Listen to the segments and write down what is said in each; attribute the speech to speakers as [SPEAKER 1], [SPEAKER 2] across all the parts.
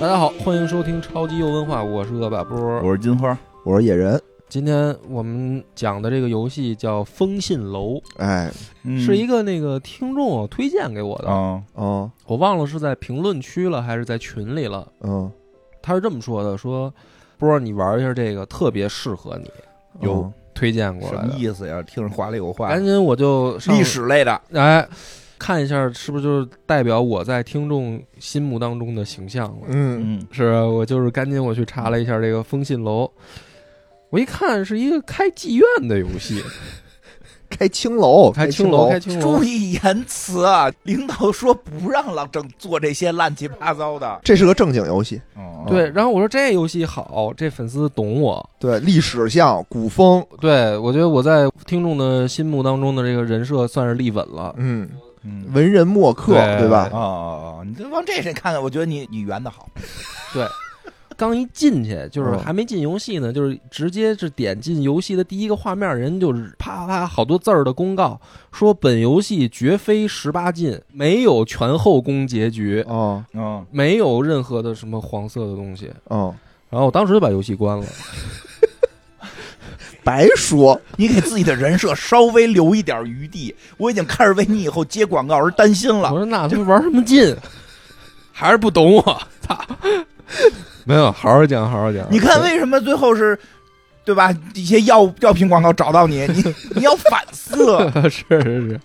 [SPEAKER 1] 大家好，欢迎收听超级优文化，我是恶霸波。
[SPEAKER 2] 我是金花，
[SPEAKER 3] 我是野人，
[SPEAKER 1] 今天我们讲的这个游戏叫《风信楼》，
[SPEAKER 3] 哎，
[SPEAKER 2] 嗯
[SPEAKER 1] 是一个那个听众推荐给我的，
[SPEAKER 2] 啊，
[SPEAKER 3] 哦，
[SPEAKER 1] 我忘了是在评论区了还是在群里了。
[SPEAKER 3] 嗯，
[SPEAKER 1] 他是这么说的：说波儿，你玩一下这个特别适合你，
[SPEAKER 2] 有
[SPEAKER 3] 嗯
[SPEAKER 1] 推荐过
[SPEAKER 2] 什
[SPEAKER 1] 来
[SPEAKER 2] 么
[SPEAKER 1] 的。
[SPEAKER 2] 意思呀？听着话里有话
[SPEAKER 1] 赶，紧我就上
[SPEAKER 2] 历史类的，
[SPEAKER 1] 哎，看一下是不是就是代表我在听众心目当中的形象了。
[SPEAKER 3] 嗯
[SPEAKER 2] 嗯，
[SPEAKER 1] 是啊我就是赶紧我去查了一下这个风信楼，我一看是一个开妓院的游戏，
[SPEAKER 3] 开青楼，
[SPEAKER 1] 开青
[SPEAKER 3] 青
[SPEAKER 1] 楼，开青楼
[SPEAKER 2] 注。意言辞啊！领导说不让老整做这些乱七八糟的。
[SPEAKER 3] 这是个正经游戏，
[SPEAKER 2] 哦
[SPEAKER 1] 对，然后我说这游戏好，这粉丝懂我。
[SPEAKER 3] 对，历史像古风，
[SPEAKER 1] 对我觉得我在听众的心目当中的这个人设算是立稳了。
[SPEAKER 3] 嗯，
[SPEAKER 2] 嗯
[SPEAKER 3] 文人墨客，
[SPEAKER 1] 对
[SPEAKER 3] 对吧？
[SPEAKER 2] 哦哦哦，你就往这上看看，我觉得你你圆的好，
[SPEAKER 1] 刚一进去，就是
[SPEAKER 3] 嗯
[SPEAKER 1] 还没进游戏呢，就是直接是点进游戏的第一个画面，人就是啪啪啪好多字儿的公告，说本游戏绝非十八禁，没有全后宫结局，
[SPEAKER 3] 哦
[SPEAKER 2] 嗯，
[SPEAKER 1] 没有任何的什么黄色的东西。
[SPEAKER 3] 哦，
[SPEAKER 1] 然后我当时就把游戏关了。
[SPEAKER 3] 白说，
[SPEAKER 2] 你给自己的人设稍微留一点余地。我已经开始为你以后接广告而担心
[SPEAKER 1] 我
[SPEAKER 2] 了。
[SPEAKER 1] 说那他妈玩什么劲？ 还是不懂我，操！ 没有，好好讲，好好讲。
[SPEAKER 2] 你 看为什么最后是，对吧？一些药药品广告找到你， 你你要反思。
[SPEAKER 1] 是是 是，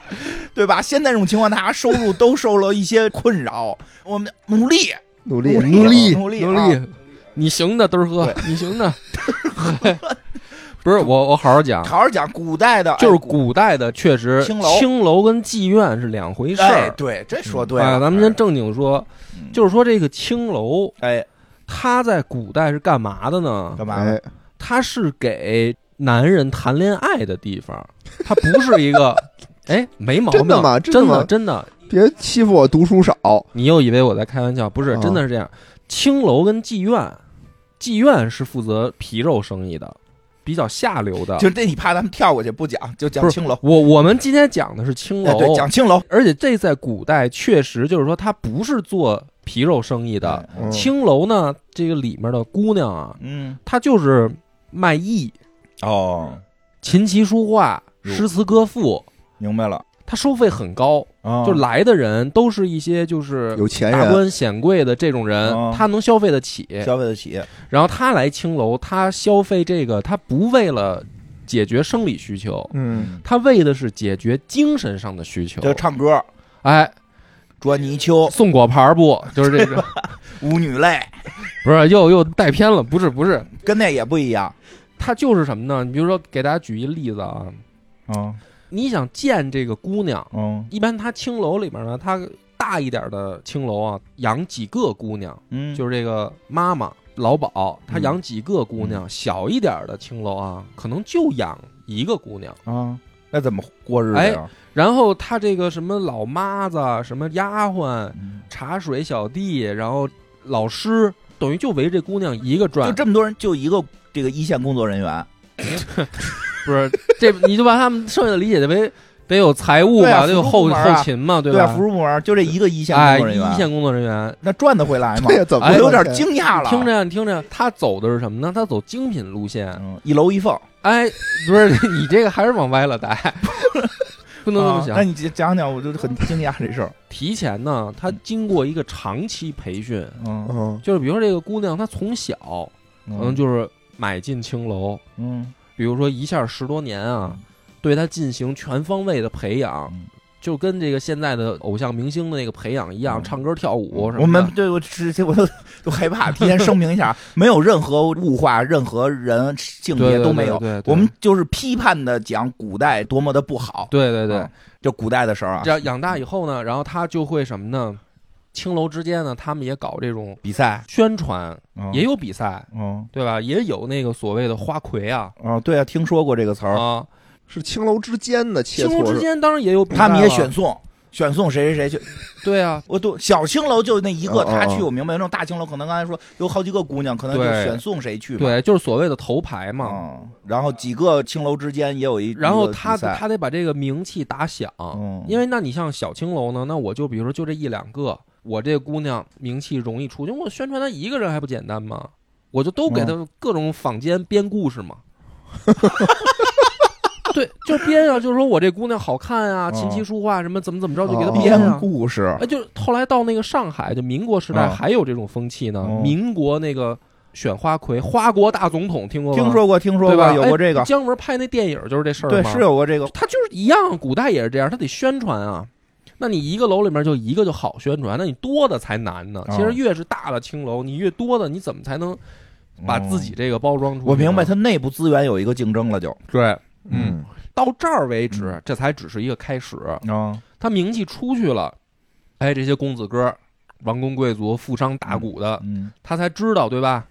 [SPEAKER 2] 对吧？现在这种情况，大家收入都受了一些困扰，我们努力，
[SPEAKER 3] 努力，
[SPEAKER 2] 努力
[SPEAKER 3] 努
[SPEAKER 2] 努力，
[SPEAKER 1] 努
[SPEAKER 2] 啊
[SPEAKER 1] 力，你行的，嘚儿哥，你行 的。不是我，我好好讲，
[SPEAKER 2] 好好讲古代的，
[SPEAKER 1] 就是
[SPEAKER 2] 哎古
[SPEAKER 1] 古代的，确实
[SPEAKER 2] 青楼
[SPEAKER 1] 跟妓院是两回事
[SPEAKER 2] 哎，
[SPEAKER 1] 儿。
[SPEAKER 2] 对，这说对
[SPEAKER 1] 啊，
[SPEAKER 2] 了。
[SPEAKER 1] 咱们先正经说，
[SPEAKER 2] 嗯
[SPEAKER 1] 就是说这个青楼，
[SPEAKER 2] 哎，
[SPEAKER 1] 它在古代是干嘛的呢？
[SPEAKER 2] 干嘛呢？
[SPEAKER 3] 哎，
[SPEAKER 1] 它是给男人谈恋爱的地方，它不是一个，哎，没毛病，
[SPEAKER 3] 真的吗
[SPEAKER 1] 真
[SPEAKER 3] 真的吗
[SPEAKER 1] 的真的
[SPEAKER 3] 别欺负我读书少，
[SPEAKER 1] 你又以为我在开玩笑，不是，
[SPEAKER 3] 啊
[SPEAKER 1] 真的是这样。青楼跟妓院，妓院是负责皮肉生意的，比较下流的。
[SPEAKER 2] 就这，你怕咱们跳过去不讲，就
[SPEAKER 1] 不
[SPEAKER 2] 讲
[SPEAKER 1] 是
[SPEAKER 2] 青楼。
[SPEAKER 1] 我我们今天讲的是青
[SPEAKER 2] 哎
[SPEAKER 1] 楼，
[SPEAKER 2] 对，讲青楼
[SPEAKER 1] 而且这在古代确实就是说，它不是做皮肉生意的。
[SPEAKER 2] 哎
[SPEAKER 3] 嗯
[SPEAKER 1] 青楼呢，这个里面的姑娘啊，
[SPEAKER 2] 嗯，
[SPEAKER 1] 她就是卖艺、
[SPEAKER 2] 哦，
[SPEAKER 1] 琴棋书画、
[SPEAKER 2] 哟
[SPEAKER 1] 诗词歌赋，
[SPEAKER 2] 明白了，
[SPEAKER 1] 她收费很高，
[SPEAKER 2] 啊
[SPEAKER 1] 就来的人都是一些就是
[SPEAKER 3] 有钱
[SPEAKER 1] 达
[SPEAKER 3] 人，
[SPEAKER 1] 官显贵的这种人
[SPEAKER 2] 哦，
[SPEAKER 1] 他能消费得起。
[SPEAKER 2] 消费得起，
[SPEAKER 1] 然后他来青楼，他消费这个，他不为了解决生理需求，
[SPEAKER 3] 嗯，
[SPEAKER 1] 他为的是解决精神上的需求。
[SPEAKER 2] 就唱歌，
[SPEAKER 1] 哎，
[SPEAKER 2] 捉泥鳅，
[SPEAKER 1] 送果盘儿不？就是这个，
[SPEAKER 2] 舞女泪，
[SPEAKER 1] 不是又又带偏了，不是不是，
[SPEAKER 2] 跟那也不一样。
[SPEAKER 1] 他就是什么呢？你比如说，给大家举一例子啊，
[SPEAKER 2] 嗯
[SPEAKER 1] 你想见这个姑娘，
[SPEAKER 2] 嗯
[SPEAKER 1] 一般他青楼里面呢，他大一点的青楼啊，养几个姑娘，
[SPEAKER 2] 嗯
[SPEAKER 1] 就是这个妈妈。老鸨，他
[SPEAKER 2] 嗯
[SPEAKER 1] 养几个姑娘，小一点的青楼啊，可能就养一个姑娘。
[SPEAKER 2] 啊，那怎么过日
[SPEAKER 1] 哎
[SPEAKER 2] 子呀？
[SPEAKER 1] 然后他这个什么老妈子、啊什么丫鬟、
[SPEAKER 2] 嗯
[SPEAKER 1] 茶水小弟，然后老师，等于就围这姑娘一个
[SPEAKER 2] 就
[SPEAKER 1] 转，
[SPEAKER 2] 这么多人，就一个这个一线工作人员，
[SPEAKER 1] 不是这你就把他们剩下的理解为得有财务
[SPEAKER 2] 对
[SPEAKER 1] 吧，
[SPEAKER 2] 啊
[SPEAKER 1] 得有
[SPEAKER 2] 服务
[SPEAKER 1] 后
[SPEAKER 2] 部门啊
[SPEAKER 1] 后勤嘛，对
[SPEAKER 2] 对
[SPEAKER 1] 吧？
[SPEAKER 2] 啊，服务部门就这一个一线工
[SPEAKER 1] 哎，
[SPEAKER 2] 作人员，
[SPEAKER 1] 一线工作人员。
[SPEAKER 2] 那赚得回来吗
[SPEAKER 3] 这？也怎么
[SPEAKER 1] 哎
[SPEAKER 2] 我
[SPEAKER 3] 了
[SPEAKER 2] 有点惊讶了。
[SPEAKER 1] 听着呀，你听着呀，他走的是什么呢？他走精品路线。
[SPEAKER 2] 嗯，一楼一凤，
[SPEAKER 1] 哎，不是 你这个还是往歪了带，不能这么
[SPEAKER 2] 啊
[SPEAKER 1] 想。
[SPEAKER 2] 那你讲讲，我就很惊讶这事儿。
[SPEAKER 1] 提前呢，他经过一个长期培训，
[SPEAKER 2] 嗯
[SPEAKER 3] 嗯，
[SPEAKER 1] 就是比如说这个姑娘，她从小嗯可能就是买进青楼，
[SPEAKER 2] 嗯
[SPEAKER 1] 比如说一下十多年啊
[SPEAKER 2] 嗯，
[SPEAKER 1] 对他进行全方位的培养
[SPEAKER 2] 嗯，
[SPEAKER 1] 就跟这个现在的偶像明星的那个培养一样，
[SPEAKER 2] 嗯
[SPEAKER 1] 唱歌跳舞什么的。
[SPEAKER 2] 我们对我直接我都都害怕，提前声明一下，没有任何物化任何人性
[SPEAKER 1] 对
[SPEAKER 2] 别
[SPEAKER 1] 对
[SPEAKER 2] 都没有，
[SPEAKER 1] 对，对对
[SPEAKER 2] 我们就是批判的讲古代多么的不好，
[SPEAKER 1] 对对对
[SPEAKER 2] 啊，就古代的事儿啊
[SPEAKER 1] 这，样养大以后呢，然后他就会什么呢？青楼之间呢，他们也搞这种
[SPEAKER 2] 比赛
[SPEAKER 1] 宣传，也有比赛，
[SPEAKER 2] 嗯
[SPEAKER 1] 对吧？也有那个所谓的花魁啊
[SPEAKER 2] 哦，对啊，听说过这个词儿，
[SPEAKER 1] 啊，
[SPEAKER 3] 是青楼之间的切
[SPEAKER 1] 青楼
[SPEAKER 3] 磋
[SPEAKER 1] 之
[SPEAKER 3] 是，
[SPEAKER 1] 间当然也有比赛
[SPEAKER 2] 他们也
[SPEAKER 1] 了
[SPEAKER 2] 选，送，选送谁谁谁去。
[SPEAKER 1] 对 啊，
[SPEAKER 2] 我都小青楼就那一个
[SPEAKER 3] 嗯嗯
[SPEAKER 2] 他去，
[SPEAKER 3] 嗯
[SPEAKER 2] 我明白。那种大青楼可能刚才说有好几个姑娘，可能就
[SPEAKER 1] 对
[SPEAKER 2] 选送谁去嘛。
[SPEAKER 1] 对，就是所谓的头牌嘛。
[SPEAKER 2] 嗯，然后几个青楼之间也有一，
[SPEAKER 1] 然
[SPEAKER 2] 一
[SPEAKER 1] 后
[SPEAKER 2] 个
[SPEAKER 1] 他
[SPEAKER 2] 比赛
[SPEAKER 1] 他得把这个名气打响，
[SPEAKER 2] 嗯
[SPEAKER 1] 因为那你像小青楼呢，那我就比如说就这一两个，我这姑娘名气容易出，因为我宣传她一个人还不简单吗？我就
[SPEAKER 2] 嗯
[SPEAKER 1] 都给她各种坊间编故事 嘛。对，就编啊，就是说我这姑娘好看啊，
[SPEAKER 2] 嗯
[SPEAKER 1] 琴棋书画什么怎么怎么着，就给她
[SPEAKER 3] 哦
[SPEAKER 1] 编啊。
[SPEAKER 2] 故事
[SPEAKER 1] 哎，就后来到那个上海，就民国时代
[SPEAKER 2] 嗯
[SPEAKER 1] 还有这种风气呢。
[SPEAKER 2] 嗯
[SPEAKER 1] 民国那个选花魁，花国大总统听过吗？
[SPEAKER 2] 听说过，听说
[SPEAKER 1] 对
[SPEAKER 2] 过，
[SPEAKER 1] 吧？
[SPEAKER 2] 有过这
[SPEAKER 1] 哎
[SPEAKER 2] 个，
[SPEAKER 1] 姜文拍那电影就是这事儿
[SPEAKER 2] 对，
[SPEAKER 1] 吗
[SPEAKER 2] 是有过这个，
[SPEAKER 1] 他就是一样，古代也是这样，他得宣传啊。那你一个楼里面就一个就好宣传，那你多的才难呢。
[SPEAKER 2] 哦
[SPEAKER 1] 其实越是大的青楼，你越多的，你怎么才能把自己
[SPEAKER 2] 嗯。
[SPEAKER 1] 这个包装出去呢？
[SPEAKER 2] 我明白，它内部资源有一个竞争了，就
[SPEAKER 1] 对，
[SPEAKER 2] 嗯
[SPEAKER 1] 到这儿为止，这才只是一个开始。
[SPEAKER 2] 啊，
[SPEAKER 1] 他名气出去了，哎，这些公子哥、王公贵族、富商大贾的，
[SPEAKER 2] 嗯
[SPEAKER 1] 他才知道，对吧？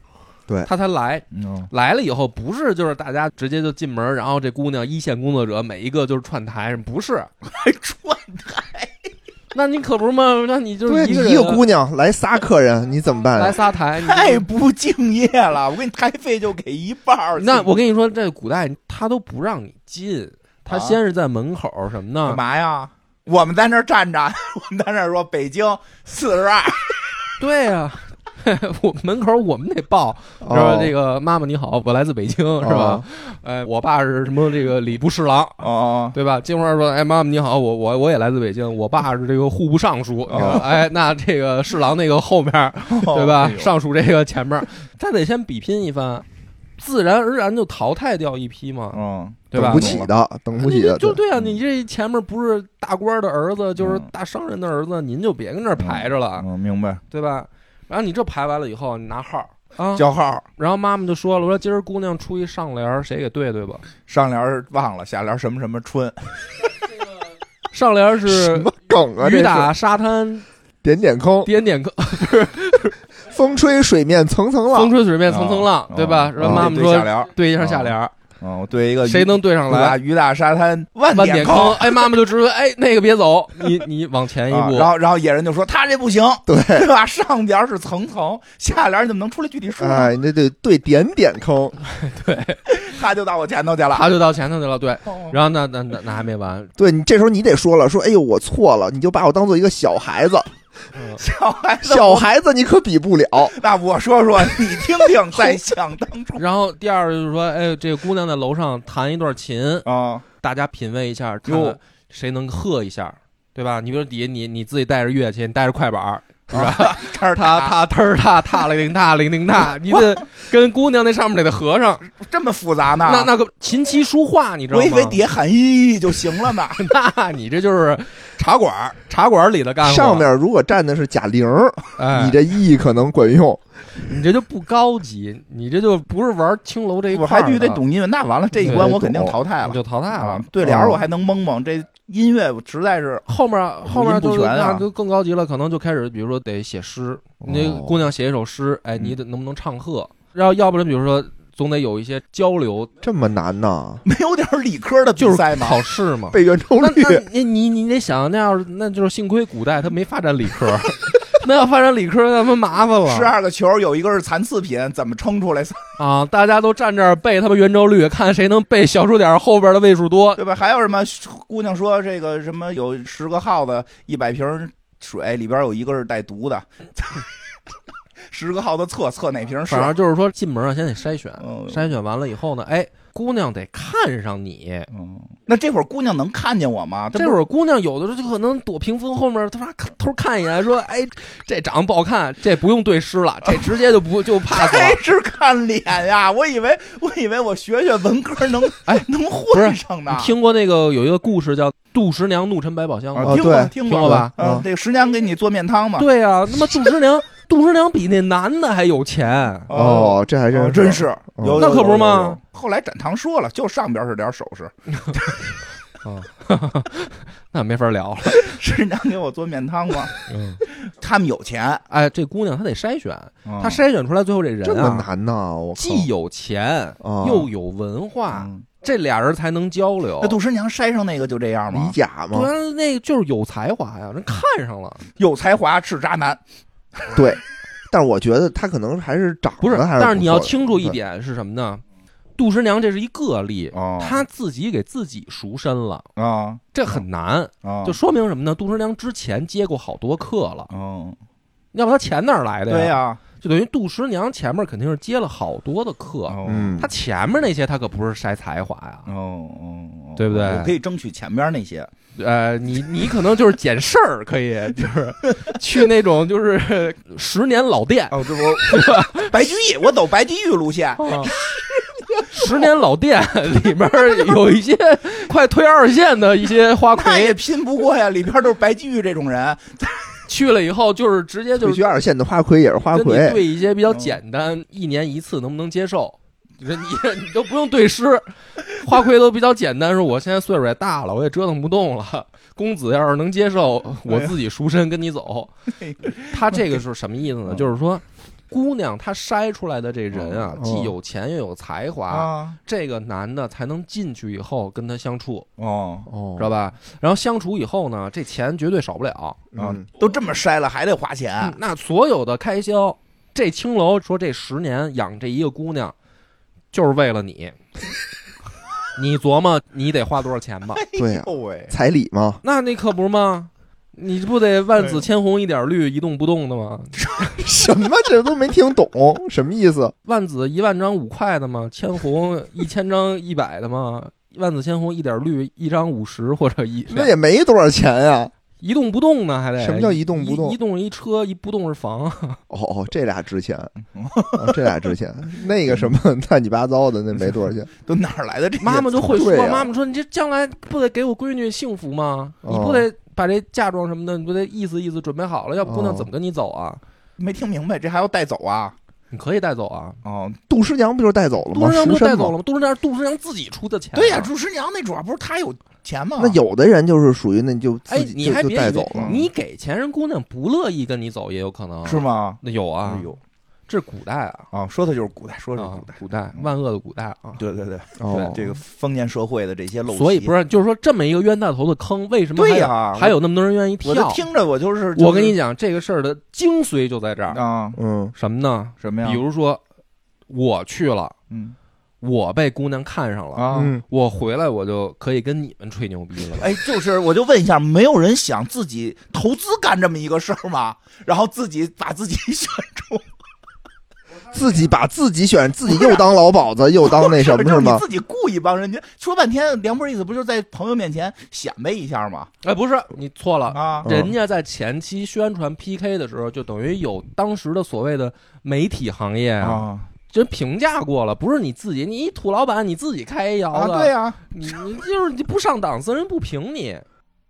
[SPEAKER 3] 对
[SPEAKER 1] 他才来。
[SPEAKER 2] 嗯，
[SPEAKER 1] 来了以后，不是就是大家直接就进门，然后这姑娘一线工作者每一个就是串台，不是？
[SPEAKER 2] 还转
[SPEAKER 1] 那你可不是嘛？那你就是
[SPEAKER 3] 对，
[SPEAKER 1] 一
[SPEAKER 3] 你
[SPEAKER 1] 个
[SPEAKER 3] 一
[SPEAKER 1] 人
[SPEAKER 3] 个姑娘来仨客人，你怎么办
[SPEAKER 1] 来
[SPEAKER 3] 啊？
[SPEAKER 1] 仨哎台，你
[SPEAKER 2] 太不敬业了，我给你台费就给一半儿。
[SPEAKER 1] 那我跟你说，这古代他都不让你进，他先是在门口什么
[SPEAKER 2] 啊干
[SPEAKER 1] 呢？
[SPEAKER 2] 嘛呀？我们在那儿站着， 我们在那儿说北京四十 二，
[SPEAKER 1] 对呀， 我门口我们得报，
[SPEAKER 3] 哦
[SPEAKER 1] 说这个妈妈你好，我来自北京，是吧
[SPEAKER 3] 哦？
[SPEAKER 1] 哎，我爸是什么这个礼部侍郎。
[SPEAKER 2] 哦，
[SPEAKER 1] 对吧？金花说：“哎，妈妈你好，我我我也来自北京，我爸是这个户部尚书。
[SPEAKER 2] 哦
[SPEAKER 1] 哎，那这个侍郎那个后面，对吧？
[SPEAKER 2] 哎呦
[SPEAKER 1] 尚书这个前面，他得先比拼一番，自然而然就淘汰掉一批嘛。
[SPEAKER 2] 嗯，
[SPEAKER 1] 对吧
[SPEAKER 3] 等不起的，等不起的，
[SPEAKER 1] 你就
[SPEAKER 3] 对
[SPEAKER 1] 对啊，
[SPEAKER 2] 嗯
[SPEAKER 1] 你这前面不是大官的儿子，就是
[SPEAKER 2] 嗯
[SPEAKER 1] 大商人的儿子，您就别跟这儿排着了，
[SPEAKER 2] 嗯，明白，
[SPEAKER 1] 对吧？然后你这排完了以后，你拿号啊，
[SPEAKER 2] 叫号。
[SPEAKER 1] 然后妈妈就说了，我说今儿姑娘出一上联儿，谁给对对吧？
[SPEAKER 2] 上联儿忘了，下联儿什么什么春，
[SPEAKER 1] 上联儿
[SPEAKER 3] 什
[SPEAKER 1] 是
[SPEAKER 3] 么梗啊？这
[SPEAKER 1] 雨
[SPEAKER 3] 是
[SPEAKER 1] 打沙滩
[SPEAKER 3] 点点坑，
[SPEAKER 1] 点点坑，
[SPEAKER 3] 风吹水面层层
[SPEAKER 1] 风
[SPEAKER 3] 浪。
[SPEAKER 1] 吹水面层层浪
[SPEAKER 2] 哦，
[SPEAKER 1] 对吧？然后
[SPEAKER 3] 哦
[SPEAKER 1] 妈妈
[SPEAKER 2] 对对下
[SPEAKER 1] 说
[SPEAKER 2] 联儿，
[SPEAKER 1] 对一下下联儿，
[SPEAKER 2] 嗯，我对一个
[SPEAKER 1] 谁能对上
[SPEAKER 2] 雨
[SPEAKER 1] 来
[SPEAKER 2] 大？雨大沙滩万
[SPEAKER 1] 万点
[SPEAKER 2] 坑
[SPEAKER 1] 坑，哎，妈妈就直说， 哎，那个别走，你你往前一
[SPEAKER 2] 啊
[SPEAKER 1] 步，
[SPEAKER 2] 然后然后野人就说他这不行，
[SPEAKER 3] 对
[SPEAKER 2] 对吧？上联是层层，下联你怎么能出来具体数呢？
[SPEAKER 3] 哎，你这得对点点坑，
[SPEAKER 2] 他就到我前头去了。
[SPEAKER 1] 他啊就到前头去了，对。
[SPEAKER 2] 哦
[SPEAKER 1] 然后那那那那还没完，
[SPEAKER 3] 对你这时候你得说了，说哎呦我错了，你就把我当做一个小孩子，
[SPEAKER 2] 小孩子，
[SPEAKER 3] 小孩子你可比不了。
[SPEAKER 2] 那我说说，你听 听，在想当初
[SPEAKER 1] 然后第二就是说，哎，这个姑娘在楼上弹一段琴，
[SPEAKER 2] 啊，
[SPEAKER 1] 大家品味一下，看
[SPEAKER 2] 哟
[SPEAKER 1] 看谁能和一下，对吧？你比如底下你你自己带着乐器，你带着快板儿，是吧？
[SPEAKER 2] 开始
[SPEAKER 1] 踏
[SPEAKER 2] 打
[SPEAKER 1] 踏踏儿踏踏了铃踏铃铃踏，你得跟姑娘那上面得得合上，
[SPEAKER 2] 这么复杂呢？
[SPEAKER 1] 那那个琴棋书画，你知道
[SPEAKER 2] 我以为
[SPEAKER 1] 吗？
[SPEAKER 2] 底下喊咦就行了呢。
[SPEAKER 1] 那你这就是茶馆儿茶馆儿里的干活，
[SPEAKER 3] 上面如果站的是贾玲儿，
[SPEAKER 1] 哎
[SPEAKER 3] 你这意义可能管用。
[SPEAKER 1] 你这就不高级，你这就不是玩青楼这一
[SPEAKER 2] 我
[SPEAKER 1] 块儿的，
[SPEAKER 2] 还必须得懂音乐，那完了这一
[SPEAKER 1] 对
[SPEAKER 2] 关
[SPEAKER 3] 得
[SPEAKER 2] 我肯定
[SPEAKER 3] 懂
[SPEAKER 2] 淘汰
[SPEAKER 1] 你
[SPEAKER 2] 了
[SPEAKER 1] 就淘汰了
[SPEAKER 2] 啊。！对联儿我还能蒙蒙，这音乐我实在是
[SPEAKER 1] 后面后面就是
[SPEAKER 2] 五音不全啊
[SPEAKER 1] 那就更高级了，可能就开始比如说得写诗，你
[SPEAKER 3] 哦
[SPEAKER 1] 姑娘写一首诗，哎，
[SPEAKER 2] 嗯
[SPEAKER 1] 你得能不能唱和？然后要不然比如说总得有一些交流，
[SPEAKER 3] 这么难呢？
[SPEAKER 2] 没有点儿理科的比
[SPEAKER 1] 就是
[SPEAKER 2] 赛吗？
[SPEAKER 1] 考试嘛。
[SPEAKER 3] 被圆周
[SPEAKER 1] 那
[SPEAKER 3] 率
[SPEAKER 1] 那你你你得想，那要是那就是幸亏古代他没发展理科，那要发展理科那他妈麻烦
[SPEAKER 2] 十
[SPEAKER 1] 了
[SPEAKER 2] 二个球有一个是残次品，怎么称出来？
[SPEAKER 1] 啊！大家都站这儿背他妈圆周率，看谁能背小数点后边的位数多。
[SPEAKER 2] 对吧？还有什么姑娘说这个什么有十个耗子，一百瓶水里边有一个是带毒的， 十个耗子测测哪瓶是
[SPEAKER 1] 反正就是说进门啊，先得筛选，
[SPEAKER 2] 嗯
[SPEAKER 1] 筛选完了以后呢，哎，姑娘得看上你。
[SPEAKER 2] 嗯，那这会儿姑娘能看见我吗？
[SPEAKER 1] 这会儿姑娘有的时候就可能躲屏风后面，她妈看偷看一眼，说：“哎，这长得不好看，这不用对诗了，这直接就不就 pass
[SPEAKER 2] 还
[SPEAKER 1] 了。
[SPEAKER 2] 是看脸呀！我以为我以为我学学文科能
[SPEAKER 1] 哎
[SPEAKER 2] 能
[SPEAKER 1] 不
[SPEAKER 2] 混
[SPEAKER 1] 是
[SPEAKER 2] 上”呢
[SPEAKER 1] 你。听过那个有一个故事叫《杜十娘怒沉百宝箱》
[SPEAKER 2] 啊
[SPEAKER 1] 吗？
[SPEAKER 3] 哦
[SPEAKER 2] 听过
[SPEAKER 3] 对
[SPEAKER 2] 听
[SPEAKER 1] 听
[SPEAKER 2] 过
[SPEAKER 1] 过吧？
[SPEAKER 2] 嗯
[SPEAKER 3] 嗯，
[SPEAKER 2] 这个十娘给你做面汤嘛？
[SPEAKER 1] 对啊，他妈杜十娘，杜十娘比那男的还有钱。
[SPEAKER 2] 哦，
[SPEAKER 3] 哦，这还
[SPEAKER 2] 哦
[SPEAKER 3] 真
[SPEAKER 2] 真是有有
[SPEAKER 1] 那可
[SPEAKER 2] 有
[SPEAKER 1] 不是
[SPEAKER 2] 有
[SPEAKER 1] 吗
[SPEAKER 2] 有后来展堂说了，就上边是点首饰，
[SPEAKER 1] 那没法聊了。
[SPEAKER 2] 十娘给我做面汤吗？
[SPEAKER 1] 嗯，
[SPEAKER 2] 他们有钱，
[SPEAKER 1] 哎，这姑娘她得筛选，她
[SPEAKER 2] 他
[SPEAKER 1] 筛选出来最后这人
[SPEAKER 3] 这么
[SPEAKER 1] 啊，
[SPEAKER 3] 难呢？我靠
[SPEAKER 1] 既有钱
[SPEAKER 3] 啊
[SPEAKER 1] 又有文化，
[SPEAKER 2] 嗯
[SPEAKER 1] 这俩人才能交流。
[SPEAKER 2] 那杜十娘筛上那个就这样
[SPEAKER 3] 李
[SPEAKER 2] 吗？
[SPEAKER 3] 甲
[SPEAKER 1] 不
[SPEAKER 3] 吗？
[SPEAKER 1] 然那就是有才华呀，人看上了。
[SPEAKER 2] 有才华是渣男，
[SPEAKER 3] 对，但是我觉得他可能还是长得
[SPEAKER 1] 不是，
[SPEAKER 3] 还
[SPEAKER 1] 但是你要
[SPEAKER 3] 不错的
[SPEAKER 1] 清楚一，点是什么呢？杜十娘这是一个例，
[SPEAKER 2] 哦
[SPEAKER 1] 她自己给自己赎身了，
[SPEAKER 2] 啊
[SPEAKER 1] 这很难。
[SPEAKER 2] 啊，
[SPEAKER 1] 就说明什么呢？杜十娘之前接过好多课了，
[SPEAKER 2] 嗯，
[SPEAKER 1] 要不她钱哪儿来的呀？
[SPEAKER 2] 对呀，
[SPEAKER 1] 就等于杜十娘前面肯定是接了好多的课，
[SPEAKER 2] 哦
[SPEAKER 3] 嗯，
[SPEAKER 1] 她前面那些她可不是筛才华呀。
[SPEAKER 2] 哦哦，哦
[SPEAKER 1] 对不对
[SPEAKER 2] 我可以争取前边那些，
[SPEAKER 1] 呃，你你可能就是捡事儿，可以就是去那种就是十年老店，
[SPEAKER 2] 哦，这我白居易，我走白居易路线，
[SPEAKER 1] 十年老店里边儿有一些快退二线的一些花
[SPEAKER 2] 那也啊
[SPEAKER 1] 魁，
[SPEAKER 2] 拼不过呀，里边都是白居易这种人，
[SPEAKER 1] 去了以后就是直接就
[SPEAKER 3] 必
[SPEAKER 1] 是
[SPEAKER 3] 须二线的花魁也是花
[SPEAKER 1] 跟你
[SPEAKER 3] 魁，
[SPEAKER 1] 对一些比较简单，一年一次能不能接受？就是你你都不用对诗，花魁都比较简单。说我现在岁数也大了，我也折腾不动了。公子要是能接受，
[SPEAKER 3] 哎
[SPEAKER 1] 我自己赎身跟你 走。他这个是什么意思呢？
[SPEAKER 2] 嗯
[SPEAKER 1] 就是说，姑娘她筛出来的这人啊，
[SPEAKER 3] 嗯
[SPEAKER 1] 既有钱又有才华，
[SPEAKER 2] 啊，
[SPEAKER 1] 这个男的才能进去以后跟他相处，
[SPEAKER 2] 哦。
[SPEAKER 3] 哦
[SPEAKER 1] 知道吧？然后相处以后呢，这钱绝对少不了。
[SPEAKER 2] 啊
[SPEAKER 3] 嗯，
[SPEAKER 2] 都这么筛了还得花钱，
[SPEAKER 1] 嗯那所有的开销，这青楼说这十年养这一个姑娘，就是为了 你。你琢磨你得花多少钱吧？
[SPEAKER 3] 对 呀
[SPEAKER 2] 哎呦喂，
[SPEAKER 3] 彩礼嘛，
[SPEAKER 1] 那那可不是吗？你不得万紫千红一点绿，一动不动的吗？
[SPEAKER 3] 什么这都没 听懂，什么意思？
[SPEAKER 1] 万紫一万张五块的吗？千 红一千张一百的吗？万紫千红一点绿，一张五十或者一
[SPEAKER 3] 那也没多少钱呀。
[SPEAKER 1] 一动不动呢，还得
[SPEAKER 3] 什么叫一动不动
[SPEAKER 1] 一一动是一车，一不动是房。
[SPEAKER 3] 哦哦，这俩值钱，
[SPEAKER 1] 嗯
[SPEAKER 3] 哦这俩值 钱。那个什么乱七八糟的，那没多少钱。
[SPEAKER 2] 都哪儿来的这些
[SPEAKER 1] 妈妈就会说，
[SPEAKER 3] 对啊
[SPEAKER 1] 妈妈说你这将来不得给我闺女幸福吗？
[SPEAKER 2] 啊
[SPEAKER 3] 哦
[SPEAKER 1] 你不得把这嫁妆什么的，你不得意思意思准备好了，要不姑娘
[SPEAKER 3] 哦
[SPEAKER 1] 怎么跟你走啊？
[SPEAKER 2] 没听明白，这还要带走啊？
[SPEAKER 1] 你可以带走啊，
[SPEAKER 2] 哦，
[SPEAKER 3] 杜十娘不就是带走了
[SPEAKER 1] 杜
[SPEAKER 3] 吗？
[SPEAKER 1] 十娘
[SPEAKER 3] 赎
[SPEAKER 1] 不带
[SPEAKER 3] 身
[SPEAKER 1] 走了
[SPEAKER 3] 吗？
[SPEAKER 1] 吗？杜十娘杜十娘自己出的钱啊，
[SPEAKER 2] 对呀，朱十娘那主要不是她有钱吗？
[SPEAKER 3] 那有的人就是属于那你就
[SPEAKER 1] 哎
[SPEAKER 3] 自，己
[SPEAKER 1] 你
[SPEAKER 3] 就
[SPEAKER 1] 还
[SPEAKER 3] 就
[SPEAKER 1] 别以
[SPEAKER 3] 带
[SPEAKER 1] 为
[SPEAKER 3] 走了。
[SPEAKER 1] 你给钱人姑娘不乐意跟你走也有可能，
[SPEAKER 2] 是？吗？
[SPEAKER 1] 那有啊
[SPEAKER 2] 哎，呦
[SPEAKER 1] 这是古代啊，
[SPEAKER 2] 啊，说的就是古代，说的是
[SPEAKER 1] 啊
[SPEAKER 2] 古代，，嗯
[SPEAKER 1] 古代万恶的古代啊。
[SPEAKER 2] 对对对，
[SPEAKER 3] 哦，
[SPEAKER 2] 这个封建社会的这些陋习，
[SPEAKER 1] 所以不
[SPEAKER 2] 是
[SPEAKER 1] 是，就是说这么一个冤大头的坑，为什么还
[SPEAKER 2] 对
[SPEAKER 1] 有
[SPEAKER 2] 呀
[SPEAKER 1] 还有那么多人愿意
[SPEAKER 2] 我就
[SPEAKER 1] 跳？
[SPEAKER 2] 听着我就是，
[SPEAKER 1] 我跟
[SPEAKER 2] 就是
[SPEAKER 1] 你讲，这个事儿的精髓就在这儿，
[SPEAKER 2] 啊，
[SPEAKER 3] 嗯
[SPEAKER 1] 什么呢？
[SPEAKER 2] 什么呀？
[SPEAKER 1] 比如说我去了，
[SPEAKER 2] 嗯
[SPEAKER 1] 我被姑娘看上了，
[SPEAKER 2] 啊。
[SPEAKER 3] 嗯，
[SPEAKER 1] 我回来我就可以跟你们吹牛逼了 吧。
[SPEAKER 2] 哎，就是，我就问一下，没有人想自己投资干这么一个事儿吗？然后自己把自己选中，
[SPEAKER 3] 自己把自己选，
[SPEAKER 1] 啊
[SPEAKER 3] 自己又当老 鸨子，又当那什么
[SPEAKER 2] 就是是你
[SPEAKER 3] 吗？
[SPEAKER 2] 自己雇一帮人家，说半天，梁波意思不就是在朋友面前显摆一下吗？
[SPEAKER 1] 哎，不是，你错了。
[SPEAKER 2] 啊，
[SPEAKER 3] 嗯
[SPEAKER 1] 人家在前期宣传 PK 的时候，就等于有当时的所谓的媒体行业
[SPEAKER 3] 哎
[SPEAKER 1] 啊，
[SPEAKER 2] 啊
[SPEAKER 1] 人评价过了，不是你自己，你一土老板你自己开一窑
[SPEAKER 2] 啊，
[SPEAKER 1] 子，
[SPEAKER 2] 对呀，
[SPEAKER 1] 你你就是你不上档次，人不评你，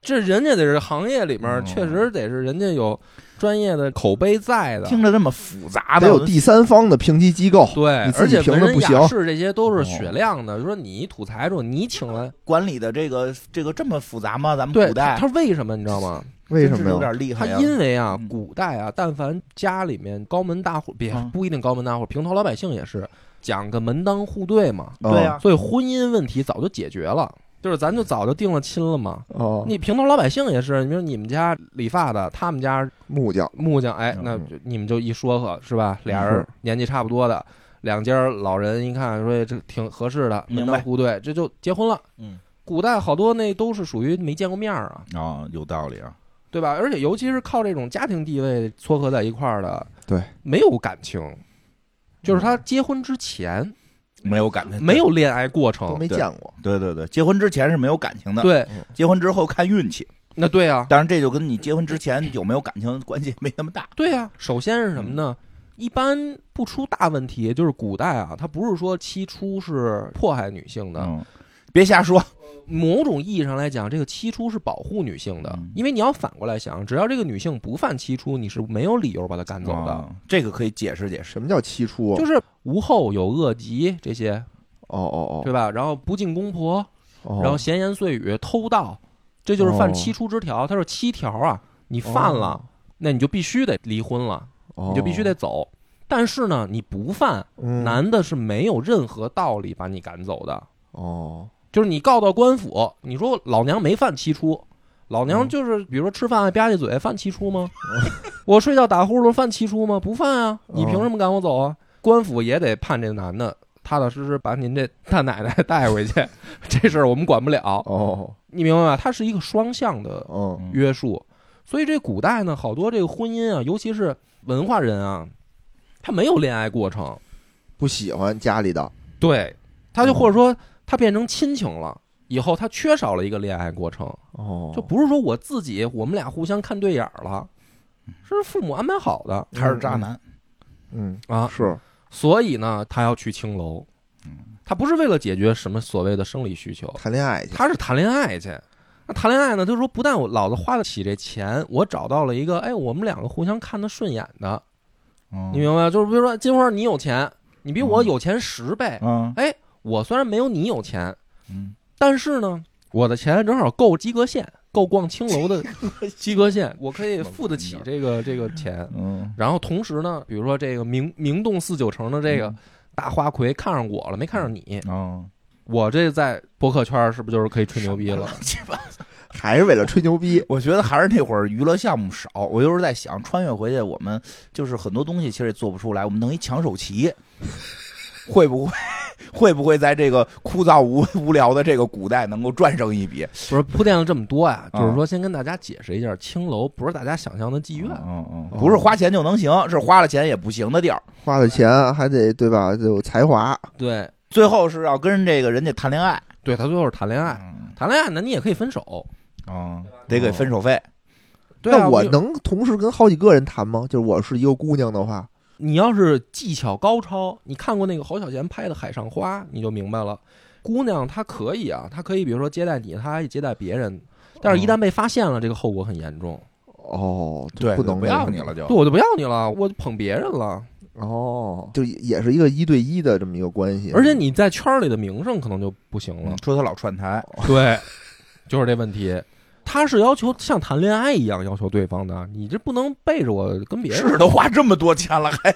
[SPEAKER 1] 这人家得是行业里面
[SPEAKER 2] 嗯
[SPEAKER 1] 确实得是人家有专业的口碑在的，
[SPEAKER 2] 听着这么复杂
[SPEAKER 3] 得
[SPEAKER 2] 的，我
[SPEAKER 3] 有
[SPEAKER 2] 就
[SPEAKER 3] 第三方的评级机构，
[SPEAKER 1] 对而
[SPEAKER 3] 你，自己
[SPEAKER 1] 且
[SPEAKER 3] 评
[SPEAKER 1] 文
[SPEAKER 3] 的
[SPEAKER 1] 人
[SPEAKER 3] 不行哦
[SPEAKER 1] 雅士这些都是雪亮的。说你土财主，你请了，
[SPEAKER 2] 管理的这个这个这么复杂吗？咱们
[SPEAKER 1] 对
[SPEAKER 2] 古代
[SPEAKER 1] 他为什么你知道吗？
[SPEAKER 3] 为什
[SPEAKER 2] 真是有
[SPEAKER 3] 么哎呀？
[SPEAKER 2] 点厉
[SPEAKER 1] 他
[SPEAKER 2] 害呀，
[SPEAKER 1] 因为啊
[SPEAKER 2] 嗯，
[SPEAKER 1] 古代啊，但凡家里面高门大户，别
[SPEAKER 3] 啊
[SPEAKER 2] 嗯
[SPEAKER 1] 不一定高门大户，平头老百姓也是讲个门当户对啊嘛，
[SPEAKER 3] 哦
[SPEAKER 2] 对呀，
[SPEAKER 1] 所以婚姻问题早就解决了。就是咱就早就定了亲了嘛，
[SPEAKER 3] 哦，
[SPEAKER 1] 你平头老百姓也是，你说你们家理发的，他们家
[SPEAKER 3] 木匠
[SPEAKER 1] 木匠，哎，
[SPEAKER 2] 嗯
[SPEAKER 1] 那就你们就一说和是吧？俩
[SPEAKER 3] 嗯是
[SPEAKER 1] 人年纪差不多的，两家老人一看说这挺合适的，
[SPEAKER 2] 明
[SPEAKER 1] 门
[SPEAKER 2] 白
[SPEAKER 1] 当户对，这就结婚了。
[SPEAKER 2] 嗯，
[SPEAKER 1] 古代好多那都是属于没见过面儿啊，
[SPEAKER 2] 啊，有道理啊，
[SPEAKER 1] 对吧？而且尤其是靠这种家庭地位撮合在一块儿的，
[SPEAKER 3] 对，嗯
[SPEAKER 1] 没有感情，就是他结婚之前
[SPEAKER 2] 没有感情，
[SPEAKER 1] 没，有恋爱过程，
[SPEAKER 3] 哎都没见嗯过，
[SPEAKER 2] 对对对，结婚之前是没有感情的，
[SPEAKER 1] 对，
[SPEAKER 2] 结婚之后看运气，
[SPEAKER 1] 那对啊，
[SPEAKER 3] 嗯
[SPEAKER 2] 当然这就跟你结婚之前有没有感情关系没那么大，
[SPEAKER 1] 对啊，首先是什么呢？
[SPEAKER 3] 嗯
[SPEAKER 1] 一般不出大问题，就是古代啊，他不是说七出是迫害女性的，
[SPEAKER 2] 嗯，别瞎说，
[SPEAKER 1] 某种意义上来讲，这个七出是保护女性的
[SPEAKER 2] 嗯，
[SPEAKER 1] 因为你要反过来想，只要这个女性不犯七出，你是没有理由把她赶走的。
[SPEAKER 2] 啊嗯这个可以解释解释，
[SPEAKER 3] 什么叫七出？
[SPEAKER 1] 就
[SPEAKER 3] 哦
[SPEAKER 1] 是无后有恶疾这些，
[SPEAKER 3] 哦
[SPEAKER 1] 对吧？然后不敬公婆，
[SPEAKER 3] 哦，
[SPEAKER 1] 然后闲言碎语、偷盗，这就是犯七出之条。他说七条啊，你犯了，那你就必须得离婚了，
[SPEAKER 3] 哦
[SPEAKER 1] 你就必须得走。但是呢，你不犯，
[SPEAKER 3] 嗯
[SPEAKER 1] 男的是没有任何道理把你赶走的。
[SPEAKER 3] 哦，
[SPEAKER 1] 就是你告到官府，你说老娘没饭七出，老娘
[SPEAKER 3] 嗯
[SPEAKER 1] 就是比如说吃饭爱吧唧嘴，饭七出吗？ 我睡觉打呼噜，饭七出吗？不犯啊！你凭什么赶我走啊？官府也得判这男的踏踏实实把您这大奶奶带回去， 这事儿我们管不了。
[SPEAKER 3] 哦，
[SPEAKER 1] 你明白吧？它是一个双向的
[SPEAKER 3] 嗯，
[SPEAKER 2] 嗯
[SPEAKER 1] 约束，所以这古代呢，好多这个婚姻啊，尤其是文化人啊，他没有恋爱过程，
[SPEAKER 3] 不喜欢家里的，
[SPEAKER 1] 对，他就
[SPEAKER 3] 哦
[SPEAKER 1] 或者说他变成亲情了。以后他缺少了一个恋爱过程，
[SPEAKER 3] 哦，
[SPEAKER 1] 就不是说我自己我们俩互相看对眼儿了，是父母安排好的
[SPEAKER 2] 还是渣男，
[SPEAKER 3] 嗯，
[SPEAKER 1] 啊，
[SPEAKER 3] 是，
[SPEAKER 1] 所以呢，他要去青楼，他不是为了解决什么所谓的生理需求，
[SPEAKER 3] 谈恋爱去，
[SPEAKER 1] 他是谈恋爱去。那谈恋爱呢，他说不但我老子花得起这钱，我找到了一个哎，我们两个互相看得顺眼的，你
[SPEAKER 2] 嗯
[SPEAKER 1] 明白吗？就是比如说金花，你有钱，你比我有钱十倍，
[SPEAKER 2] 嗯
[SPEAKER 1] 我虽然没有你有钱，
[SPEAKER 2] 嗯，
[SPEAKER 1] 但是呢，我的钱正好够及格线，够逛青楼的及格线，我可以付得起这个这个钱。
[SPEAKER 2] 嗯，
[SPEAKER 1] 然后同时呢，比如说这个明明洞四九城的这个大花魁看上我了，没看上你，
[SPEAKER 2] 哦，
[SPEAKER 1] 我这在博客圈是不是就是可以吹牛逼了？
[SPEAKER 3] 还是为了吹牛逼，
[SPEAKER 2] 我觉得还是那会儿娱乐项目少，我就是在想穿越回去，我们就是很多东西其实也做不出来，我们弄一抢手棋， 会不会 会不会在这个枯燥无无聊的这个古代能够赚上一笔？
[SPEAKER 1] 不是铺垫了这么多呀，
[SPEAKER 2] 啊
[SPEAKER 1] 就是说先跟大家解释一下，青楼不是大家想象的妓院，
[SPEAKER 2] 嗯
[SPEAKER 3] 嗯
[SPEAKER 2] 不是花钱就能行，是花了钱也不行的地儿。
[SPEAKER 3] 花了钱啊还得对吧？得有才华，
[SPEAKER 1] 对
[SPEAKER 2] 最后是要跟这个人家谈恋爱，
[SPEAKER 1] 对，他最后是谈恋爱，
[SPEAKER 2] 嗯，
[SPEAKER 1] 谈恋爱呢你也可以分手，
[SPEAKER 2] 哦，得给分手费，
[SPEAKER 1] 对啊，
[SPEAKER 3] 那我
[SPEAKER 1] 你
[SPEAKER 3] 能同时跟好几个人谈吗？就是我是一个姑娘的话，
[SPEAKER 1] 你要是技巧高超，你看过那个侯孝贤拍的《海上花》，你就明白了。姑娘她可以啊，她可以比如说接待你，她还接待别人，但是一旦被发现了，这个后果很严重。
[SPEAKER 3] 哦，就不能
[SPEAKER 2] 不要你了就
[SPEAKER 1] 对，。我就不要你了，我就捧别人了，
[SPEAKER 3] 哦，就也是一个一对一的这么一个关系，
[SPEAKER 1] 而且你在圈里的名声可能就不行了
[SPEAKER 2] 嗯。说他老串台，
[SPEAKER 1] 对，就是这问题。他是要求像谈恋爱一样要求对方的，你这不能背着我跟别人。
[SPEAKER 2] 是都花这么多钱了，还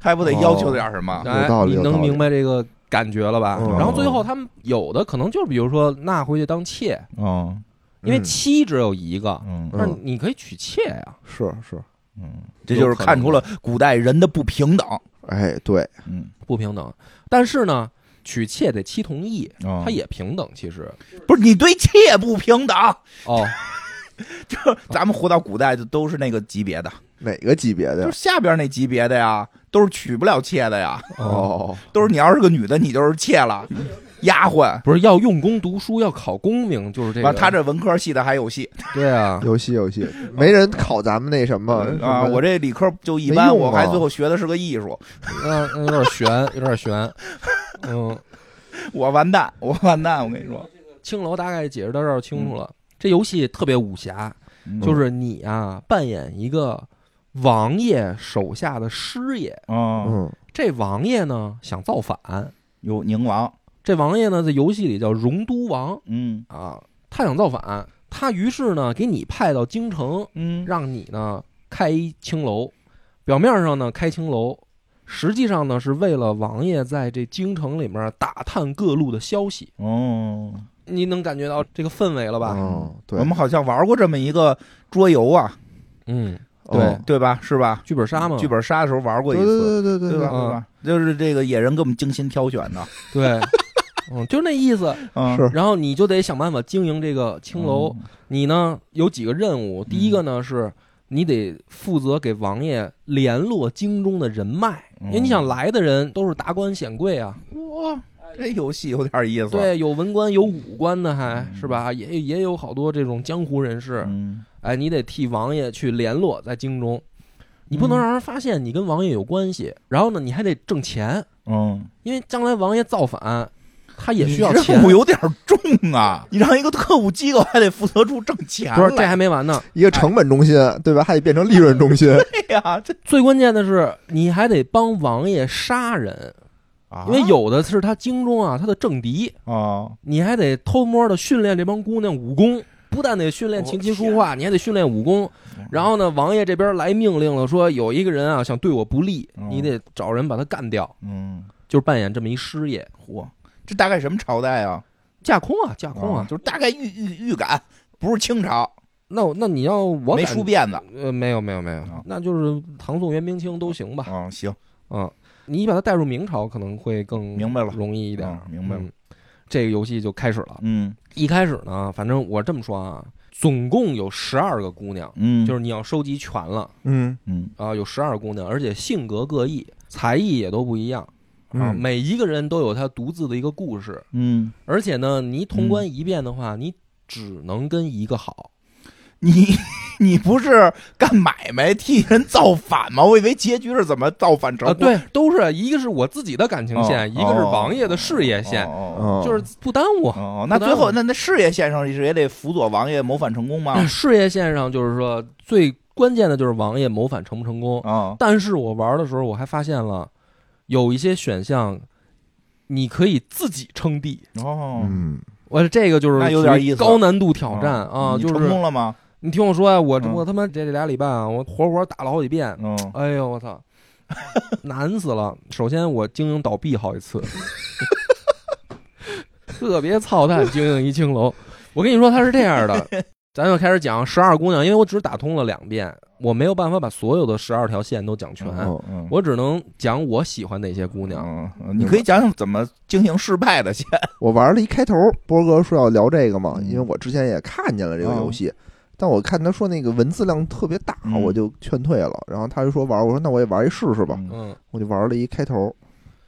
[SPEAKER 2] 还不得要求点什么？
[SPEAKER 1] 哎
[SPEAKER 3] 有道理
[SPEAKER 1] 你
[SPEAKER 3] 有
[SPEAKER 1] 能
[SPEAKER 3] 道理
[SPEAKER 1] 明白这个感觉了吧？
[SPEAKER 3] 嗯
[SPEAKER 1] 然后最后他们有的可能就是比如说纳回去当妾，
[SPEAKER 2] 嗯
[SPEAKER 1] 因为
[SPEAKER 3] 嗯
[SPEAKER 1] 妻只有一个，
[SPEAKER 2] 嗯
[SPEAKER 1] 但是你可以娶妾呀、
[SPEAKER 3] 是是，
[SPEAKER 2] 嗯，这就是看出了古代人的不平等。
[SPEAKER 3] 哎，对，
[SPEAKER 2] 嗯，
[SPEAKER 1] 不平等。但是呢，娶妾得妻同意，
[SPEAKER 2] 他
[SPEAKER 1] 它也平等。其 实
[SPEAKER 2] 哦不是你对妾不平等，
[SPEAKER 1] 哦，
[SPEAKER 2] 咱们活到古代就都是那个级别的，
[SPEAKER 3] 哪个级别
[SPEAKER 2] 就
[SPEAKER 3] 的呀
[SPEAKER 2] 是？下边那级别的呀，都是娶不了妾的呀，
[SPEAKER 3] 哦，
[SPEAKER 2] 都是你要是个女的，你就是妾了，丫鬟。
[SPEAKER 1] 不是要用功读书，要考功名，就是这个。
[SPEAKER 2] 完，啊他这文科系的还有戏
[SPEAKER 1] 对 啊，
[SPEAKER 3] 游戏游戏，没人考咱们哦那什么
[SPEAKER 2] 啊！我
[SPEAKER 3] 这
[SPEAKER 2] 这理科就一
[SPEAKER 3] 没
[SPEAKER 2] 般，
[SPEAKER 3] 用
[SPEAKER 2] 我
[SPEAKER 3] 啊
[SPEAKER 2] 还最后学的是个艺术，
[SPEAKER 1] 那嗯那有点悬，有点悬。嗯，
[SPEAKER 2] 我完蛋，我完蛋！我跟你说，
[SPEAKER 1] 青楼大概解释到这儿清楚了。
[SPEAKER 2] 嗯
[SPEAKER 1] 这游戏特别武侠，就是你啊扮演一个王爷手下的师爷，
[SPEAKER 2] 嗯，
[SPEAKER 3] 嗯
[SPEAKER 1] 这王爷呢想造反，
[SPEAKER 2] 有宁王，
[SPEAKER 1] 这王爷呢在游戏里叫荣都王。
[SPEAKER 2] 嗯
[SPEAKER 1] 啊，他想造反，他于是呢给你派到京城，
[SPEAKER 2] 嗯
[SPEAKER 1] 让你呢开一青楼，表面上呢开青楼，实际上呢是为了王爷在这京城里面打探各路的消息。
[SPEAKER 2] 哦，
[SPEAKER 1] 你能感觉到这个氛围了吧？
[SPEAKER 3] 嗯，对
[SPEAKER 2] 我，们好像玩过这么一个桌游啊，
[SPEAKER 1] 嗯，
[SPEAKER 3] 哦
[SPEAKER 1] 对
[SPEAKER 2] 对吧？是吧？
[SPEAKER 1] 剧本杀嘛，
[SPEAKER 2] 剧本杀的时候玩过一
[SPEAKER 3] 对
[SPEAKER 2] 次，
[SPEAKER 3] 对对对
[SPEAKER 2] 对吧？
[SPEAKER 1] 嗯
[SPEAKER 2] 对吧？就是这个野人给我们精心挑选的，
[SPEAKER 1] 对，嗯，就那意思。
[SPEAKER 2] 嗯，
[SPEAKER 3] 是
[SPEAKER 1] 然后你就得想办法经营这个青楼。
[SPEAKER 2] 嗯
[SPEAKER 1] 你呢有几个任务？第一个呢是。你得负责给王爷联络京中的人脉，
[SPEAKER 2] 嗯
[SPEAKER 1] 因为你想来的人都是达官显贵啊，
[SPEAKER 2] 哇，这游戏有点意思，，
[SPEAKER 1] 对，有文官有武官的还，
[SPEAKER 2] 嗯
[SPEAKER 1] 是吧？也也有好多这种江湖人士，
[SPEAKER 2] 嗯
[SPEAKER 1] 哎，你得替王爷去联络在京中，你不能
[SPEAKER 2] 嗯
[SPEAKER 1] 让人发现你跟王爷有关系。然后呢，你还得挣钱，
[SPEAKER 2] 嗯，
[SPEAKER 1] 因为将来王爷造反，他也需要
[SPEAKER 2] 你
[SPEAKER 1] 钱
[SPEAKER 2] 任。务有点重啊，你让一个特务机构还得负责出挣钱
[SPEAKER 1] 不是，这
[SPEAKER 2] 来
[SPEAKER 1] 还没完呢。
[SPEAKER 3] 一个成本中心，对吧？还得变成利润中心，
[SPEAKER 2] 呀，这
[SPEAKER 1] 最关键的是，你还得帮王爷杀人，
[SPEAKER 2] 啊
[SPEAKER 1] 因为有的是他京中啊，他的政敌，
[SPEAKER 2] 啊，
[SPEAKER 1] 你还得偷摸的训练这帮姑娘武功，不但得训
[SPEAKER 2] 哦
[SPEAKER 1] 练琴棋书画，你还得训练武功。然后呢，王爷这边来命令了，说有一个人啊想对我不利
[SPEAKER 2] 嗯，
[SPEAKER 1] 你得找人把他干掉，
[SPEAKER 2] 嗯，
[SPEAKER 1] 就是扮演这么一师爷。
[SPEAKER 2] 嚯，这大概什么朝代啊？
[SPEAKER 1] 架空啊，架空啊。
[SPEAKER 2] 就是大概预预预感，不是清朝，
[SPEAKER 1] 那我那你要我
[SPEAKER 2] 没
[SPEAKER 1] 感
[SPEAKER 2] 梳辫子。
[SPEAKER 1] 呃，没有没有没有
[SPEAKER 2] 啊，
[SPEAKER 1] 那就是唐宋元明清都行吧。
[SPEAKER 2] 嗯，行，
[SPEAKER 1] 嗯，你把它带入明朝可能会更
[SPEAKER 2] 明白了
[SPEAKER 1] 容易一点。
[SPEAKER 2] 嗯明白了
[SPEAKER 1] 嗯这个游戏就开始了。
[SPEAKER 2] 嗯
[SPEAKER 1] 一开始呢，反正我这么说啊，总共有十二个姑娘，
[SPEAKER 2] 嗯，
[SPEAKER 1] 就是是你要收集全了
[SPEAKER 3] 嗯
[SPEAKER 2] 嗯
[SPEAKER 1] 啊，有十二姑娘，而且性格各异，才艺也都不一样啊，
[SPEAKER 3] 嗯
[SPEAKER 1] 每一个人都有她独自的一个故事。
[SPEAKER 2] 嗯，
[SPEAKER 1] 而且呢，你通关一遍的话，你只能跟一个好。
[SPEAKER 2] 你 你不是干买卖替人造反吗？我以为结局是怎么造反成
[SPEAKER 1] 啊，
[SPEAKER 2] 功？
[SPEAKER 1] 对，都是一个是我自己的感情
[SPEAKER 2] 哦，
[SPEAKER 1] 线，一个是
[SPEAKER 2] 哦
[SPEAKER 1] 王爷的事业线，
[SPEAKER 2] 哦哦
[SPEAKER 3] 哦，
[SPEAKER 1] 就是不耽误。
[SPEAKER 2] 哦，那最后那那事业线上是也得辅佐王爷谋反成功 吗？
[SPEAKER 1] 事业线上就是说最关键的就是王爷谋反成不成功。
[SPEAKER 2] 啊，
[SPEAKER 1] 但是我玩的时候我还发现了，有一些选项你可以自己称帝。
[SPEAKER 2] 哦，
[SPEAKER 3] 嗯
[SPEAKER 1] 我这个就是
[SPEAKER 2] 那有点意思
[SPEAKER 1] 属于高难度挑战啊，
[SPEAKER 2] 哦你
[SPEAKER 1] 就
[SPEAKER 2] 成
[SPEAKER 1] 是
[SPEAKER 2] 功了吗？
[SPEAKER 1] 你听我说呀、我这
[SPEAKER 2] 嗯
[SPEAKER 1] 我他妈这这俩礼拜啊，我活活打了好几遍，
[SPEAKER 2] 嗯，
[SPEAKER 1] 哎呦我 操，难死了！首先我经营倒闭好几次， 特别操蛋经营一青楼。我跟你说，它是这样 的，咱就开始讲十二姑娘，因为我只打通了两遍，我没有办法把所有的十二条线都讲全，
[SPEAKER 3] 哦
[SPEAKER 2] 嗯，
[SPEAKER 1] 我只能讲我喜欢哪些姑娘。
[SPEAKER 2] 嗯，你可以讲讲怎么经营失败的先。
[SPEAKER 3] 我玩了一开头，波哥说要聊这个嘛，
[SPEAKER 2] 嗯
[SPEAKER 3] 因为我之前也看见了这个
[SPEAKER 2] 哦
[SPEAKER 3] 游戏，但我看他说那个文字量特别大，
[SPEAKER 2] 嗯
[SPEAKER 3] 我就劝退了。然后他就说玩，我说那我也玩一试试吧，
[SPEAKER 1] 嗯，
[SPEAKER 3] 我就玩了一开头。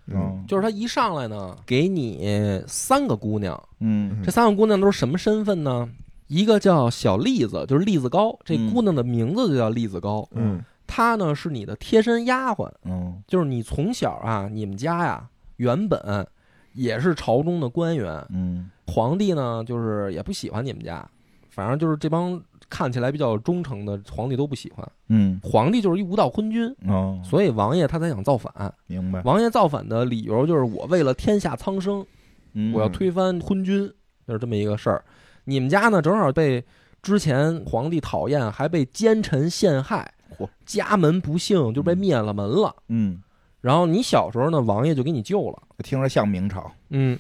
[SPEAKER 3] 嗯
[SPEAKER 2] 嗯
[SPEAKER 1] 就是他一上来呢，给你三个姑娘，
[SPEAKER 2] 嗯
[SPEAKER 1] 这三个姑娘都是什么身份呢？一个叫小栗子，就是栗子高，这
[SPEAKER 2] 嗯
[SPEAKER 1] 姑娘的名字就叫栗子高。
[SPEAKER 3] 嗯
[SPEAKER 1] 她呢是你的贴身丫鬟，
[SPEAKER 2] 嗯
[SPEAKER 1] 就是你从小啊，你们家呀原本也是朝中的官员，
[SPEAKER 2] 嗯
[SPEAKER 1] 皇帝呢就是也不喜欢你们家，反正就是这帮看起来比较忠诚的皇帝都不喜欢，
[SPEAKER 2] 嗯
[SPEAKER 1] 皇帝就是一无道昏君。
[SPEAKER 2] 哦，
[SPEAKER 1] 所以王爷他才想造反，
[SPEAKER 2] 明白。
[SPEAKER 1] 王爷造反的理由就是我为了天下苍生，
[SPEAKER 2] 嗯
[SPEAKER 1] 我要推翻昏君，就是这么一个事儿。你们家呢，正好被之前皇帝讨厌，还被奸臣陷害
[SPEAKER 2] 嚯，
[SPEAKER 1] 家门不幸就被灭了门了。
[SPEAKER 2] 嗯，
[SPEAKER 1] 然后你小时候呢，王爷就给你救了。
[SPEAKER 2] 听着像明朝
[SPEAKER 1] 嗯，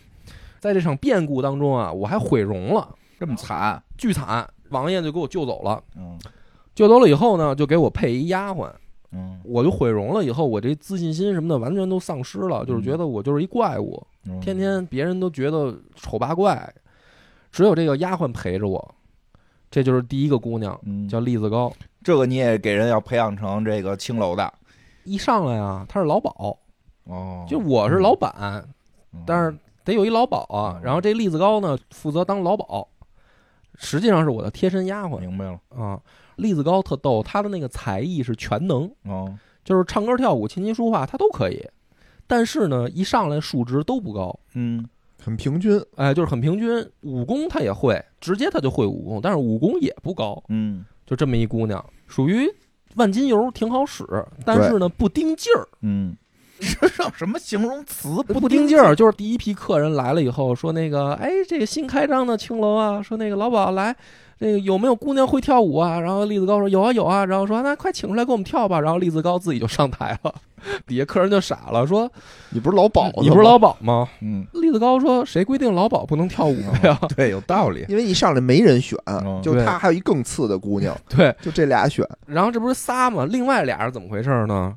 [SPEAKER 1] 在这场变故当中啊，我还毁容了，
[SPEAKER 2] 这么惨。
[SPEAKER 1] 巨惨，王爷就给我救走了。
[SPEAKER 2] 嗯
[SPEAKER 1] 救走了以后呢，就给我配一丫鬟。
[SPEAKER 2] 嗯
[SPEAKER 1] 我就毁容了以后，我这自信心什么的完全都丧失了，就是觉得我就是一怪物。
[SPEAKER 2] 嗯，
[SPEAKER 1] 天天别人都觉得丑八怪，只有这个丫鬟陪着我。这就是第一个姑娘，
[SPEAKER 2] 嗯
[SPEAKER 1] 叫栗子高。
[SPEAKER 2] 这个你也给人要培养成这个青楼的
[SPEAKER 1] 一上来啊，她是老鸨，
[SPEAKER 2] 哦
[SPEAKER 1] 就我是老板，
[SPEAKER 2] 嗯
[SPEAKER 1] 但是得有一老鸨啊
[SPEAKER 2] 嗯。
[SPEAKER 1] 然后这栗子高呢，负责当老鸨，实际上是我的贴身丫鬟
[SPEAKER 2] 明白了
[SPEAKER 1] 啊。栗子高特逗，她的那个才艺是全能，
[SPEAKER 2] 哦
[SPEAKER 1] 就是唱歌、跳舞、琴棋书画她都可以，但是呢，一上来数值都不高。
[SPEAKER 2] 嗯
[SPEAKER 3] 很平均，
[SPEAKER 1] 哎，就是很平均，武功她也会，直接她就会武功，但是武功也不高，
[SPEAKER 2] 嗯
[SPEAKER 1] 就这么一姑娘，属于万金油，挺好使，但是呢不丁劲儿，
[SPEAKER 2] 嗯，这叫什么形容词？
[SPEAKER 1] 不丁劲儿。就是第一批客人来了以后说那个，哎，这个新开张的青楼啊，说那个老鸨来，这个有没有姑娘会跳舞啊？然后栗子高说有啊有啊，然后说那快请出来给我们跳吧。然后栗子高自己就上台了，底下客人就傻了，说
[SPEAKER 3] 你不是老鸨子吗
[SPEAKER 1] 你不是老，鸨吗？
[SPEAKER 2] 嗯，
[SPEAKER 1] 栗子高说谁规定老鸨不能跳舞的呀？
[SPEAKER 2] 对，啊有道理。
[SPEAKER 3] 因为一上来没人选
[SPEAKER 2] 嗯，
[SPEAKER 3] 就
[SPEAKER 1] 对
[SPEAKER 3] 他还有一更次的姑娘，
[SPEAKER 1] 对，
[SPEAKER 3] 就这俩选。
[SPEAKER 1] 然后这不是仨吗？另外俩是怎么回事呢？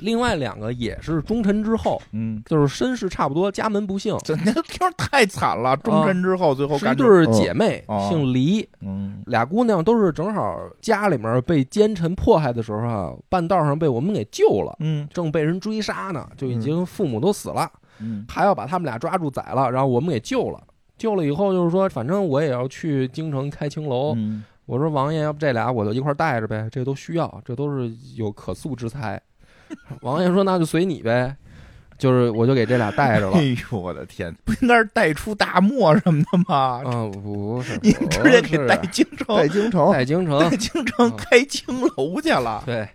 [SPEAKER 1] 另外两个也是忠臣之后，
[SPEAKER 2] 嗯，
[SPEAKER 1] 就是身世差不多，家门不幸，
[SPEAKER 2] 这那听着太惨了。忠贞之后，最后
[SPEAKER 1] 啊是一
[SPEAKER 2] 干
[SPEAKER 1] 对
[SPEAKER 2] 这
[SPEAKER 1] 儿姐妹，
[SPEAKER 2] 哦
[SPEAKER 1] 姓黎，
[SPEAKER 2] 嗯
[SPEAKER 1] 俩姑娘都是正好家里面被奸臣迫害的时候啊，半道上被我们给救了，
[SPEAKER 2] 嗯
[SPEAKER 1] 正被人追杀呢，就已经父母都死了，
[SPEAKER 2] 嗯
[SPEAKER 1] 还要把他们俩抓住宰了，然后我们给救了。救了以后就是说，反正我也要去京城开青楼。
[SPEAKER 2] 嗯
[SPEAKER 1] 我说王爷，要不这俩我就一块儿带着呗，这都需要，这都是有可塑之才。 王爷说那就随你呗，就是我就给这俩带着了
[SPEAKER 2] 哎。呦我的天，不应该是带出大漠什么的吗？
[SPEAKER 1] 啊，不是，
[SPEAKER 2] 你
[SPEAKER 1] 不
[SPEAKER 2] 直接给
[SPEAKER 1] 是
[SPEAKER 2] 带京
[SPEAKER 3] 在
[SPEAKER 1] 哦
[SPEAKER 2] 城，
[SPEAKER 3] 京城，
[SPEAKER 1] 在 京城
[SPEAKER 2] 带。京
[SPEAKER 1] 啊
[SPEAKER 2] 城开青楼去了。
[SPEAKER 1] 对，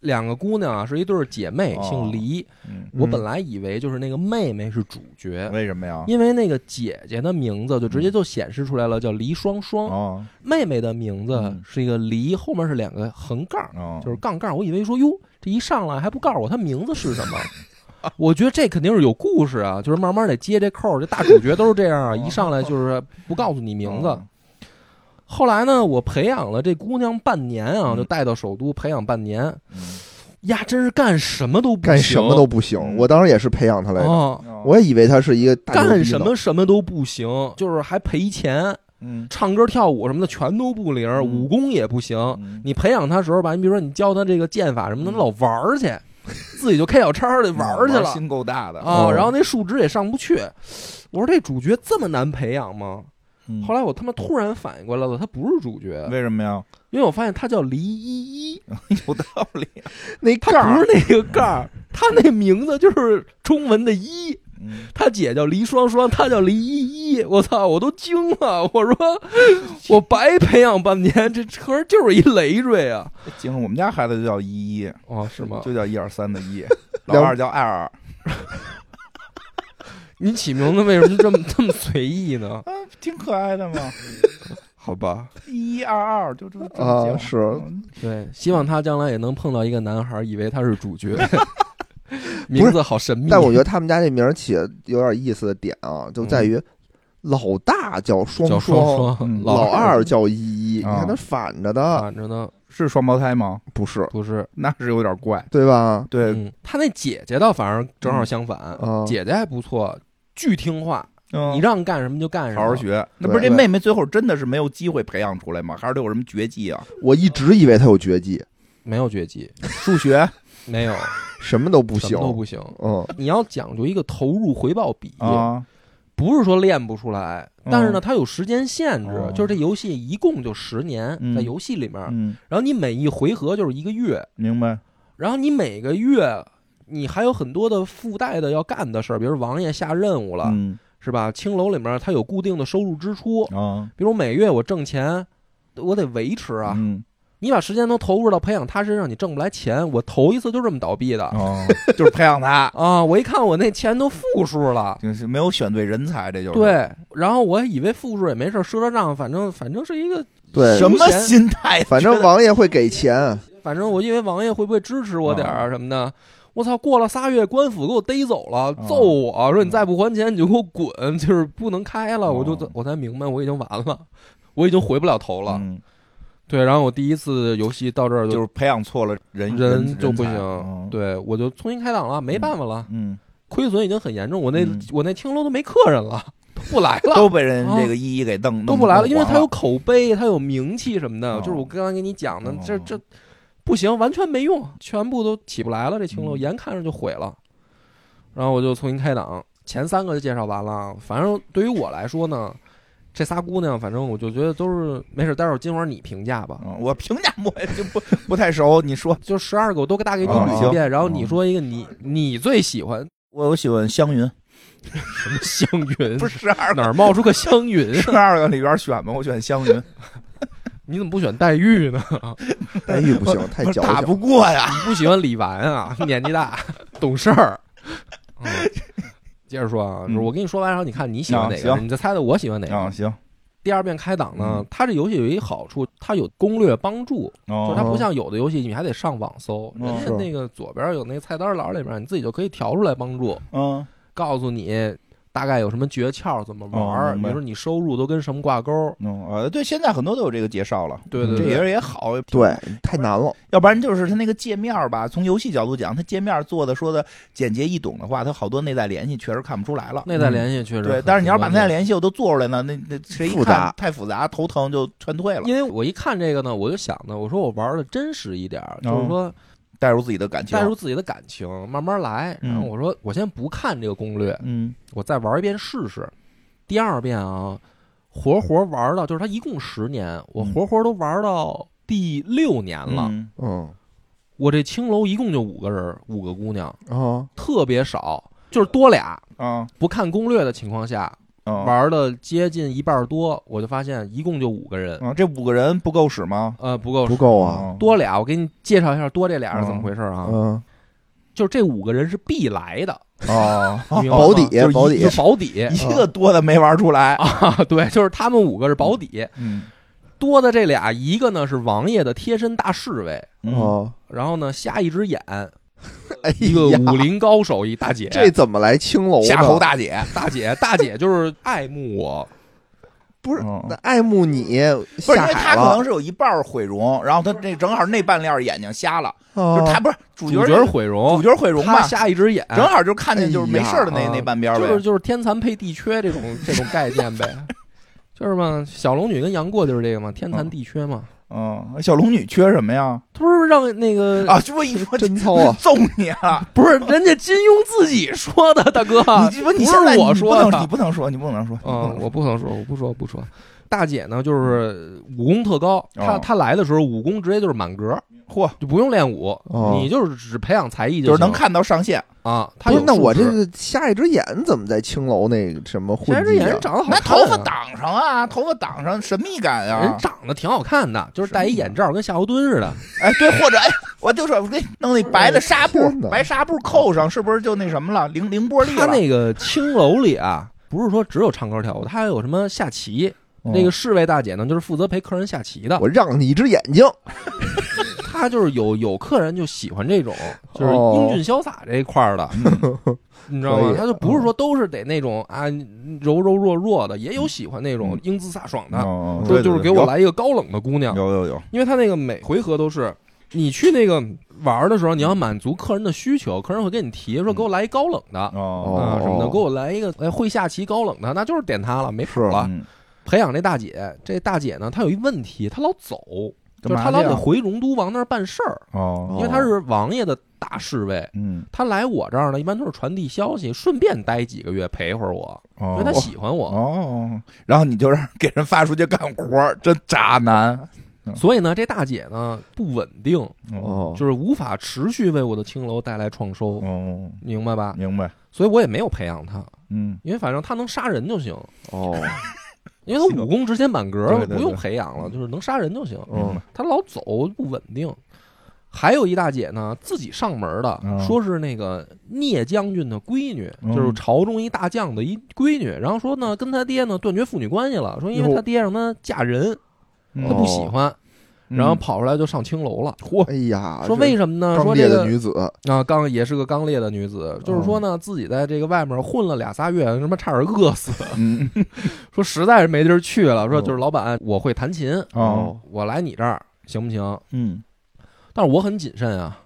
[SPEAKER 1] 两个姑娘啊是一对儿姐妹，
[SPEAKER 2] 啊哦
[SPEAKER 1] 姓黎。
[SPEAKER 2] 嗯，啊
[SPEAKER 1] 我本来以为就是那个妹妹是主角，
[SPEAKER 2] 为什么呀？
[SPEAKER 1] 因为那个姐姐的名字就直接就显示出来了，叫黎双双。
[SPEAKER 2] 嗯哦
[SPEAKER 1] 妹妹的名字
[SPEAKER 2] 嗯
[SPEAKER 1] 是一个黎，后面是两个横杠，
[SPEAKER 2] 哦，
[SPEAKER 1] 就是杠杠。我以为说哟，这一上来还不告诉我她名字是什么。我觉得这肯定是有故事啊，就是慢慢得接这扣儿。这大主角都是这
[SPEAKER 2] 哦
[SPEAKER 1] 样啊，一上来就是不告诉你名字。后来呢，我培养了这姑娘半年啊，
[SPEAKER 2] 嗯
[SPEAKER 1] 就带到首都培养半年，
[SPEAKER 2] 嗯，
[SPEAKER 1] 呀，真是干什么都不
[SPEAKER 3] 干
[SPEAKER 1] 行嗯
[SPEAKER 3] 什么都不行。我当时也是培养他来的，
[SPEAKER 1] 啊，
[SPEAKER 2] 嗯
[SPEAKER 3] 我也以为他是一个大牛逼
[SPEAKER 1] 干
[SPEAKER 3] 呢
[SPEAKER 1] 什么什么都不行，就是还赔钱，
[SPEAKER 2] 嗯
[SPEAKER 1] 唱歌跳舞什么的全都不灵，武功也不行。
[SPEAKER 2] 嗯
[SPEAKER 1] 你培养他时候吧，你比如说你教他这个剑法什么的，
[SPEAKER 2] 嗯
[SPEAKER 1] 老玩儿去，自己就开小差儿去玩儿去了
[SPEAKER 2] 心够大的
[SPEAKER 1] 啊。
[SPEAKER 3] 哦
[SPEAKER 1] 然后那数值也上不去，我说这主角这么难培养吗？
[SPEAKER 2] 嗯
[SPEAKER 1] 后来我他妈突然反应过来了，他不是主角，
[SPEAKER 2] 为什么呀？
[SPEAKER 1] 因为我发现他叫黎依依，
[SPEAKER 2] 有道理。
[SPEAKER 3] 那
[SPEAKER 1] 他
[SPEAKER 3] 盖儿
[SPEAKER 1] 不是那个盖儿，他那名字就是中文的“一”。
[SPEAKER 2] 嗯
[SPEAKER 1] 他姐叫黎双双，他叫黎依依，我操，我都惊了！ 我说我白培养半年，这合着就是一累赘啊！
[SPEAKER 2] 哎行，我们家孩子就叫一一，
[SPEAKER 1] 哦，是吗？
[SPEAKER 2] 就叫一二三的一，
[SPEAKER 3] 两
[SPEAKER 2] 老二叫艾尔，
[SPEAKER 1] 你起名字为什么这么 这么随意呢？
[SPEAKER 2] 啊，挺可爱的嘛。
[SPEAKER 1] 好吧，
[SPEAKER 2] 一一二二就这么这么
[SPEAKER 3] 啊
[SPEAKER 2] 叫
[SPEAKER 3] 是
[SPEAKER 2] 嗯
[SPEAKER 1] 对，希望他将来也能碰到一个男孩，以为他是主角，名字好神秘。
[SPEAKER 3] 但我觉得他们家这名儿起得有点意思的点啊，就在于老大叫双
[SPEAKER 1] 嗯叫双双，
[SPEAKER 2] 嗯
[SPEAKER 3] 老
[SPEAKER 1] 老啊
[SPEAKER 3] 二叫依依，你
[SPEAKER 2] 啊
[SPEAKER 3] 看他反着的，
[SPEAKER 1] 反着呢，
[SPEAKER 2] 是双胞胎吗？
[SPEAKER 3] 不是
[SPEAKER 1] 不是？
[SPEAKER 2] 那是有点怪。
[SPEAKER 3] 对吧？
[SPEAKER 2] 对，
[SPEAKER 1] 嗯，他那姐姐倒反而正好相反
[SPEAKER 3] 嗯啊，
[SPEAKER 1] 姐姐还不错，巨听话，
[SPEAKER 2] 嗯
[SPEAKER 1] 你让干什么就干什么，
[SPEAKER 2] 好好学。那不是
[SPEAKER 3] 对
[SPEAKER 2] 这妹妹最后真的是没有机会培养出来吗？还是得有什么绝技啊？
[SPEAKER 3] 我一直以为他有绝技，
[SPEAKER 1] 没有绝技，
[SPEAKER 2] 数学
[SPEAKER 1] 没有，
[SPEAKER 3] 什么都不
[SPEAKER 1] 什
[SPEAKER 3] 行
[SPEAKER 1] 么，都不行。
[SPEAKER 3] 嗯，
[SPEAKER 1] 你要讲究一个投入回报比，
[SPEAKER 2] 啊，
[SPEAKER 1] 不是说练不出来，
[SPEAKER 2] 嗯
[SPEAKER 1] 但是呢，它有时间限制，
[SPEAKER 2] 哦
[SPEAKER 1] 就是这游戏一共就十年，
[SPEAKER 2] 嗯
[SPEAKER 1] 在游戏里面，
[SPEAKER 2] 嗯，
[SPEAKER 1] 然后你每一回合就是一个月，
[SPEAKER 2] 明白。
[SPEAKER 1] 然后你每个月你还有很多的附带的要干的事儿，比如王爷下任务了，
[SPEAKER 2] 嗯
[SPEAKER 1] 是吧？青楼里面它有固定的收入支出，
[SPEAKER 2] 啊，
[SPEAKER 1] 比如每月我挣钱。我得维持啊！
[SPEAKER 2] 嗯
[SPEAKER 1] 你把时间都投入到培养他身上，你挣不来钱。我头一次就这么倒闭的
[SPEAKER 2] 啊，就是培养他，
[SPEAKER 1] 啊！我一看我那钱都负数了，
[SPEAKER 2] 就是没有选对人才，这就是。
[SPEAKER 1] 对，然后我以为负数也没事儿，赊赊账，反正反正是一个，
[SPEAKER 3] 对，
[SPEAKER 2] 什么心态？
[SPEAKER 3] 呃反正王爷会给钱，
[SPEAKER 1] 反正我因为王爷会不会支持我点儿啊什么的。我操！过了仨月，官府给我逮走了，
[SPEAKER 2] 嗯
[SPEAKER 1] 揍我说你再不还钱你就给我滚，就是不能开了。我就
[SPEAKER 2] 哦
[SPEAKER 1] 我才明白我已经完了，我已经回不了头了。
[SPEAKER 2] 嗯，
[SPEAKER 1] 对，然后我第一次游戏到这儿
[SPEAKER 2] 就是培养错了人，
[SPEAKER 1] 人就不
[SPEAKER 2] 才啊
[SPEAKER 1] 行，，对我就重新开档了，没办法了，
[SPEAKER 2] 嗯，
[SPEAKER 1] 亏损已经很严重，我那
[SPEAKER 2] 嗯
[SPEAKER 1] 我那青楼都没客人了，都不来了，哦
[SPEAKER 2] 都被人这个一一给瞪，
[SPEAKER 1] 都
[SPEAKER 2] 弄
[SPEAKER 1] 不来了，
[SPEAKER 2] 弄
[SPEAKER 1] 因为
[SPEAKER 2] 黄
[SPEAKER 1] 他有口碑，他有名气什么的。
[SPEAKER 2] 哦
[SPEAKER 1] 就是我刚才给你讲的
[SPEAKER 2] 哦，
[SPEAKER 1] 这这不行，完全没用，全部都起不来了。这青楼
[SPEAKER 2] 嗯
[SPEAKER 1] 眼看着就毁了，然后我就重新开档。前三个就介绍完了，反正对于我来说呢，这仨姑娘，反正我就觉得都是没事。待会儿金花你评价吧，
[SPEAKER 2] 嗯， 我评价我就不不太熟，你说
[SPEAKER 1] 就十二个我都大概给你
[SPEAKER 2] 哦
[SPEAKER 1] 捋一遍，然后你
[SPEAKER 2] 哦
[SPEAKER 1] 说一个你你最喜欢
[SPEAKER 2] 我我喜欢湘云，
[SPEAKER 1] 什么 香云？
[SPEAKER 2] 不是十二
[SPEAKER 1] 哪
[SPEAKER 2] 个，
[SPEAKER 1] 儿冒出个香云？
[SPEAKER 2] 十二个里边选吧，我选湘云，
[SPEAKER 1] 你怎么不选黛玉呢？
[SPEAKER 3] 黛 玉不行，太
[SPEAKER 2] 不是
[SPEAKER 3] 矫
[SPEAKER 2] 打
[SPEAKER 3] 情。
[SPEAKER 2] 不过呀，
[SPEAKER 1] 不喜欢李纨 啊，年纪大，懂事儿。嗯接着说啊，
[SPEAKER 2] 嗯
[SPEAKER 1] 我跟你说完，然后你看你喜欢哪
[SPEAKER 2] 啊
[SPEAKER 1] 个，
[SPEAKER 2] 行
[SPEAKER 1] 你再猜猜我喜欢哪
[SPEAKER 2] 啊
[SPEAKER 1] 个。
[SPEAKER 2] 行，
[SPEAKER 1] 第二遍开档呢
[SPEAKER 2] 嗯，
[SPEAKER 1] 它这游戏有一好处，它有攻略帮助，就是它
[SPEAKER 2] 哦
[SPEAKER 1] 不像有的游戏你还得上网搜，
[SPEAKER 2] 嗯
[SPEAKER 1] 人家
[SPEAKER 3] 是
[SPEAKER 1] 那个左边有那菜单栏里面，你自己就可以调出来帮助，
[SPEAKER 2] 嗯
[SPEAKER 1] 告诉你大概有什么诀窍，怎么玩
[SPEAKER 2] 哦
[SPEAKER 1] 儿，
[SPEAKER 2] 明
[SPEAKER 1] 比
[SPEAKER 2] 白
[SPEAKER 1] 如说你收入都跟什么挂钩。
[SPEAKER 2] 嗯呃对，现在很多都有这个介绍了，
[SPEAKER 1] 对对
[SPEAKER 2] 嗯这
[SPEAKER 1] 对
[SPEAKER 2] 也也好，
[SPEAKER 3] 对，太难了。
[SPEAKER 2] 要不然就是它那个界面吧，从游戏角度讲，它界面做的说的简洁易懂的话，它好多内在联系确实看不出来了。
[SPEAKER 1] 内在联系确实很，
[SPEAKER 2] 嗯对，但是你要把
[SPEAKER 1] 很
[SPEAKER 2] 内
[SPEAKER 1] 关
[SPEAKER 2] 在
[SPEAKER 1] 键
[SPEAKER 2] 联系我都做出来呢，那那谁一
[SPEAKER 3] 复杂
[SPEAKER 2] 看太复杂，头疼就劝退了，
[SPEAKER 1] 因为我一看这个呢，我就想呢，我说我玩的真实一点儿，
[SPEAKER 2] 哦
[SPEAKER 1] 就是说
[SPEAKER 2] 带入自己的感情，
[SPEAKER 1] 带入自己的感情，慢慢来。
[SPEAKER 2] 嗯
[SPEAKER 1] 然后我说，我先不看这个攻略，
[SPEAKER 2] 嗯
[SPEAKER 1] 我再玩一遍试试。第二遍啊，活活玩到，就是它一共十年，我活活都玩到第六年了。
[SPEAKER 2] 嗯
[SPEAKER 3] 嗯
[SPEAKER 1] 我这青楼一共就五个人，五个姑娘，
[SPEAKER 3] 啊，
[SPEAKER 1] 特别少，就是多俩。
[SPEAKER 2] 啊
[SPEAKER 1] 不看攻略的情况下，
[SPEAKER 2] 啊
[SPEAKER 1] 玩的接近一半多，我就发现一共就五个人，
[SPEAKER 2] 啊，这五个人不够使吗？
[SPEAKER 1] 呃，不够
[SPEAKER 3] 不够啊。
[SPEAKER 2] 啊，
[SPEAKER 1] 多俩。我给你介绍一下多这俩是怎么回事啊？
[SPEAKER 3] 嗯
[SPEAKER 1] 就是这五个人是必来的，
[SPEAKER 2] 哦，
[SPEAKER 1] 你明白吗
[SPEAKER 3] 保底
[SPEAKER 1] 就是一
[SPEAKER 3] 保底
[SPEAKER 1] 就保底，
[SPEAKER 2] 一个多的没玩出来，
[SPEAKER 1] 啊，对，就是他们五个是保底，
[SPEAKER 2] 嗯
[SPEAKER 1] 多的这俩，一个呢是王爷的贴身大侍卫，
[SPEAKER 2] 嗯
[SPEAKER 3] 啊，
[SPEAKER 1] 然后呢瞎一只眼，
[SPEAKER 3] 哎
[SPEAKER 1] 一个
[SPEAKER 3] 呀，
[SPEAKER 1] 武林高手，一大姐，
[SPEAKER 3] 这怎么来青楼呢？啊
[SPEAKER 2] 夏侯大姐，
[SPEAKER 1] 大姐，大姐就是爱慕我，
[SPEAKER 3] 不是
[SPEAKER 2] 嗯
[SPEAKER 3] 那爱慕你
[SPEAKER 2] 不是因
[SPEAKER 3] 下
[SPEAKER 2] 为
[SPEAKER 3] 海
[SPEAKER 2] 她可
[SPEAKER 3] 了
[SPEAKER 2] 能，是有一半儿毁容，然后她那正好那半链儿眼睛瞎了，就是
[SPEAKER 3] 哦
[SPEAKER 2] 她不是主
[SPEAKER 1] 主
[SPEAKER 2] 角
[SPEAKER 1] 角毁容
[SPEAKER 2] 主，角毁容
[SPEAKER 1] 她
[SPEAKER 2] 嘛，
[SPEAKER 1] 瞎一只眼，
[SPEAKER 2] 正好就看见就是没事儿的
[SPEAKER 1] 哎
[SPEAKER 2] 那
[SPEAKER 1] 呀
[SPEAKER 2] 那半边儿
[SPEAKER 1] 就是
[SPEAKER 2] 呗。
[SPEAKER 1] 就是天残配地缺这种这种概念呗，就是嘛，小龙女跟杨过就是这个嘛，天残地缺嘛，
[SPEAKER 2] 嗯，小龙女缺什 么呀？
[SPEAKER 1] 他不是让那个
[SPEAKER 2] 啊，就我一说
[SPEAKER 3] 真糙啊！
[SPEAKER 2] 揍你了！
[SPEAKER 1] 不是人家金庸自己说的，大 哥，
[SPEAKER 2] 你这不
[SPEAKER 1] 啊不
[SPEAKER 2] 你现
[SPEAKER 1] 是
[SPEAKER 2] 在
[SPEAKER 1] 我
[SPEAKER 2] 你
[SPEAKER 1] 说
[SPEAKER 2] 不
[SPEAKER 1] 的
[SPEAKER 2] 能你不能说你不能说，你不能
[SPEAKER 1] 嗯，
[SPEAKER 2] 说
[SPEAKER 1] 我不能说，我不说，不说。大姐呢，就是武功特高，她
[SPEAKER 2] 哦
[SPEAKER 1] 她来的时候武功直接就是满格，
[SPEAKER 2] 嚯，
[SPEAKER 1] 就不用练武，
[SPEAKER 3] 哦
[SPEAKER 1] 你就是只培养才艺
[SPEAKER 2] 就是能
[SPEAKER 1] 行
[SPEAKER 2] 看到上限，
[SPEAKER 1] 啊。她
[SPEAKER 3] 不是，
[SPEAKER 1] 有
[SPEAKER 3] 那
[SPEAKER 1] 素
[SPEAKER 3] 我这
[SPEAKER 1] 质
[SPEAKER 3] 个下一只眼怎么在青楼那个什么混迹、啊？
[SPEAKER 1] 现在这演员长得好
[SPEAKER 2] 那
[SPEAKER 1] 看啊，
[SPEAKER 2] 头发挡上啊，头发挡上神秘感
[SPEAKER 1] 人
[SPEAKER 2] 啊。
[SPEAKER 1] 长得挺好看的，就是戴一眼罩跟夏侯惇似的。
[SPEAKER 2] 哎，对，或者哎，我就说我给你弄那白
[SPEAKER 1] 哎
[SPEAKER 2] 的纱布
[SPEAKER 3] 天，哪
[SPEAKER 2] 白纱布扣上，是不是就那什么了？凌凌波丽
[SPEAKER 1] 他
[SPEAKER 2] 了。
[SPEAKER 1] 那个青楼里啊，不是说只有唱歌跳舞，他还有什么下棋。
[SPEAKER 2] 哦
[SPEAKER 1] 那
[SPEAKER 2] 嗯
[SPEAKER 1] 个侍卫大姐呢，就是负责陪客人下棋的。
[SPEAKER 3] 我让你一只眼睛，
[SPEAKER 1] 她就是有有客人就喜欢这种，就是
[SPEAKER 3] 哦
[SPEAKER 1] 英俊潇洒这一块儿的，
[SPEAKER 2] 嗯
[SPEAKER 1] 你知道
[SPEAKER 3] 可
[SPEAKER 1] 吗
[SPEAKER 3] 以？
[SPEAKER 1] 他就不是说都是得那种啊柔柔弱弱的，也有喜欢那种
[SPEAKER 2] 嗯
[SPEAKER 1] 英姿飒爽的，
[SPEAKER 2] 哦
[SPEAKER 1] 说就是给我啊来一个高冷的姑娘。
[SPEAKER 2] 有有有，
[SPEAKER 1] 因为他那个每回合都是，你去那个玩儿的时候，你要满足客人的需求，客人会跟你提说给我来一高冷的啊、
[SPEAKER 2] 嗯哦
[SPEAKER 1] 什么的，
[SPEAKER 3] 哦
[SPEAKER 1] 给我来一个哎会下棋高冷的，那就是点他了，没谱
[SPEAKER 3] 是
[SPEAKER 1] 了。
[SPEAKER 2] 嗯
[SPEAKER 1] 培养这大姐，这大姐呢，她有一问题，她老走，就是
[SPEAKER 2] 干嘛
[SPEAKER 1] 她老
[SPEAKER 2] 去
[SPEAKER 1] 得
[SPEAKER 2] 啊
[SPEAKER 1] 回荣都王那儿办事儿，
[SPEAKER 2] 哦，
[SPEAKER 1] 因为她是王爷的大侍卫。
[SPEAKER 2] 嗯，
[SPEAKER 1] 她来我这儿呢，一般都是传递消息，顺便待几个月陪会儿我，因
[SPEAKER 2] 哦
[SPEAKER 1] 为她喜欢我。
[SPEAKER 2] 哦，然后你就让给人发出去干活儿，真渣男。
[SPEAKER 1] 所以呢，这大姐呢不稳定，
[SPEAKER 3] 哦，
[SPEAKER 1] 哎就是无法持续为我的青楼带来创收。
[SPEAKER 2] 哦，
[SPEAKER 1] 明白吧？
[SPEAKER 2] 明白。
[SPEAKER 1] 所以我也没有培养他，
[SPEAKER 2] 嗯，
[SPEAKER 1] 因为反正他能杀人就行，
[SPEAKER 3] 哦，
[SPEAKER 1] 因为他武功直接满格，
[SPEAKER 2] 对对对
[SPEAKER 1] 不用培养了，就是能杀人就行。
[SPEAKER 3] 嗯
[SPEAKER 2] 嗯，
[SPEAKER 1] 他老走不稳定。还有一大姐呢，自己上门的，
[SPEAKER 2] 嗯
[SPEAKER 1] 说是那个聂将军的闺女，
[SPEAKER 2] 嗯
[SPEAKER 1] 就是朝中一大将的一闺女。然后说呢，跟他爹呢断绝父女关系了，说因为
[SPEAKER 2] 哟
[SPEAKER 1] 他爹让他嫁人，
[SPEAKER 2] 嗯
[SPEAKER 1] 他不喜欢，然后
[SPEAKER 2] 嗯
[SPEAKER 1] 跑出来就上青楼了。嚯、
[SPEAKER 3] 哎呀，
[SPEAKER 1] 说为什么呢？
[SPEAKER 3] 这
[SPEAKER 1] 说
[SPEAKER 3] 刚
[SPEAKER 1] 这
[SPEAKER 3] 烈
[SPEAKER 1] 个
[SPEAKER 3] 的女子，
[SPEAKER 1] 啊，刚也是个刚烈的女子，就是说
[SPEAKER 2] 哦
[SPEAKER 1] 呢，自己在这个外面混了俩仨月，什么差点饿死，
[SPEAKER 2] 嗯
[SPEAKER 1] 说实在是没地儿去了，说
[SPEAKER 3] 嗯
[SPEAKER 1] 就是老板，我会弹琴，
[SPEAKER 2] 哦
[SPEAKER 1] 我来你这儿行不行？
[SPEAKER 2] 嗯，
[SPEAKER 1] 但是我很谨慎啊，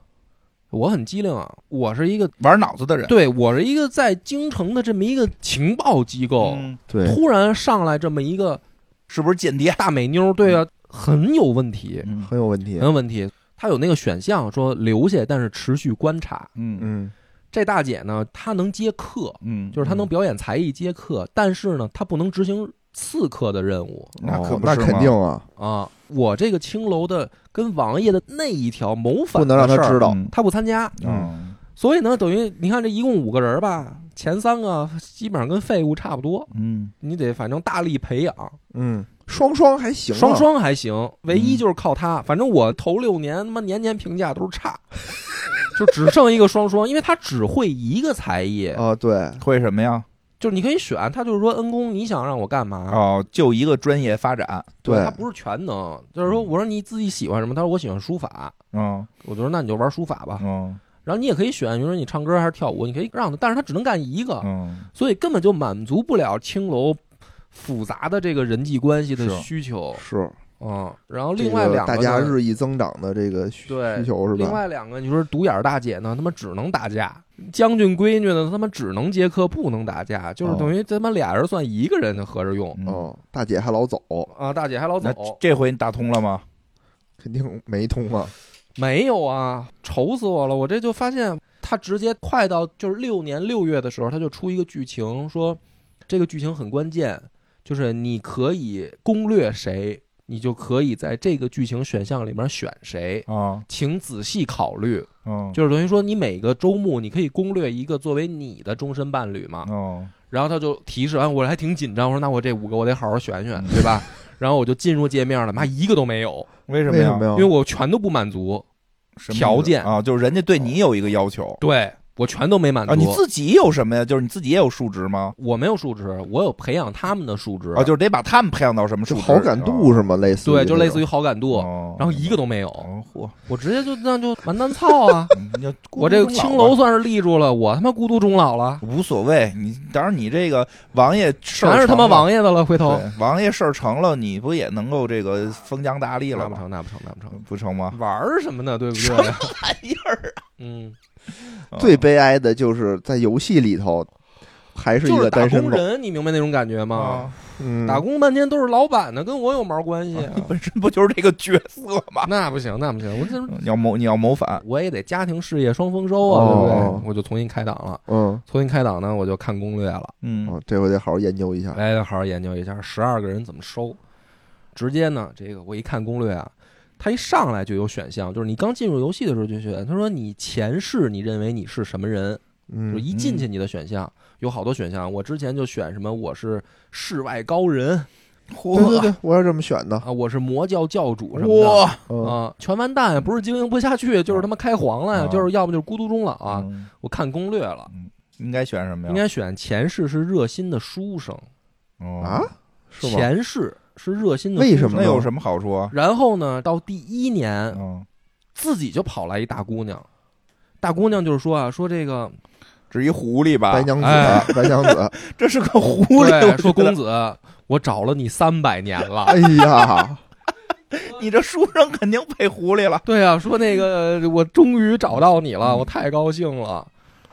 [SPEAKER 1] 我很机灵啊，我是一个，
[SPEAKER 2] 玩脑子的人。
[SPEAKER 1] 对我是一个在京城的这么一个情报机构，
[SPEAKER 2] 嗯
[SPEAKER 3] 对，
[SPEAKER 1] 突然上来这么一个
[SPEAKER 2] 是不是间谍？
[SPEAKER 1] 大美妞，对啊，很有问题，
[SPEAKER 2] 嗯
[SPEAKER 3] 很有问题
[SPEAKER 1] 很。有问题。他有那个选项说留下，但是持续观察。
[SPEAKER 2] 嗯
[SPEAKER 3] 嗯，
[SPEAKER 1] 这大姐呢，她能接客，
[SPEAKER 2] 嗯，
[SPEAKER 1] 就是他能表演才艺接客，但是呢，他不能执行刺客的任务
[SPEAKER 2] 那可
[SPEAKER 3] 哦
[SPEAKER 2] 不
[SPEAKER 3] 那
[SPEAKER 2] 是吗
[SPEAKER 3] 肯定啊，
[SPEAKER 1] 啊。我这个青楼的跟王爷的那一条谋反
[SPEAKER 3] 不能让
[SPEAKER 1] 的
[SPEAKER 3] 他
[SPEAKER 1] 事儿
[SPEAKER 3] 知道
[SPEAKER 2] 嗯
[SPEAKER 1] 他不参加。
[SPEAKER 2] 嗯
[SPEAKER 1] 所以呢，等于你看这一共五个人吧，前三个基本上跟废物差不多，
[SPEAKER 2] 嗯
[SPEAKER 1] 你得反正大力培养。
[SPEAKER 3] 嗯，双双还行啊，
[SPEAKER 1] 双双还行，唯一
[SPEAKER 2] 嗯
[SPEAKER 1] 就是靠他。反正我头六年他妈年年评价都是差， 就只剩一个双双，因为他只会一个才艺，
[SPEAKER 3] 啊，对，
[SPEAKER 2] 会什么呀？
[SPEAKER 1] 就是你可以选，他就是说恩公你想让我干嘛，
[SPEAKER 2] 哦，就一个专业发展。
[SPEAKER 3] 对嗯
[SPEAKER 1] 他不是全能，就是说，我说你自己喜欢什么？他说我喜欢书法，
[SPEAKER 2] 嗯
[SPEAKER 1] 我就说那你就玩书法吧。
[SPEAKER 2] 嗯
[SPEAKER 1] 然后你也可以选，比如说你唱歌还是跳舞，你可以让他，但是他只能干一个，
[SPEAKER 2] 嗯
[SPEAKER 1] 所以根本就满足不了青楼复杂的这个人际关系的
[SPEAKER 2] 是
[SPEAKER 1] 需求
[SPEAKER 3] 是
[SPEAKER 1] 嗯。然后
[SPEAKER 3] 这
[SPEAKER 1] 另外
[SPEAKER 3] 个
[SPEAKER 1] 两个
[SPEAKER 3] 大家
[SPEAKER 1] 呢
[SPEAKER 3] 日益增长的这个需
[SPEAKER 1] 对
[SPEAKER 3] 需求是
[SPEAKER 1] 另
[SPEAKER 3] 吧？
[SPEAKER 1] 外两个，你说独眼儿大姐呢，他妈只能打架；将军闺女呢，他妈只能接客，不能打架，就是
[SPEAKER 2] 哦
[SPEAKER 1] 等于他妈俩人算一个人合着用。
[SPEAKER 2] 嗯。
[SPEAKER 3] 哦，大姐还老走，
[SPEAKER 1] 啊，大姐还老
[SPEAKER 2] 那
[SPEAKER 1] 走，
[SPEAKER 2] 这回你打通了吗？
[SPEAKER 3] 肯定没通啊。
[SPEAKER 1] 没有啊，愁死我了！我这就发现他直接快到就是六年六月的时候，他就出一个剧情，说这个剧情很关键，就是你可以攻略谁，你就可以在这个剧情选项里面选谁，
[SPEAKER 2] 啊
[SPEAKER 1] 请仔细考虑。
[SPEAKER 2] 嗯
[SPEAKER 1] 就是等于说，你每个周末你可以攻略一个作为你的终身伴侣嘛。
[SPEAKER 2] 哦
[SPEAKER 1] 然后他就提示完，哎我还挺紧张，我说那我这五个我得好好选选，对吧？然后我就进入界面了，妈一个都没有，
[SPEAKER 2] 为什
[SPEAKER 3] 为
[SPEAKER 2] 呀
[SPEAKER 3] 什么呀？
[SPEAKER 1] 因为我全都不满足。
[SPEAKER 2] 什么意思
[SPEAKER 1] 条件
[SPEAKER 2] 啊，就是人家对你有一个要求，
[SPEAKER 1] 对，我全都没满足。
[SPEAKER 2] 啊，你自己有什么呀？就是你自己也有数值吗？
[SPEAKER 1] 我没有数值，我有培养他们的数值。
[SPEAKER 2] 啊，就是得把他们培养到什么
[SPEAKER 3] 就
[SPEAKER 2] 数值？啊
[SPEAKER 3] 好感度是吗？类似于
[SPEAKER 1] 啊对，就类似
[SPEAKER 3] 于
[SPEAKER 1] 于好感度，
[SPEAKER 2] 哦，
[SPEAKER 1] 然后一个都没有，
[SPEAKER 2] 哦嚯，
[SPEAKER 1] 我直接就那就完蛋操啊！
[SPEAKER 2] 嗯你就
[SPEAKER 1] 我这个
[SPEAKER 2] 孤独终
[SPEAKER 1] 青
[SPEAKER 2] 老吧
[SPEAKER 1] 楼算是立住了，我他妈孤独终老了，
[SPEAKER 2] 无所谓，你当然你这个王爷事儿
[SPEAKER 1] 全是他妈
[SPEAKER 2] 成了
[SPEAKER 1] 王爷的了。回头
[SPEAKER 2] 对王爷事儿成了，你不也能够这个封疆大吏
[SPEAKER 1] 那
[SPEAKER 2] 了
[SPEAKER 1] 不
[SPEAKER 2] 吗？
[SPEAKER 1] 成，那不成，那不成，
[SPEAKER 2] 不成吗？
[SPEAKER 1] 玩儿什么呢？对不
[SPEAKER 2] 什
[SPEAKER 1] 对
[SPEAKER 2] 么？
[SPEAKER 1] 哎
[SPEAKER 2] 玩意儿
[SPEAKER 1] 嗯，
[SPEAKER 2] 啊
[SPEAKER 3] 最悲哀的就是在游戏里头，还是一
[SPEAKER 1] 就是
[SPEAKER 3] 个
[SPEAKER 1] 打
[SPEAKER 3] 单身
[SPEAKER 1] 工
[SPEAKER 3] 狗。
[SPEAKER 1] 人，你明白那种感觉吗？
[SPEAKER 2] 啊！
[SPEAKER 3] 嗯，
[SPEAKER 1] 打工半天都是老板呢，跟我有毛关系啊？
[SPEAKER 2] 本身不就是这个角色吗？
[SPEAKER 1] 那不行，那不行，我这
[SPEAKER 2] 你要谋你要谋反，
[SPEAKER 1] 我也得家庭事业双丰收啊，对不
[SPEAKER 3] 哦
[SPEAKER 1] 对？我就重新开档了，
[SPEAKER 3] 嗯，
[SPEAKER 1] 重新开档呢，我就看攻略了，
[SPEAKER 2] 嗯
[SPEAKER 3] 哦，这回得好好研究一
[SPEAKER 2] 啊
[SPEAKER 3] 下。
[SPEAKER 1] 来好好研究一下十二个人怎么收。直接呢，这个我一看攻略啊，它一上来就有选项，就是你刚进入游戏的时候就选，他说你前世你认为你是什么人，就
[SPEAKER 3] 嗯
[SPEAKER 1] 一进去你的选
[SPEAKER 2] 嗯
[SPEAKER 1] 项有好多选项，我之前就选什么我是世外高人
[SPEAKER 2] 嚯
[SPEAKER 3] 对对对，我也这么选的。
[SPEAKER 1] 啊，我是魔教教主什么的。
[SPEAKER 2] 嚯
[SPEAKER 3] 嗯，
[SPEAKER 1] 啊，全完蛋，不是经营不下去，就是他妈开黄了呀，
[SPEAKER 2] 啊
[SPEAKER 1] 就是要不就是孤独终老啊！！
[SPEAKER 2] 嗯
[SPEAKER 1] 我看攻略了，
[SPEAKER 2] 应该选什么呀？
[SPEAKER 1] 应该选前世是热心的书生，
[SPEAKER 2] 哦
[SPEAKER 3] 啊，是吗？
[SPEAKER 1] 前世是热心的
[SPEAKER 3] 为
[SPEAKER 1] 书
[SPEAKER 3] 什
[SPEAKER 1] 生
[SPEAKER 3] 么
[SPEAKER 2] 那有什么好处啊？
[SPEAKER 1] 然后呢，到第一年
[SPEAKER 2] 嗯，
[SPEAKER 1] 自己就跑来一大姑娘，大姑娘就是说啊，说这个
[SPEAKER 2] 这是一狐狸吧？
[SPEAKER 3] 白娘子
[SPEAKER 1] 哎，
[SPEAKER 3] 白 娘子。
[SPEAKER 2] 这是个狐狸，
[SPEAKER 1] 对
[SPEAKER 2] 我，
[SPEAKER 1] 说
[SPEAKER 2] 觉得
[SPEAKER 1] 公子，我找了你三百年了
[SPEAKER 3] 哎。呀，
[SPEAKER 2] 你这书生肯定配狐狸了。
[SPEAKER 1] 对啊，说那个我终于找到你
[SPEAKER 2] 嗯
[SPEAKER 1] 了，我太高兴了。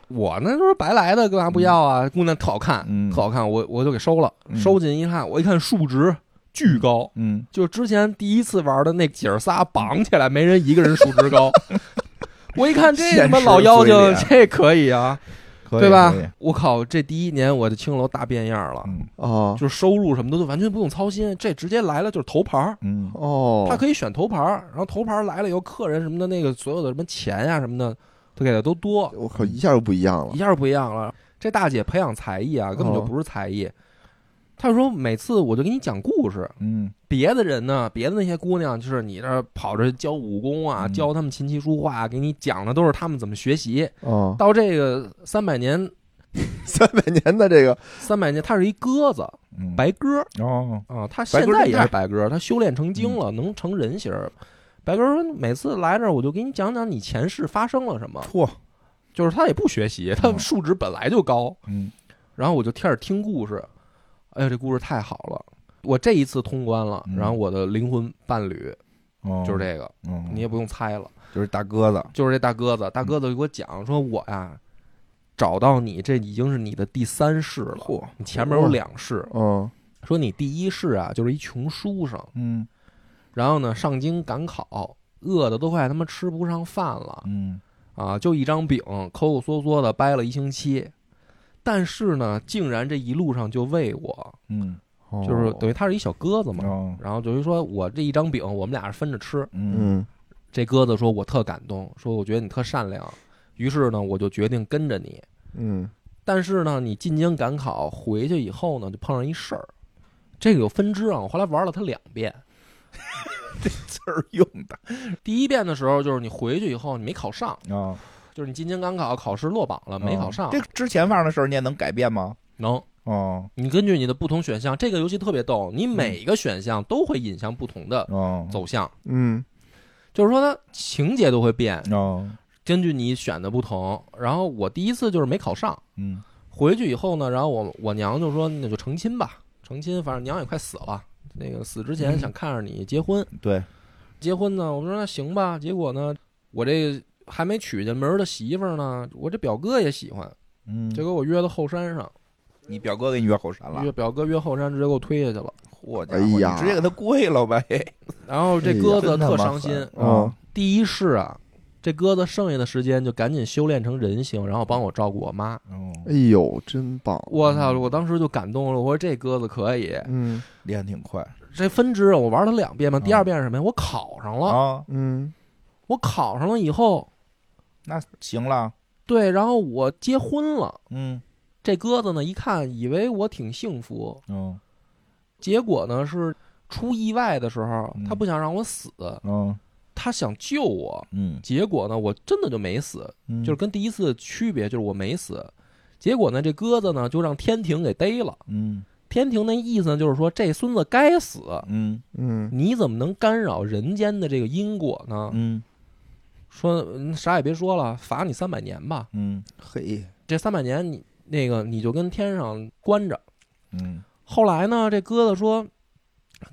[SPEAKER 1] 我那都是白来的，干嘛不要啊？姑娘特好看，
[SPEAKER 2] 嗯
[SPEAKER 1] 特好看，我我就给收了。
[SPEAKER 2] 嗯
[SPEAKER 1] 收进一看，我一看数值巨高，
[SPEAKER 2] 嗯，
[SPEAKER 1] 就之前第一次玩的那姐儿仨绑起来，没人一个人数值 高。我一看这他妈老妖精
[SPEAKER 2] 现实，
[SPEAKER 1] 这可以啊，
[SPEAKER 2] 可以
[SPEAKER 1] 对吧
[SPEAKER 2] 可以？
[SPEAKER 1] 我靠，这第一年我的青楼大变样了，
[SPEAKER 2] 嗯
[SPEAKER 3] 哦
[SPEAKER 1] 就是收入什么的都完全不用操心，这直接来了就是头牌儿。
[SPEAKER 2] 嗯
[SPEAKER 3] 哦，
[SPEAKER 1] 他可以选头牌儿，然后头牌儿来了以后，客人什么的，那个所有的什么钱呀、什么的，都给的都多，
[SPEAKER 3] 我靠，一下就不一样了
[SPEAKER 2] 哦
[SPEAKER 1] 一。下就不一样了。这大姐培养才艺啊，根本就
[SPEAKER 3] 哦
[SPEAKER 1] 不是才艺。她就说每次我就给你讲故事，
[SPEAKER 2] 嗯
[SPEAKER 1] 别的人呢，别的那些姑娘，就是你这儿跑着教武功啊，
[SPEAKER 2] 嗯
[SPEAKER 1] 教他们琴棋书画啊，给你讲的都是他们怎么学习。
[SPEAKER 3] 哦，
[SPEAKER 1] 到这个三百年，
[SPEAKER 3] 三百年的这个，
[SPEAKER 1] 三百年，他是一鸽子，
[SPEAKER 2] 嗯，
[SPEAKER 1] 白鸽儿
[SPEAKER 2] 哦，
[SPEAKER 1] 啊，他
[SPEAKER 2] 白
[SPEAKER 1] 现
[SPEAKER 2] 鸽儿嗯
[SPEAKER 1] 在
[SPEAKER 2] 正
[SPEAKER 1] 也
[SPEAKER 2] 太
[SPEAKER 1] 是白鸽儿，他修炼成精了，能成人形儿。白鸽儿说：“每次来这儿，我就给你讲讲你前世发生了什么。
[SPEAKER 2] 嚯，
[SPEAKER 1] 就是他也不学习，他
[SPEAKER 2] 嗯
[SPEAKER 1] 数值本来就高。
[SPEAKER 2] 嗯
[SPEAKER 1] 然后我就开始听故事，哎呀，这故事太好了！我这一次通关了
[SPEAKER 2] 嗯，
[SPEAKER 1] 然后我的灵魂伴侣
[SPEAKER 2] 哦，
[SPEAKER 1] 就是这个，
[SPEAKER 2] 嗯，
[SPEAKER 1] 你也不用猜了。”
[SPEAKER 2] 就是大鸽子，
[SPEAKER 1] 就是这大鸽子，大鸽子就给我讲说，我呀找到你，这已经是你的第三世了。
[SPEAKER 2] 嚯
[SPEAKER 1] 你前面有两世，
[SPEAKER 3] 嗯
[SPEAKER 1] 说你第一世啊就是一穷书生，
[SPEAKER 2] 嗯
[SPEAKER 1] 然后呢上京赶考，饿的都快他妈吃不上饭了
[SPEAKER 2] 嗯
[SPEAKER 1] 啊，就一张饼，抠抠缩缩的掰了一星期。但是呢，竟然这一路上就喂我，
[SPEAKER 2] 嗯，
[SPEAKER 3] 哦
[SPEAKER 1] 就是等于他是一小鸽子嘛。
[SPEAKER 2] 哦，
[SPEAKER 1] 然后等于说我这一张饼，我们俩是分着吃。
[SPEAKER 2] 嗯
[SPEAKER 3] 嗯
[SPEAKER 1] 这鸽子说：“我特感动，说我觉得你特善良。”于是呢，我就决定跟着你。
[SPEAKER 3] 嗯
[SPEAKER 1] 但是呢，你进京赶考回去以后呢，就碰上一事儿，这个有分支啊。我后来玩了它两 遍，
[SPEAKER 2] 词儿用的
[SPEAKER 1] 第一遍的时候就是你回去以后你没考上，
[SPEAKER 2] 啊，
[SPEAKER 1] 就是你进京赶考考试落榜了，没考上。
[SPEAKER 2] 哦这之前发生的事儿你也能改变吗？
[SPEAKER 1] 能，
[SPEAKER 2] 哦
[SPEAKER 1] 你根据你的不同选项，这个游戏特别逗，你每一个选项都会引向不同的
[SPEAKER 2] 哦
[SPEAKER 1] 走向，
[SPEAKER 3] 嗯
[SPEAKER 1] 就是说它情节都会变，
[SPEAKER 2] 哦
[SPEAKER 1] 根据你选的不同。然后我第一次就是没考上。
[SPEAKER 2] 嗯
[SPEAKER 1] 回去以后呢，然后我我娘就说那就成亲吧，成亲，反正娘也快死了，那个死之前想看着你结婚，
[SPEAKER 2] 对，
[SPEAKER 1] 结婚呢，我说那行吧，结果呢，我这还没娶进门儿的媳妇儿呢，我这表哥也喜欢，
[SPEAKER 2] 嗯，
[SPEAKER 1] 就给我约到后山上，
[SPEAKER 2] 你表哥给你约后山了
[SPEAKER 1] 约，表哥约后山，直接给我推下去了。
[SPEAKER 2] 嚯家
[SPEAKER 3] 哎
[SPEAKER 2] 伙，
[SPEAKER 3] 呀
[SPEAKER 2] 你直接给他跪了呗，
[SPEAKER 1] 然后这鸽子特伤
[SPEAKER 2] 哎
[SPEAKER 1] 心啊
[SPEAKER 2] 呀，
[SPEAKER 3] 哦
[SPEAKER 1] 第一世啊，这鸽子剩下的时间就赶紧修炼成人形，然后帮我照顾我妈。
[SPEAKER 2] 哦，
[SPEAKER 3] 哎呦，真棒！
[SPEAKER 1] 我操！我当时就感动了，我说这鸽子可以。
[SPEAKER 3] 嗯
[SPEAKER 2] 练挺快
[SPEAKER 1] 这分支啊我玩了两遍嘛，
[SPEAKER 2] 嗯
[SPEAKER 1] 第二遍是什么呀？我考上了，
[SPEAKER 2] 啊，
[SPEAKER 3] 嗯
[SPEAKER 1] 我考上了以后，
[SPEAKER 2] 那行了，
[SPEAKER 1] 对，然后我结婚了。
[SPEAKER 2] 嗯
[SPEAKER 1] 这鸽子呢，一看以为我挺幸福，
[SPEAKER 2] 嗯
[SPEAKER 1] 结果呢是出意外的时候
[SPEAKER 2] 嗯，
[SPEAKER 1] 他不想让我死，
[SPEAKER 2] 嗯
[SPEAKER 1] 他想救我，
[SPEAKER 2] 嗯
[SPEAKER 1] 结果呢，我真的就没死，
[SPEAKER 2] 嗯，
[SPEAKER 1] 就是跟第一次区别就是我没死。结果呢，这鸽子呢就让天庭给逮了。
[SPEAKER 2] 嗯
[SPEAKER 1] 天庭那意思呢，就是说这孙子该死，
[SPEAKER 2] 嗯
[SPEAKER 3] 嗯
[SPEAKER 1] 你怎么能干扰人间的这个因果呢？
[SPEAKER 2] 嗯
[SPEAKER 1] 说嗯啥也别说了，罚你三百年吧。
[SPEAKER 2] 嗯
[SPEAKER 3] 嘿，
[SPEAKER 1] 这三百年你那个你就跟天上关着。
[SPEAKER 2] 嗯
[SPEAKER 1] 后来呢，这鸽子说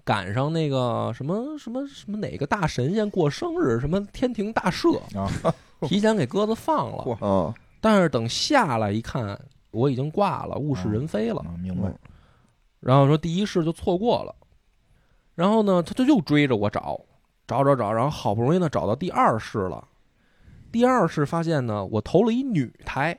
[SPEAKER 1] 赶上那个什么什么什么哪个大神仙过生日，什么天庭大赦，
[SPEAKER 2] 啊，
[SPEAKER 1] 提前给鸽子放了
[SPEAKER 2] 嚯。
[SPEAKER 3] 哦，
[SPEAKER 1] 但是等下来一看，我已经挂了，物是人非了。
[SPEAKER 2] 啊明白
[SPEAKER 3] 嗯，
[SPEAKER 1] 然后说第一世就错过了，然后呢，他就又追着我找，找找找，然后好不容易呢找到第二世了。第二世发现呢，我投了一女胎，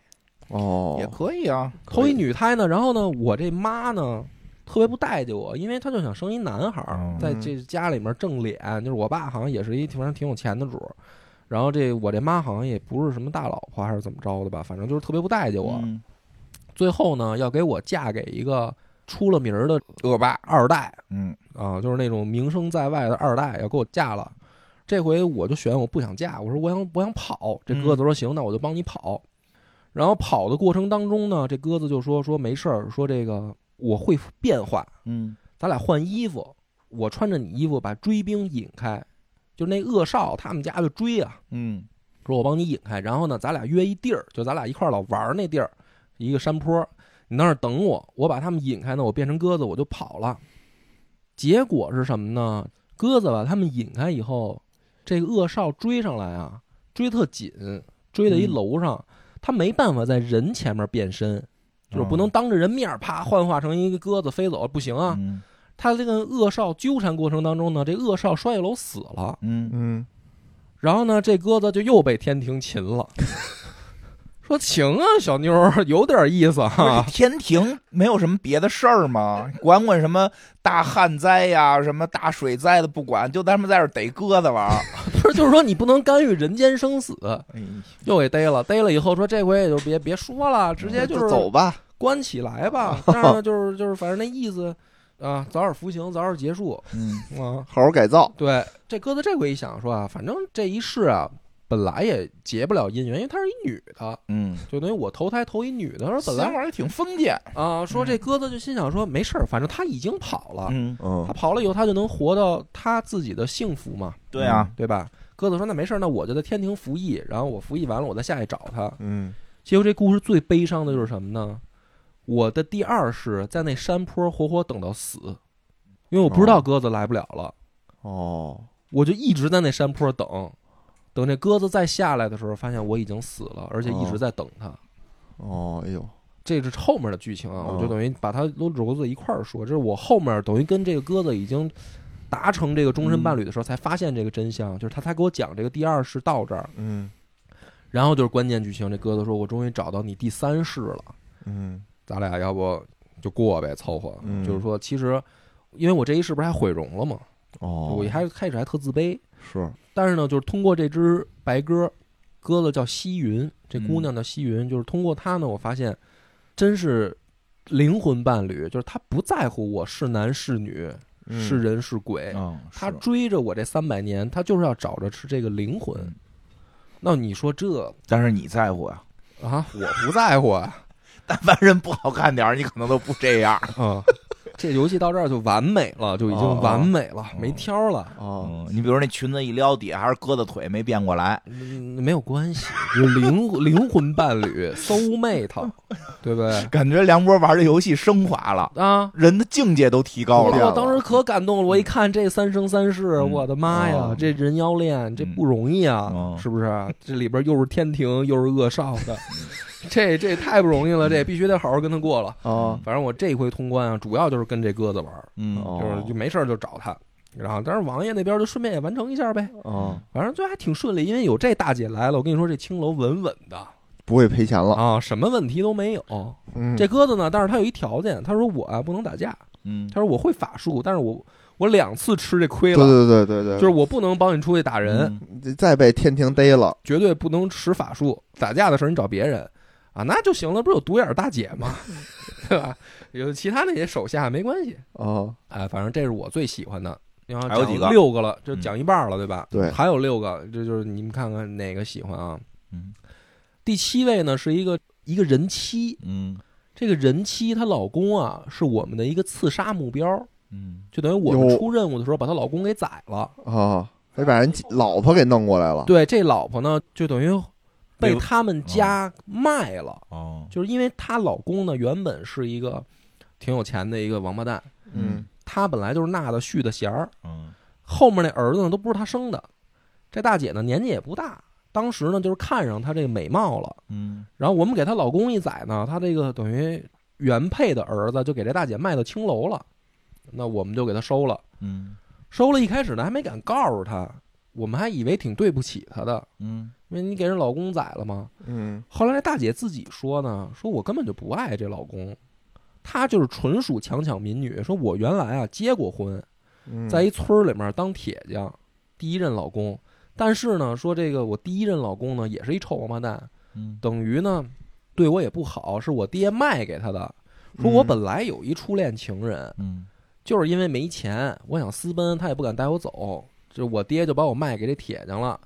[SPEAKER 2] 也
[SPEAKER 3] 哦，
[SPEAKER 2] 可以啊，
[SPEAKER 1] 投一女胎呢，然后呢，我这妈呢特别不待见我，因为她就想生一男孩儿
[SPEAKER 2] 嗯，
[SPEAKER 1] 在这家里面正脸，就是我爸好像也是一反正挺有钱的主儿，然后这我这妈好像也不是什么大老婆还是怎么着的吧，反正就是特别不待见我。
[SPEAKER 2] 嗯
[SPEAKER 1] 最后呢，要给我嫁给一个出了名儿的
[SPEAKER 2] 恶霸，
[SPEAKER 1] 二代
[SPEAKER 2] 嗯
[SPEAKER 1] 啊，就是那种名声在外的二代，要给我嫁了。这回我就选我不想嫁，我说我想我想跑。这鸽子说行，那我就帮你跑。然后跑的过程当中呢，这鸽子就说说没事儿，说这个我会变化，
[SPEAKER 2] 嗯
[SPEAKER 1] 咱俩换衣服，我穿着你衣服把追兵引开，就那恶少他们家就追啊，
[SPEAKER 2] 嗯
[SPEAKER 1] 说我帮你引开，然后呢，咱俩约一地儿，就咱俩一块儿老玩儿那地儿，一个山坡，你那儿等我，我把他们引开呢，我变成鸽子我就跑了。结果是什么呢？鸽子把他们引开以后，这个恶少追上来啊，追特紧，追到一
[SPEAKER 2] 嗯
[SPEAKER 1] 楼上，他没办法在人前面变身，就是不能当着人面儿啪幻化成一个鸽子飞走，不行啊。
[SPEAKER 2] 哦嗯
[SPEAKER 1] 他这个恶少纠缠过程当中呢，这恶少摔下楼死了，
[SPEAKER 2] 嗯
[SPEAKER 3] 嗯，
[SPEAKER 1] 然后呢，这鸽子就又被天庭擒了， 说行啊，小妞儿有点意思
[SPEAKER 2] 不是
[SPEAKER 1] 哈。
[SPEAKER 2] 天庭没有什么别的事儿吗？管管什么大旱灾呀，什么大水灾的不管，就他们在这儿逮鸽子玩儿。
[SPEAKER 1] 不是，就是说你不能干预人间生死，
[SPEAKER 2] 哎，
[SPEAKER 1] 又给逮了，逮了以后说这回也就别别说了，直接嗯就是
[SPEAKER 3] 走吧，
[SPEAKER 1] 关起来 吧。但是呢，就是就是反正那意思啊，早点服刑，早点结 束
[SPEAKER 2] 嗯
[SPEAKER 1] 啊。
[SPEAKER 3] 好好改造，
[SPEAKER 1] 对，这鸽子这回一想说啊，反正这一世啊。本来也结不了姻缘，因为她是一女的，
[SPEAKER 2] 嗯，
[SPEAKER 1] 就等于我投胎投一女的。说本
[SPEAKER 2] 想
[SPEAKER 1] 来
[SPEAKER 2] 法也挺封建。
[SPEAKER 1] 啊、说这鸽子就心想说没事儿，反正她已经跑了，
[SPEAKER 2] 嗯，
[SPEAKER 3] 嗯
[SPEAKER 1] 他，跑了以后，他就能活到他自己的幸福嘛，
[SPEAKER 2] 对啊，
[SPEAKER 1] 对吧？鸽子说：“那没事儿，那我就在天庭服役，然后我服役完了，我再下去找他。
[SPEAKER 3] 嗯，”
[SPEAKER 1] 结果这故事最悲伤的就是什么呢？我的第二世在那山坡活活等到死，因为我不知道鸽子来不了了，
[SPEAKER 3] 哦，
[SPEAKER 1] 我就一直在那山坡等，等这鸽子再下来的时候，发现我已经死了，而且一直在等他。
[SPEAKER 3] 哦，哎呦，
[SPEAKER 1] 这是后面的剧情啊，
[SPEAKER 3] 哦
[SPEAKER 1] 我就等于把它都揉在一块儿说。这是我后面等于跟这个鸽子已经达成这个终身伴侣的时
[SPEAKER 3] 嗯
[SPEAKER 1] 候，才发现这个真相，就是他才给我讲这个第二世到这儿，
[SPEAKER 3] 嗯
[SPEAKER 1] 然后就是关键剧情。这鸽子说：“我终于找到你第三世了，
[SPEAKER 3] 嗯
[SPEAKER 1] 咱俩要不就过呗，凑合。
[SPEAKER 3] 嗯
[SPEAKER 1] 就是说，其实因为我这一世不是还毁容了吗？
[SPEAKER 3] 哦，
[SPEAKER 1] 哎我一开始开始还特自卑，
[SPEAKER 3] 是，
[SPEAKER 1] 但是呢，就是通过这只白鸽，鸽子叫西云，这姑娘叫西云，就是通过她呢，我发现真是灵魂伴侣，就是她不在乎我是男是女，
[SPEAKER 3] 嗯
[SPEAKER 1] 是人啊是鬼，
[SPEAKER 2] 嗯，
[SPEAKER 1] 她追着我这三百年，她就是要找着是这个灵魂。
[SPEAKER 2] 嗯
[SPEAKER 1] 那你说这
[SPEAKER 2] 但是你在乎呀、
[SPEAKER 1] 啊，我不在乎 啊，
[SPEAKER 2] 但凡人不好看点儿，你可能都不这 样。
[SPEAKER 1] 啊，这游戏到这儿就完美了，就已
[SPEAKER 2] 哦
[SPEAKER 1] 经完美了，没挑了。
[SPEAKER 3] 哦，
[SPEAKER 2] 嗯，你比如那裙子一撩，底下还是鸽子腿，没变过来。
[SPEAKER 1] 嗯没有关系，就是灵灵魂 伴侣，soul mate，对不对？
[SPEAKER 2] 感觉梁波玩这游戏升华了，
[SPEAKER 1] 啊，
[SPEAKER 2] 人的境界都提高
[SPEAKER 1] 我
[SPEAKER 2] 了。
[SPEAKER 1] 我当时可感动了，我一看这三生三世，
[SPEAKER 2] 嗯
[SPEAKER 1] 我的妈呀，
[SPEAKER 3] 哦
[SPEAKER 1] 这人妖恋这不容易啊，
[SPEAKER 2] 嗯哦
[SPEAKER 1] 是不是？这里边又是天庭又是恶少的，这这太不容易了，这必须得好好跟他过了。
[SPEAKER 3] 哦，
[SPEAKER 1] 反正我这回通关啊，主要就是跟这鸽子玩，
[SPEAKER 2] 嗯，
[SPEAKER 3] 哦
[SPEAKER 1] 就是就没事儿就找他。然后，但是王爷那边就顺便也完成一下呗，
[SPEAKER 3] 哦，
[SPEAKER 1] 反正就还挺顺利，因为有这大姐来了，我跟你说，这青楼稳稳的
[SPEAKER 3] 不会赔钱了，
[SPEAKER 1] 啊，什么问题都没有。
[SPEAKER 3] 哦嗯，
[SPEAKER 1] 这鸽子呢，但是他有一条件，他说我啊不能打架，
[SPEAKER 2] 嗯
[SPEAKER 1] 他说我会法术，但是我我两次吃这亏
[SPEAKER 3] 对
[SPEAKER 1] 了，
[SPEAKER 3] 对对对对，
[SPEAKER 1] 就是我不能帮你出去打人，
[SPEAKER 2] 嗯
[SPEAKER 3] 是再被天庭逮了，
[SPEAKER 1] 绝对不能使法术。打架的时候你找别人啊，那就行了，不是有独眼大姐吗？ 对吧？有其他那些手下没关系。
[SPEAKER 3] 哦，
[SPEAKER 1] 哎，反正这是我最喜欢的。然后
[SPEAKER 2] 还有几个嗯
[SPEAKER 1] 六个了，就讲一半了，对吧？
[SPEAKER 3] 对
[SPEAKER 1] 还有六个，这就是你们看看哪个喜欢啊？
[SPEAKER 2] 嗯
[SPEAKER 1] 第七位呢是一个一个人妻，
[SPEAKER 2] 嗯
[SPEAKER 1] 这个人妻她老公啊是我们的一个刺杀目标，
[SPEAKER 2] 嗯，
[SPEAKER 1] 就等于我们
[SPEAKER 3] 哟
[SPEAKER 1] 出任务的时候把她老公给宰了。
[SPEAKER 3] 哦，得把人老婆给弄过来了。
[SPEAKER 1] 对，这老婆呢就等于被
[SPEAKER 2] 被
[SPEAKER 1] 他们家卖了，
[SPEAKER 2] 哦，
[SPEAKER 1] 就是因为她老公呢原本是一个挺有钱的一个王八蛋，
[SPEAKER 3] 嗯，
[SPEAKER 1] 他本来就是纳的续的弦儿，
[SPEAKER 2] 嗯
[SPEAKER 1] 后面那儿子呢都不是他生的。这大姐呢年纪也不大，当时呢就是看上她这个美貌了，
[SPEAKER 2] 嗯
[SPEAKER 1] 然后我们给她老公一宰呢，她这个等于原配的儿子就给这大姐卖到青楼了，那我们就给她收了，
[SPEAKER 2] 嗯
[SPEAKER 1] 收了一开始呢还没敢告诉她，我们还以为挺对不起她的，
[SPEAKER 2] 嗯
[SPEAKER 1] 因为你给人老公宰了嘛。
[SPEAKER 3] 嗯，
[SPEAKER 1] 后来这大姐自己说呢，说我根本就不爱这老公，她就是纯属强抢民女，说我原来啊结过婚，
[SPEAKER 3] 嗯
[SPEAKER 1] 在一村儿里面当铁匠，第一任老公。但是呢，说这个我第一任老公呢，也是一臭王八蛋，
[SPEAKER 2] 嗯
[SPEAKER 1] 等于呢，对我也不好，是我爹卖给他的。说我本来有一初恋情人，
[SPEAKER 2] 嗯
[SPEAKER 1] 就是因为没钱，我想私奔，他也不敢带我走，就我爹就把我卖给这铁匠了。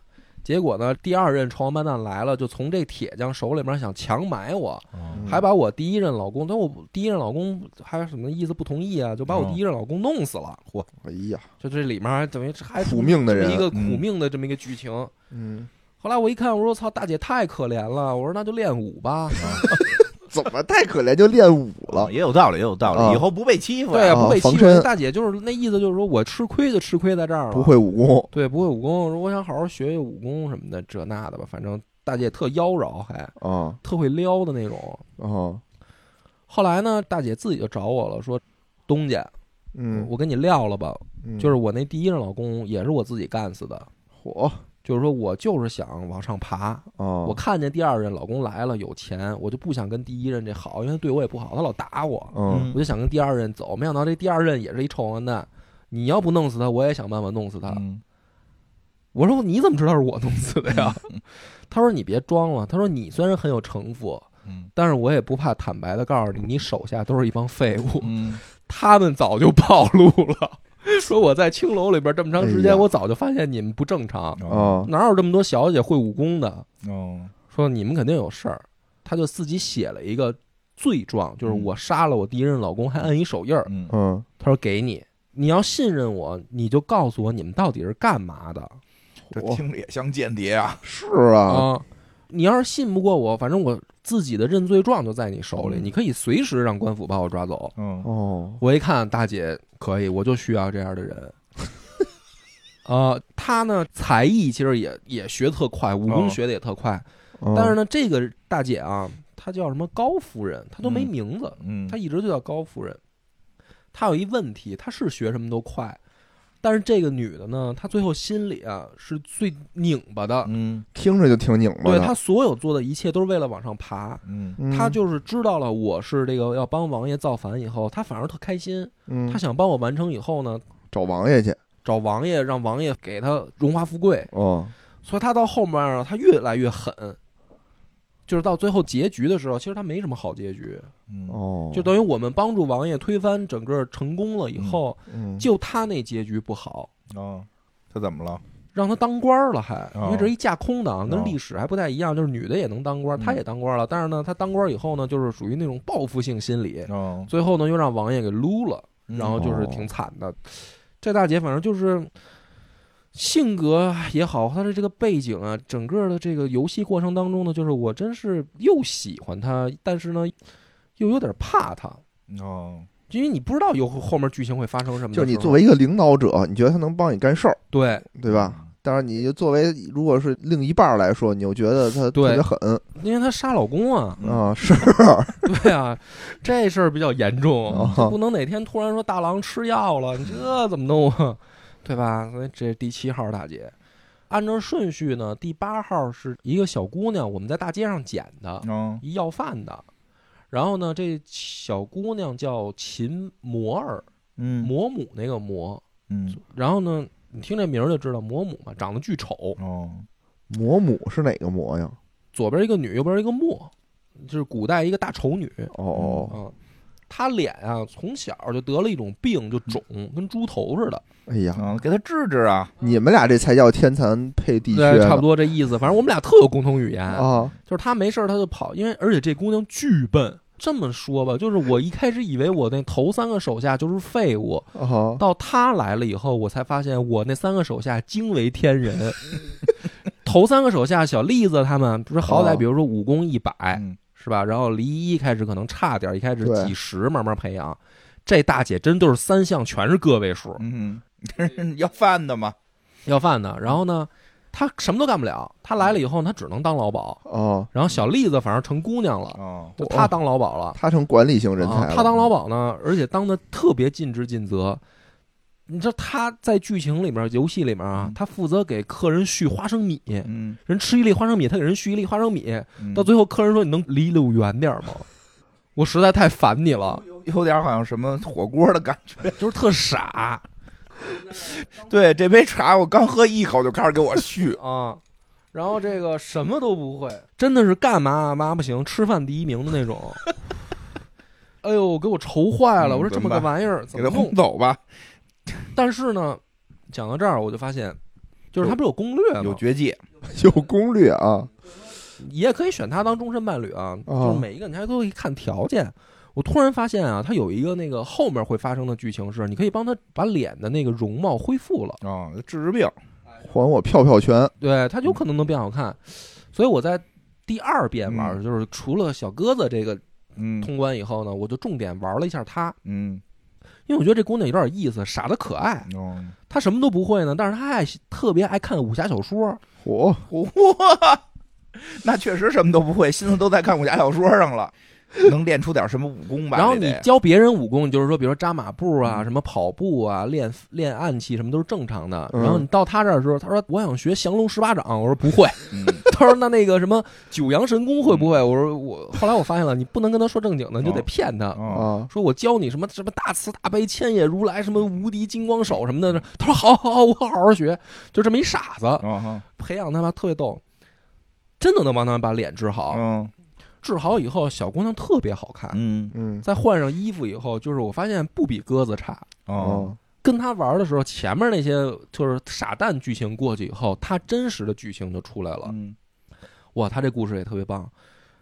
[SPEAKER 1] 结果呢，第二任臭王八蛋来了，就从这铁匠手里面想强买我，
[SPEAKER 3] 嗯
[SPEAKER 2] 哦
[SPEAKER 1] 还把我第一任老公，但我第一任老公还有什么意思不同意啊，就把我
[SPEAKER 3] 嗯
[SPEAKER 2] 哦
[SPEAKER 1] 第一任老公弄死了。嚯！
[SPEAKER 3] 哎呀，
[SPEAKER 1] 就这里面还等于还
[SPEAKER 3] 苦命的
[SPEAKER 1] 这么
[SPEAKER 3] 人
[SPEAKER 1] 一个苦
[SPEAKER 2] 嗯
[SPEAKER 1] 命的这么一个剧情。
[SPEAKER 3] 嗯，
[SPEAKER 1] 后来我一看，我说：“操，大姐太可怜了。”我说：“那就练武吧。
[SPEAKER 3] 怎么太可怜就练武 了？
[SPEAKER 2] 也有道理，也有道
[SPEAKER 3] 啊
[SPEAKER 2] 理，以后不被欺”负
[SPEAKER 1] 对
[SPEAKER 2] 呀。
[SPEAKER 1] 啊，
[SPEAKER 3] 啊
[SPEAKER 1] 不被欺
[SPEAKER 3] 防
[SPEAKER 1] 负。
[SPEAKER 3] 身
[SPEAKER 1] 大姐就是那意思，就是说我吃亏就吃亏在这儿了。
[SPEAKER 3] 不会武功，
[SPEAKER 1] 对，不会武功。我说我想好好学学武功什么的，这那的吧。反正大姐特妖娆，还
[SPEAKER 3] 啊
[SPEAKER 1] 特会撩的那种。
[SPEAKER 3] 啊，
[SPEAKER 1] 后来呢，大姐自己就找我了，说：“东家，
[SPEAKER 3] 嗯，
[SPEAKER 1] 我跟你撂了吧。
[SPEAKER 3] 嗯
[SPEAKER 1] 就是我那第一任老公也是我自己干死的，
[SPEAKER 3] 火
[SPEAKER 1] 就是说我就是想往上爬。”
[SPEAKER 3] 啊，
[SPEAKER 1] 我看见第二任老公来了，有钱，我就不想跟第一任这好，因为他对我也不好，他老打我，
[SPEAKER 3] 嗯
[SPEAKER 1] 我就想跟第二任走。没想到这第二任也是一臭王八蛋，你要不弄死他，我也想办法弄死他。
[SPEAKER 2] 嗯
[SPEAKER 1] 我说你怎么知道是我弄死的呀？
[SPEAKER 3] 嗯
[SPEAKER 1] 他说你别装了，他说你虽然很有城府，
[SPEAKER 2] 嗯
[SPEAKER 1] 但是我也不怕坦白的告诉你，你手下都是一帮废物，
[SPEAKER 2] 嗯
[SPEAKER 1] 他们早就暴露了。 说我在青楼里边这么长时
[SPEAKER 3] 哎
[SPEAKER 1] 间，
[SPEAKER 3] 呀
[SPEAKER 1] 我早就发现你们不正常，
[SPEAKER 2] 哦
[SPEAKER 3] 啊，
[SPEAKER 1] 哪有这么多小姐会武功的？
[SPEAKER 2] 哦
[SPEAKER 1] 说你们肯定有事儿，他就自己写了一个罪状，就是我杀了我第一任老公，还摁一手印儿。
[SPEAKER 2] 嗯
[SPEAKER 3] 嗯，
[SPEAKER 1] 他说给你，你要信任我，你就告诉我你们到底是干嘛的
[SPEAKER 2] 这
[SPEAKER 3] 火
[SPEAKER 2] 听着也像间谍啊！
[SPEAKER 3] 是啊，
[SPEAKER 1] 啊！你要是信不过我，反正我自己的认罪状就在你手里，
[SPEAKER 2] 嗯
[SPEAKER 1] 你可以随时让官府把我抓走。
[SPEAKER 2] 嗯
[SPEAKER 3] 哦，
[SPEAKER 1] 我一看大姐可以，我就需要这样的 人。啊，她呢才艺其实也也学特快，武功
[SPEAKER 2] 哦
[SPEAKER 1] 学的也特快，
[SPEAKER 3] 嗯
[SPEAKER 1] 但是呢，这个大姐啊，她叫什么高夫人，她都没
[SPEAKER 2] 嗯
[SPEAKER 1] 名字，
[SPEAKER 2] 嗯
[SPEAKER 1] 她一直就叫高夫人。她有一问题，她是学什么都快，但是这个女的呢，她最后心里啊是最拧巴的，
[SPEAKER 2] 嗯
[SPEAKER 3] 听着就挺拧巴
[SPEAKER 1] 对
[SPEAKER 3] 的，
[SPEAKER 1] 她所有做的一切都是为了往上爬。
[SPEAKER 2] 嗯
[SPEAKER 3] 嗯
[SPEAKER 1] 她就是知道了我是这个要帮王爷造反以后，她反而特开心。
[SPEAKER 3] 嗯
[SPEAKER 1] 她想帮我完成以后呢，
[SPEAKER 3] 找王爷去，
[SPEAKER 1] 找王爷让王爷给她荣华富贵。
[SPEAKER 3] 哦，
[SPEAKER 1] 所以她到后面啊，她越来越狠，就是到最后结局的时候，其实她没什么好结局。
[SPEAKER 2] 嗯
[SPEAKER 3] 哦，
[SPEAKER 1] 就等于我们帮助王爷推翻整个成功了以后，
[SPEAKER 3] 嗯
[SPEAKER 1] 就他那结局不好，
[SPEAKER 2] 哦，他怎么了？
[SPEAKER 1] 让他当官儿了还，
[SPEAKER 2] 哦
[SPEAKER 1] 因为这是一架空档，跟
[SPEAKER 2] 哦
[SPEAKER 1] 历史还不太一样，就是女的也能当官，
[SPEAKER 2] 嗯
[SPEAKER 1] 她也当官了，但是呢，她当官以后呢，就是属于那种报复性心理，
[SPEAKER 2] 哦，
[SPEAKER 1] 最后呢又让王爷给撸了，
[SPEAKER 2] 嗯
[SPEAKER 1] 然后就是挺惨的。这大姐反正就是。性格也好，她的这个背景啊，整个的这个游戏过程当中呢，就是我真是又喜欢她，但是呢，又有点怕她。
[SPEAKER 2] 哦，
[SPEAKER 1] 因为你不知道有后面剧情会发生什么的时
[SPEAKER 3] 就
[SPEAKER 1] 候。
[SPEAKER 3] 是你作为一个领导者，你觉得他能帮你干事儿，
[SPEAKER 1] 对
[SPEAKER 3] 对
[SPEAKER 1] 嗯
[SPEAKER 3] 吧？？但是你作为如果是另一半儿来说，你又觉得他特
[SPEAKER 1] 对
[SPEAKER 3] 别狠
[SPEAKER 1] 因为她杀老公啊，
[SPEAKER 2] 嗯
[SPEAKER 3] 啊，是
[SPEAKER 1] 对啊，这事儿比较严重，
[SPEAKER 3] 啊，
[SPEAKER 1] 不能哪天突然说大郎吃药了，你这怎么弄啊？ 对吧？所以这是第七号大姐，按照顺序呢，第八号是一个小姑娘，我们在大街上捡的，
[SPEAKER 2] 哦
[SPEAKER 1] 一要饭的。然后呢，这小姑娘叫秦摩尔，
[SPEAKER 2] 嗯
[SPEAKER 1] 摩母那个摩。
[SPEAKER 2] 嗯
[SPEAKER 1] 然后呢，你听这名儿就知道摩母嘛，长得巨丑，
[SPEAKER 2] 哦
[SPEAKER 3] 魔母是哪个魔呀？
[SPEAKER 1] 左边一个女，右边一个墨，就是古代一个大丑女
[SPEAKER 3] 哦哦，
[SPEAKER 1] 啊。他脸啊从小就得了一种病，就肿，
[SPEAKER 3] 嗯
[SPEAKER 1] 跟猪头似的，
[SPEAKER 3] 哎呀，
[SPEAKER 2] 嗯，给他治治啊。
[SPEAKER 3] 你们俩这才叫天残配地
[SPEAKER 1] 对
[SPEAKER 3] 缺，
[SPEAKER 1] 差不多
[SPEAKER 3] 多
[SPEAKER 1] 这意思。反正我们俩特有共同语言，
[SPEAKER 3] 啊。
[SPEAKER 1] 就是他没事儿他就跑，因为而且这姑娘巨笨。这么说吧，就是我一开始以为我那头三个手下就是废物，
[SPEAKER 3] 哦，
[SPEAKER 1] 到他来了以后，我才发现我那三个手下惊为天 人。头三个手下小栗子他们不是好歹，
[SPEAKER 3] 哦
[SPEAKER 1] 比如说武功一百、
[SPEAKER 2] 嗯
[SPEAKER 1] 是吧？然后离一开始可能差点，一开始
[SPEAKER 3] 对
[SPEAKER 1] 几十慢慢培养。这大姐真都是三项全是个位数，
[SPEAKER 2] 嗯， 这是要饭的嘛。
[SPEAKER 1] 要饭的。然后呢，她什么都干不了。她来了以后，她只能当老鸨。
[SPEAKER 3] 哦，
[SPEAKER 1] 然后小栗子反正成姑娘了，
[SPEAKER 2] 哦，
[SPEAKER 1] 就她当老鸨了。
[SPEAKER 3] 他成管理型人才
[SPEAKER 1] 啊
[SPEAKER 3] 了。
[SPEAKER 1] 他当老鸨呢，而且当的特别尽职尽责。你知道他在剧情里面、游戏里面啊
[SPEAKER 2] 嗯，
[SPEAKER 1] 他负责给客人续花生米，
[SPEAKER 2] 嗯，
[SPEAKER 1] 人吃一粒花生米，他给人续一粒花生米，
[SPEAKER 2] 嗯
[SPEAKER 1] 到最后客人说：“你能离我远点儿吗？”我实在太烦你了，
[SPEAKER 2] 有点好像什么火锅的感觉。
[SPEAKER 1] 就是特傻。
[SPEAKER 2] 对，这杯茶我刚喝一口就开始给我续
[SPEAKER 1] 啊。然后这个什么都不会，真的是干嘛啊嘛不行，吃饭第一名的那种。 哎呦，给我愁坏了！
[SPEAKER 2] 嗯
[SPEAKER 1] 我说这
[SPEAKER 2] 怎么
[SPEAKER 1] 个
[SPEAKER 2] 办
[SPEAKER 1] 玩意儿怎
[SPEAKER 2] 给
[SPEAKER 1] 么
[SPEAKER 2] 他
[SPEAKER 1] 弄
[SPEAKER 2] 轰？走吧，
[SPEAKER 1] 但是呢，讲到这儿，我就发现，就是他不是有攻略
[SPEAKER 2] 有
[SPEAKER 1] 吗？
[SPEAKER 2] 绝技。
[SPEAKER 3] 有攻略啊，
[SPEAKER 1] 你也可以选他当终身伴侣啊，
[SPEAKER 3] 哦
[SPEAKER 1] 就是每一个你还都可以看条件。我突然发现啊，他有一个那个后面会发生的剧情是，你可以帮他把脸的那个容貌恢复了，
[SPEAKER 2] 哦，治治病。
[SPEAKER 3] 还我票票权。
[SPEAKER 1] 对他有可能能变好看。所以我在第二遍玩，
[SPEAKER 2] 嗯
[SPEAKER 1] 就是除了小鸽子这个
[SPEAKER 2] 嗯
[SPEAKER 1] 通关以后呢，我就重点玩了一下她，
[SPEAKER 2] 嗯，
[SPEAKER 1] 因为我觉得这姑娘有点意思，傻的可爱。
[SPEAKER 2] 哦，
[SPEAKER 1] 她什么都不会呢，但是她爱特别爱看武侠小说，
[SPEAKER 3] 嚯，
[SPEAKER 2] 哇，那确实什么都不会，心思都在看武侠小说上了，能练出点什么武功吧？
[SPEAKER 1] 然后
[SPEAKER 2] 这
[SPEAKER 1] 你
[SPEAKER 2] 得
[SPEAKER 1] 教别人武功，就是说，比如说扎马步啊、
[SPEAKER 2] 嗯
[SPEAKER 1] 什么跑步啊、练练暗器，什么都是正常的。
[SPEAKER 3] 嗯
[SPEAKER 1] 然后你到他这儿的时候，他说我想学降龙十八掌，我说不会。
[SPEAKER 2] 嗯
[SPEAKER 1] 他说那那个什么九阳神功会不会？我说我。后来我发现了，你不能跟他说正经的，你就得骗他。
[SPEAKER 2] 哦，
[SPEAKER 3] 啊，
[SPEAKER 1] 说我教你什么什么大慈大悲千野如来什么无敌金光手什么的，他说好好好，我好好学，就这么一傻子，
[SPEAKER 2] 哦，
[SPEAKER 1] 培养他吧，特别逗，真的能帮他们把脸治好，
[SPEAKER 2] 嗯
[SPEAKER 1] 治好以后小姑娘特别好看，
[SPEAKER 2] 嗯
[SPEAKER 3] 嗯，
[SPEAKER 1] 在换上衣服以后，就是我发现不比鸽子差。
[SPEAKER 2] 哦
[SPEAKER 3] 哦，
[SPEAKER 1] 跟他玩的时候，前面那些就是傻蛋剧情过去以后，他真实的剧情就出来了。
[SPEAKER 2] 嗯
[SPEAKER 1] 哇，他这故事也特别棒。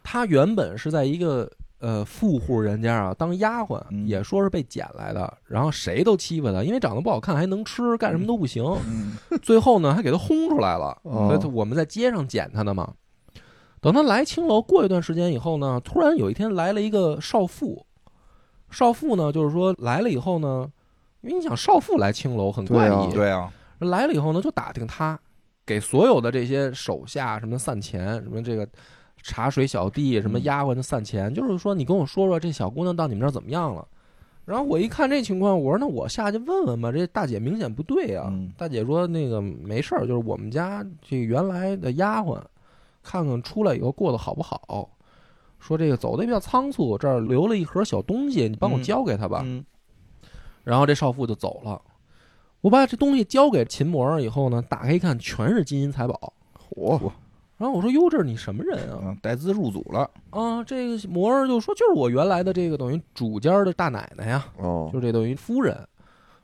[SPEAKER 1] 他原本是在一个呃富户人家啊当丫鬟，
[SPEAKER 2] 嗯
[SPEAKER 1] 也说是被捡来的，然后谁都欺负他，因为长得不好看还能吃，干什么都不行。
[SPEAKER 2] 嗯
[SPEAKER 1] 最后呢，还给他轰出来了。
[SPEAKER 3] 哦
[SPEAKER 1] 所以他我们在街上捡他的嘛。等他来青楼过一段时间以后呢，突然有一天来了一个少妇，少妇呢就是说来了以后呢，因为你想少妇来青楼很怪
[SPEAKER 3] 对啊
[SPEAKER 1] 异，
[SPEAKER 2] 对啊，
[SPEAKER 1] 来了以后呢就打听他，给所有的这些手下什么散钱，什么这个茶水小弟，什么
[SPEAKER 2] 嗯
[SPEAKER 1] 丫鬟的散钱，就是说你跟我说说这小姑娘到你们这儿怎么样了。然后我一看这情况，我说那我下去问问吧，这大姐明显不对啊。
[SPEAKER 2] 嗯
[SPEAKER 1] 大姐说那个没事儿，就是我们家这个原来的丫鬟，看看出来以后过得好不好。说这个走的比较仓促，这儿留了一盒小东西，你帮我
[SPEAKER 2] 嗯
[SPEAKER 1] 交给她吧。
[SPEAKER 2] 嗯
[SPEAKER 1] 然后这少妇就走了。我把这东西交给秦嬷儿以后呢，打开一看，全是金银财宝。
[SPEAKER 3] 嚯，
[SPEAKER 1] 然后我说：“哟，这是你什么人啊？”
[SPEAKER 2] 嗯，带资入组了，
[SPEAKER 1] 啊，这个嬷儿就说：“就是我原来的这个等于主家的大奶奶呀，
[SPEAKER 3] 哦
[SPEAKER 1] 就，这等于夫人。”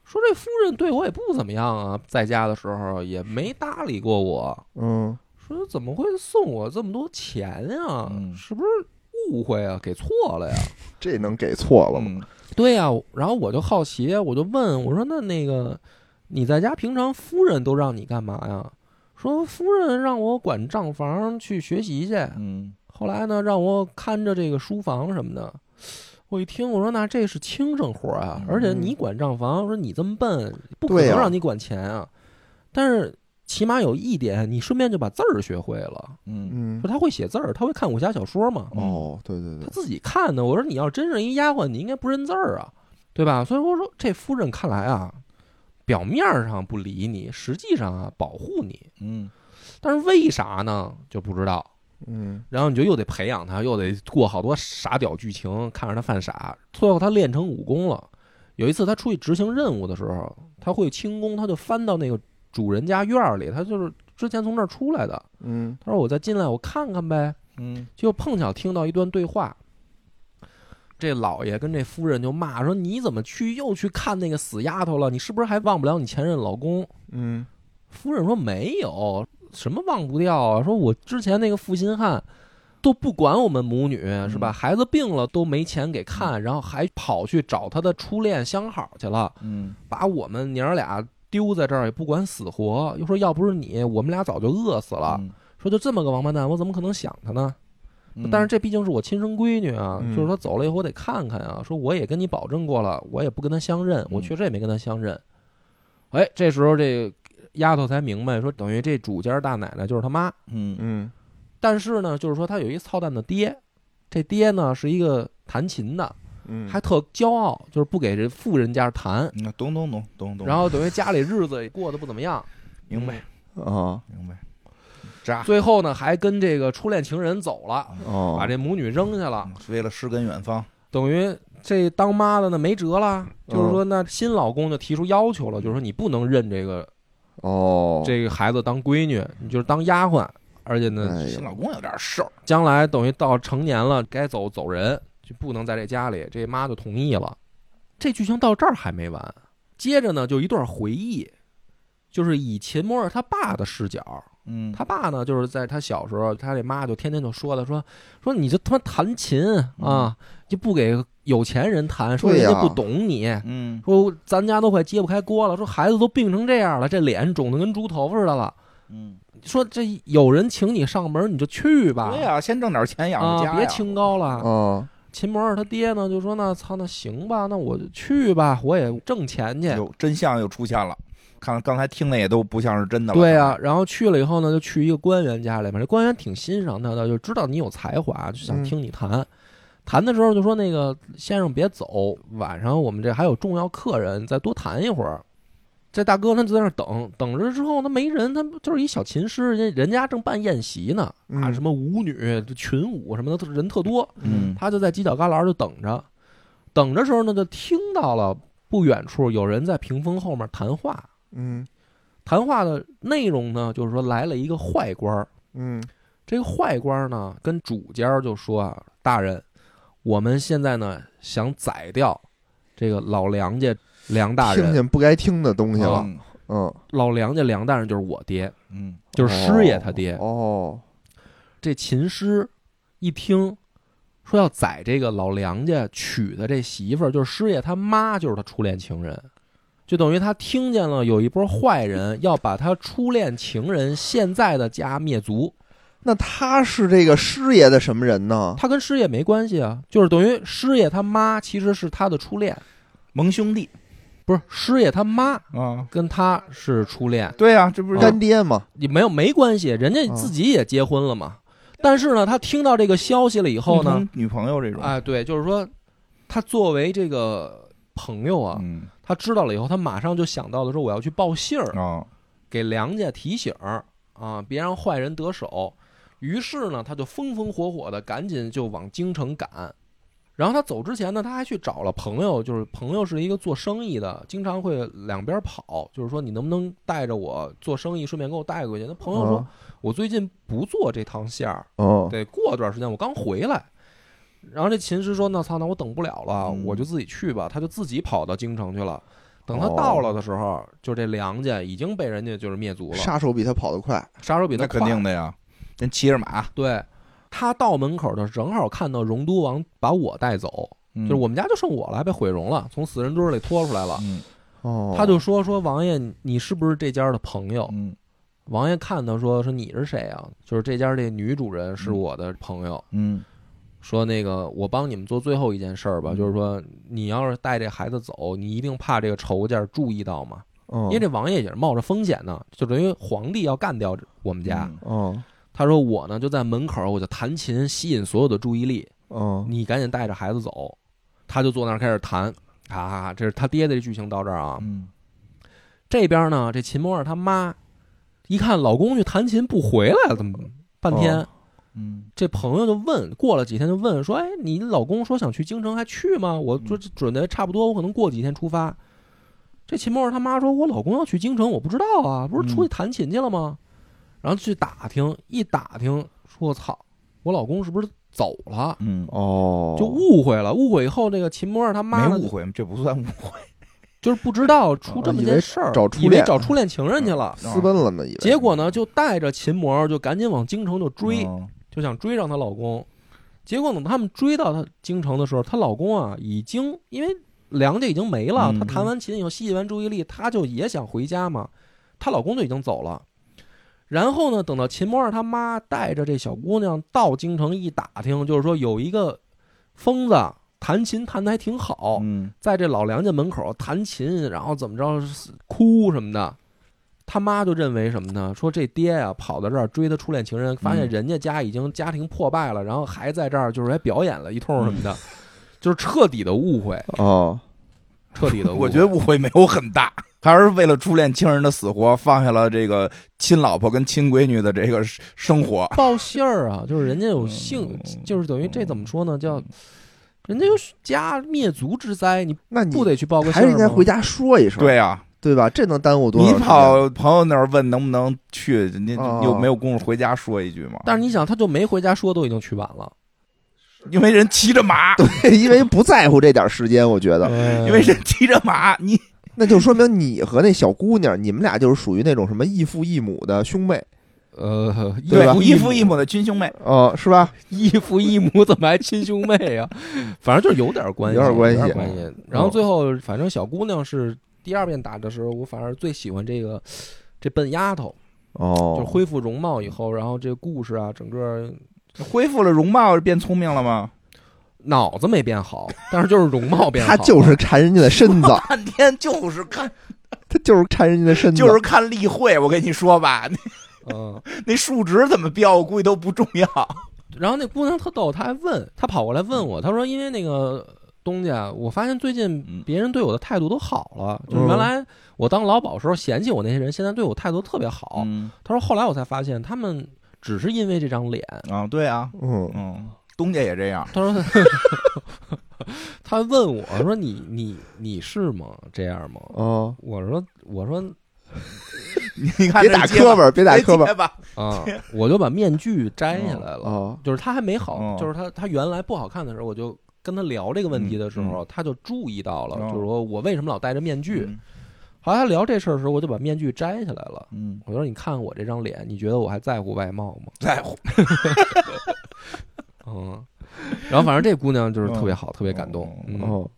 [SPEAKER 1] 说这夫人对我也不怎么样啊，在家的时候也没搭理过我。
[SPEAKER 3] 嗯，
[SPEAKER 1] 说怎么会送我这么多钱呀、
[SPEAKER 2] 嗯
[SPEAKER 1] 是不是误会啊？给错了呀？
[SPEAKER 3] 这能给错了吗？
[SPEAKER 2] 嗯
[SPEAKER 1] 对呀、然后我就好奇，我就问我说：“那那个你在家平常夫人都让你干嘛呀？”说夫人让我管账房去学习去，
[SPEAKER 2] 嗯
[SPEAKER 1] 后来呢让我看着这个书房什么的。我一听我说那这是轻生活啊，而且你管账房，我说你这么笨，不可
[SPEAKER 3] 对
[SPEAKER 1] 能
[SPEAKER 3] 呀
[SPEAKER 1] 让你管钱啊。但是起码有一点，你顺便就把字儿学会了。
[SPEAKER 2] 嗯
[SPEAKER 3] 嗯
[SPEAKER 1] 说，他会写字儿，他会看武侠小说嘛？
[SPEAKER 3] 哦，对对
[SPEAKER 1] 他
[SPEAKER 3] 对，
[SPEAKER 1] 自己看的。我说你要真是一丫鬟，你应该不认字儿啊，对吧？所以我说这夫人看来啊，表面上不理你，实际上啊保护你，
[SPEAKER 2] 嗯
[SPEAKER 1] 但是为啥呢就不知道。
[SPEAKER 3] 嗯，
[SPEAKER 1] 然后你就又得培养他，又得过好多傻屌剧情，看着他犯傻。最后他练成武功了。有一次他出去执行任务的时候，他会轻功，他就翻到那个主人家院儿里，他就是之前从那儿出来的。
[SPEAKER 3] 嗯，
[SPEAKER 1] 他说我再进来我看看呗，
[SPEAKER 2] 嗯
[SPEAKER 1] 就碰巧听到一段对话。这老爷跟这夫人就骂说：“你怎么去又去看那个死丫头了？你是不是还忘不了你前任老公
[SPEAKER 3] 嗯？”
[SPEAKER 1] 夫人说：“没有，什么忘不掉啊？说我之前那个负心汉都不管我们母女是吧？孩子病了都没钱给看，然后还跑去找他的初恋相好去了，
[SPEAKER 2] 嗯
[SPEAKER 1] 把我们娘儿俩丢在这儿也不管死活。又说要不是你，我们俩早就饿死了。
[SPEAKER 2] 嗯
[SPEAKER 1] 说就这么个王八蛋，我怎么可能想他呢？”
[SPEAKER 2] 嗯
[SPEAKER 1] 但是这毕竟是我亲生闺女啊，
[SPEAKER 3] 嗯
[SPEAKER 1] 就是说走了以后我得看看啊。说我也跟你保证过了，我也不跟她相认，
[SPEAKER 3] 嗯
[SPEAKER 1] 我确实也没跟她相认。哎，这时候这丫头才明白，说等于这主家大奶奶就是他妈，
[SPEAKER 2] 嗯
[SPEAKER 3] 嗯
[SPEAKER 1] 但是呢，就是说她有一操蛋的爹，这爹呢是一个弹琴的，
[SPEAKER 3] 嗯，
[SPEAKER 1] 还特骄傲，就是不给这富人家弹，
[SPEAKER 2] 嗯，懂懂懂懂懂，
[SPEAKER 1] 然后等于家里日子也过得不怎么样。
[SPEAKER 2] 明白
[SPEAKER 3] 哦
[SPEAKER 2] 明白，渣
[SPEAKER 1] 最后呢，还跟这个初恋情人走了，把
[SPEAKER 3] 啊哦，
[SPEAKER 1] 这母女扔下了。
[SPEAKER 2] 嗯为了诗跟远方，
[SPEAKER 1] 等于这当妈的呢没辙了，
[SPEAKER 3] 嗯
[SPEAKER 1] 就是说那新老公就提出要求了，就是说你不能认这个
[SPEAKER 3] 哦，
[SPEAKER 1] 这个孩子当闺女，你就是当丫鬟，而且呢，
[SPEAKER 3] 哎
[SPEAKER 2] 新
[SPEAKER 3] 呀，
[SPEAKER 2] 老公有点瘦，
[SPEAKER 1] 将来等于到成年了该走走人，就不能在这家里。这妈就同意了。这剧情到这儿还没完，接着呢就一段回忆，就是以秦摩尔他爸的视角，
[SPEAKER 2] 嗯，
[SPEAKER 1] 他爸呢，就是在他小时候，他这妈就天天就说他，说说你这他妈弹琴
[SPEAKER 2] 嗯
[SPEAKER 1] 啊，就不给有钱人弹，说
[SPEAKER 3] 对
[SPEAKER 1] 人家
[SPEAKER 3] 呀
[SPEAKER 1] 不懂你，
[SPEAKER 2] 嗯
[SPEAKER 1] 说咱家都快揭不开锅了，说孩子都病成这样了，这脸肿的跟猪头似的了，
[SPEAKER 2] 嗯，
[SPEAKER 1] 说这有人请你上门你就去吧，
[SPEAKER 2] 对呀，先挣点钱养
[SPEAKER 1] 啊
[SPEAKER 2] 活家呀，嗯
[SPEAKER 1] 别清高了。
[SPEAKER 3] 哦
[SPEAKER 1] 秦博士他爹呢就说那操那行吧，那我就去吧，我也挣钱去。
[SPEAKER 2] 有真相又出现了，看刚才听的也都不像是真的了。
[SPEAKER 1] 对啊呀、然后去了以后呢，就去一个官员家里面，这官员挺欣赏他的，就知道你有才华，就想听你弹。弹的时候就说：“那个先生别走，晚上我们这还有重要客人，再多弹一会儿。”这大哥他就在那儿等，等着之后他没人，他就是一小琴师，人家人家正办宴席呢，啊，
[SPEAKER 3] 嗯
[SPEAKER 1] 什么舞女、群舞什么的，人特多。
[SPEAKER 2] 嗯，
[SPEAKER 1] 他就在犄角旮旯就等着，等的时候呢，就听到了不远处有人在屏风后面谈话，
[SPEAKER 3] 嗯
[SPEAKER 1] 谈话的内容呢，就是说来了一个坏官儿，
[SPEAKER 3] 嗯
[SPEAKER 1] 这个坏官儿呢跟主家儿就说啊，大人，我们现在呢想宰掉这个老梁家梁大
[SPEAKER 3] 听
[SPEAKER 1] 人，
[SPEAKER 3] 见不该听的东西
[SPEAKER 1] 啊
[SPEAKER 3] 了，
[SPEAKER 2] 嗯
[SPEAKER 3] 嗯，
[SPEAKER 1] 老梁家梁大人就是我爹，
[SPEAKER 2] 嗯，
[SPEAKER 1] 就是师爷他爹。
[SPEAKER 3] 哦，
[SPEAKER 1] 这秦师一听说要宰这个老梁家娶的这媳妇儿，就是师爷他妈，就是他初恋情人。就等于他听见了有一波坏人要把他初恋情人现在的家灭族，
[SPEAKER 3] 那他是这个师爷的什么人呢？
[SPEAKER 1] 他跟师爷没关系啊，就是等于师爷他妈其实是他的初恋，
[SPEAKER 2] 盟兄弟
[SPEAKER 1] 不是师爷他妈
[SPEAKER 2] 啊，
[SPEAKER 1] 跟他是初恋，
[SPEAKER 2] 对呀，这
[SPEAKER 1] 啊
[SPEAKER 2] 不是
[SPEAKER 3] 干爹嘛，
[SPEAKER 1] 也没有没关系，人家自己也结婚了嘛。但是呢，他听到这个消息了以后呢，
[SPEAKER 2] 共同女朋友这种，
[SPEAKER 1] 啊，对，就是说他作为这个朋友啊，
[SPEAKER 2] 嗯
[SPEAKER 1] 他知道了以后，他马上就想到了说我要去报信儿，
[SPEAKER 2] 啊，
[SPEAKER 1] 给梁家提醒儿啊，别让坏人得手。于是呢，他就风风火火的赶紧就往京城赶。然后他走之前呢，他还去找了朋友，就是朋友是一个做生意的，经常会两边跑，就是说你能不能带着我做生意，顺便给我带过去？那朋友说，
[SPEAKER 3] 啊
[SPEAKER 1] 哦我最近不做这趟线儿，
[SPEAKER 3] 哦，
[SPEAKER 1] 得过段时间，我刚回来。然后这琴师说：“那操，那我等不了了，
[SPEAKER 2] 嗯
[SPEAKER 1] 我就自己去吧。”他就自己跑到京城去了。等他
[SPEAKER 3] 哦
[SPEAKER 1] 到了的时候，就这梁家已经被人家就是灭族了，
[SPEAKER 3] 杀手比他跑得快，
[SPEAKER 1] 杀手比他
[SPEAKER 2] 那
[SPEAKER 1] 快。
[SPEAKER 2] 肯定的呀，人骑着马，
[SPEAKER 1] 对，他到门口的时候，正好看到荣都王把我带走，
[SPEAKER 2] 就
[SPEAKER 1] 就是我们家就剩我了，还被毁容了，从死人堆里拖出来了。
[SPEAKER 2] 嗯
[SPEAKER 3] 哦，
[SPEAKER 1] 他就说：“说王爷，你是不是这家的朋友？”
[SPEAKER 2] 嗯
[SPEAKER 1] 王爷看他说：“说你是谁啊？就是这家这女主人是我的朋友。”
[SPEAKER 2] 嗯
[SPEAKER 1] 说那个，我帮你们做最后一件事儿吧，
[SPEAKER 2] 嗯
[SPEAKER 1] 就是说，你要是带这孩子走，你一定怕这个仇家注意到嘛，因
[SPEAKER 2] 嗯
[SPEAKER 3] 哦，
[SPEAKER 1] 为这王爷也是冒着风险呢，就等于皇帝要干掉我们家。
[SPEAKER 2] 嗯
[SPEAKER 3] 哦
[SPEAKER 1] 他说我呢就在门口，我就弹琴吸引所有的注意力，
[SPEAKER 2] 嗯
[SPEAKER 3] 哦，
[SPEAKER 1] 你赶紧带着孩子走。他就坐那儿开始弹，啊，这是他爹的这剧情到这儿啊。
[SPEAKER 2] 嗯
[SPEAKER 1] 这边呢，这秦摩尔他妈一看老公去弹琴不回来了，怎么半天？
[SPEAKER 3] 哦
[SPEAKER 2] 嗯
[SPEAKER 1] 这朋友就问，过了几天就问说：“哎，你老公说想去京城，还去吗？”我说
[SPEAKER 3] 嗯
[SPEAKER 1] 准的差不多，我可能过几天出发。这秦默他妈说：“我老公要去京城，我不知道啊，不是
[SPEAKER 3] 嗯
[SPEAKER 1] 出去弹琴去了吗？”然后去打听，一打听说：“我操，我老公是不是走了，
[SPEAKER 2] 嗯，
[SPEAKER 3] 哦，
[SPEAKER 1] 就误会了。误会以后，这个秦末他妈呢
[SPEAKER 2] 没误会，这不算误会。
[SPEAKER 1] 就是不知道出这么件事儿，
[SPEAKER 3] 哦以为找初
[SPEAKER 1] 以为
[SPEAKER 3] 恋嗯
[SPEAKER 1] 找初恋情人去
[SPEAKER 2] 啊
[SPEAKER 1] 了。
[SPEAKER 3] 私奔了嘛，以为
[SPEAKER 1] 结果呢，就带着秦魔就赶紧往京城就追，
[SPEAKER 2] 嗯
[SPEAKER 1] 就想追上她老公。结果等他们追到她京城的时候，她老公啊已经因为梁家已经没了，
[SPEAKER 2] 嗯
[SPEAKER 1] 她弹完琴以后吸引完注意力，她就也想回家嘛，她老公就已经走了。然后呢，等到秦魔二他妈带着这小姑娘到京城一打听，就是说有一个疯子弹琴弹的还挺好，
[SPEAKER 2] 嗯，
[SPEAKER 1] 在这老梁家门口弹琴，然后怎么着哭什么的。他妈就认为什么呢？说这爹呀、跑到这儿追他初恋情人，发现
[SPEAKER 2] 嗯
[SPEAKER 1] 人家家已经家庭破败了，然后还在这儿就是还表演了一通什么的，
[SPEAKER 2] 嗯
[SPEAKER 1] 就是彻底的误会，
[SPEAKER 3] 哦，
[SPEAKER 1] 彻底的误会。
[SPEAKER 2] 我觉得误会没有很大，还是为了初恋情人的死活，放下了这个亲老婆跟亲闺女的这个生活。
[SPEAKER 1] 报信儿啊，就是人家
[SPEAKER 2] 嗯
[SPEAKER 1] 有性，就是等于这怎么说呢？叫人家有家灭族之灾，你
[SPEAKER 3] 那你
[SPEAKER 1] 不得去报个信
[SPEAKER 3] 还
[SPEAKER 1] 儿
[SPEAKER 3] 是
[SPEAKER 1] 吗？
[SPEAKER 3] 应该回家说一声，
[SPEAKER 2] 对啊，
[SPEAKER 3] 对吧？这能耽误多少
[SPEAKER 2] 你
[SPEAKER 3] 时间？
[SPEAKER 2] 跑朋友那儿问能不能去，你
[SPEAKER 3] 哦
[SPEAKER 2] 你有没有功夫回家说一句嘛？
[SPEAKER 1] 但是你想，他就没回家说，都已经去晚了，
[SPEAKER 2] 因为人骑着马，
[SPEAKER 3] 因为不在乎这点时间，我觉得
[SPEAKER 2] 因为人骑着马，你
[SPEAKER 3] 那就说明你和那小姑娘，你们俩就是属于那种什么异父异母的兄妹，
[SPEAKER 1] 呃，一
[SPEAKER 3] 对吧
[SPEAKER 1] 夫
[SPEAKER 2] 一父一
[SPEAKER 1] 母
[SPEAKER 2] 母的亲兄妹，
[SPEAKER 3] 哦，是吧？
[SPEAKER 1] 异父异母怎么还亲兄妹啊呀、 反正就是有点关系，
[SPEAKER 3] 有
[SPEAKER 1] 有
[SPEAKER 3] 点关系嗯
[SPEAKER 1] 点关系。然后最后，反正小姑娘是第二遍打的时候，我反而最喜欢这个这笨丫头，就
[SPEAKER 3] 哦，
[SPEAKER 1] 恢复容貌以后，然后这故事啊，整个
[SPEAKER 2] 恢复了容貌，变聪明了 吗？，
[SPEAKER 1] 脑子没变好，但是就是容貌变好
[SPEAKER 3] 他
[SPEAKER 1] 了。
[SPEAKER 3] 就是馋人家的 身子
[SPEAKER 2] 半天就是看
[SPEAKER 3] 他就是馋人家的身子，
[SPEAKER 2] 就是看例会，我跟你说吧，那
[SPEAKER 1] 嗯，
[SPEAKER 2] 那数值怎么标，我估计都不重要。
[SPEAKER 1] 然后那姑娘特逗，她还问，她跑过来问我，她说因为那个。东家，我发现最近
[SPEAKER 2] 嗯
[SPEAKER 1] 别人对我的态度都好了，就是
[SPEAKER 3] 嗯
[SPEAKER 1] 原来我当老鸨时候嫌弃我那些人，现在对我态度特别好。
[SPEAKER 2] 嗯
[SPEAKER 1] 他说后来我才发现，他们只是因为这张脸。
[SPEAKER 2] 啊，对啊，
[SPEAKER 3] 嗯，
[SPEAKER 2] 嗯，东家也这样，
[SPEAKER 1] 他说， 他问我说你你你是吗？这样吗？
[SPEAKER 3] 哦，
[SPEAKER 1] 我说我说
[SPEAKER 2] 你你看
[SPEAKER 3] 别打
[SPEAKER 2] 这结巴
[SPEAKER 3] 磕，巴，别打
[SPEAKER 1] 哎
[SPEAKER 3] 磕巴，
[SPEAKER 2] 巴，
[SPEAKER 1] 啊，我就把面具摘下来了。
[SPEAKER 3] 哦，
[SPEAKER 1] 就是他还没好
[SPEAKER 2] 哦，
[SPEAKER 1] 就是他他原来不好看的时候，我就跟他聊这个问题的时候，他就注意到了，
[SPEAKER 2] 嗯哦嗯
[SPEAKER 1] 就是说我为什么老戴着面具。后来他聊这事儿的时候，我就把面具摘下来了。
[SPEAKER 2] 嗯，
[SPEAKER 1] 我说你看我这张脸，你觉得我还在乎外貌吗？
[SPEAKER 2] 在乎，
[SPEAKER 1] 嗯，然后反正这姑娘就是特别好，特别感
[SPEAKER 2] 哦
[SPEAKER 1] 动。嗯，
[SPEAKER 3] 哦，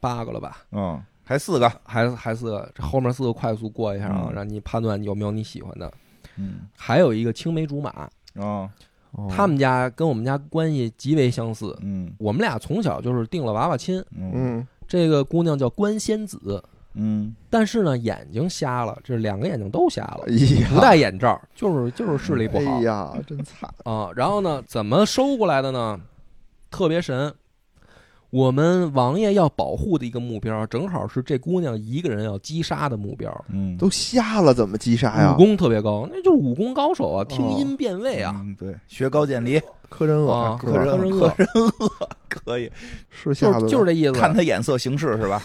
[SPEAKER 1] 八个了吧？
[SPEAKER 2] 嗯，还四个，
[SPEAKER 1] 还还四个，这后面四个快速过一下啊，
[SPEAKER 2] 嗯
[SPEAKER 1] 让你判断有没有你喜欢的。
[SPEAKER 2] 嗯，
[SPEAKER 1] 还有一个青梅竹马，
[SPEAKER 2] 哦，
[SPEAKER 3] 哦
[SPEAKER 1] 他们家跟我们家关系极为相似。
[SPEAKER 2] 嗯，
[SPEAKER 1] 我们俩从小就是定了娃娃亲。
[SPEAKER 2] 嗯，
[SPEAKER 3] 嗯，
[SPEAKER 1] 这个姑娘叫关仙子，
[SPEAKER 2] 嗯，
[SPEAKER 1] 但是呢眼睛瞎了，就是两个眼睛都瞎了
[SPEAKER 3] 哎，呀，
[SPEAKER 1] 不戴眼罩，就是就是视力不好
[SPEAKER 3] 哎呀，真惨，
[SPEAKER 1] 啊。然后呢，怎么收过来的呢？特别神。我们王爷要保护的一个目标，正好是这姑娘一个人要击杀的目标。
[SPEAKER 2] 嗯，
[SPEAKER 3] 都瞎了，怎么击杀呀
[SPEAKER 1] 武？功特别高，那就是武功高手啊，听
[SPEAKER 3] 哦
[SPEAKER 1] 音辨位啊。
[SPEAKER 2] 嗯，对，学高渐离，
[SPEAKER 3] 柯震
[SPEAKER 1] 啊
[SPEAKER 3] 恶，
[SPEAKER 1] 柯
[SPEAKER 3] 哥
[SPEAKER 1] 震
[SPEAKER 2] 人
[SPEAKER 1] 恶
[SPEAKER 2] 恶，人恶， 可以，
[SPEAKER 3] 是
[SPEAKER 1] 就
[SPEAKER 3] 瞎
[SPEAKER 1] 是
[SPEAKER 3] 子，
[SPEAKER 1] 就是这意思。啊
[SPEAKER 2] 看他眼色行事是吧？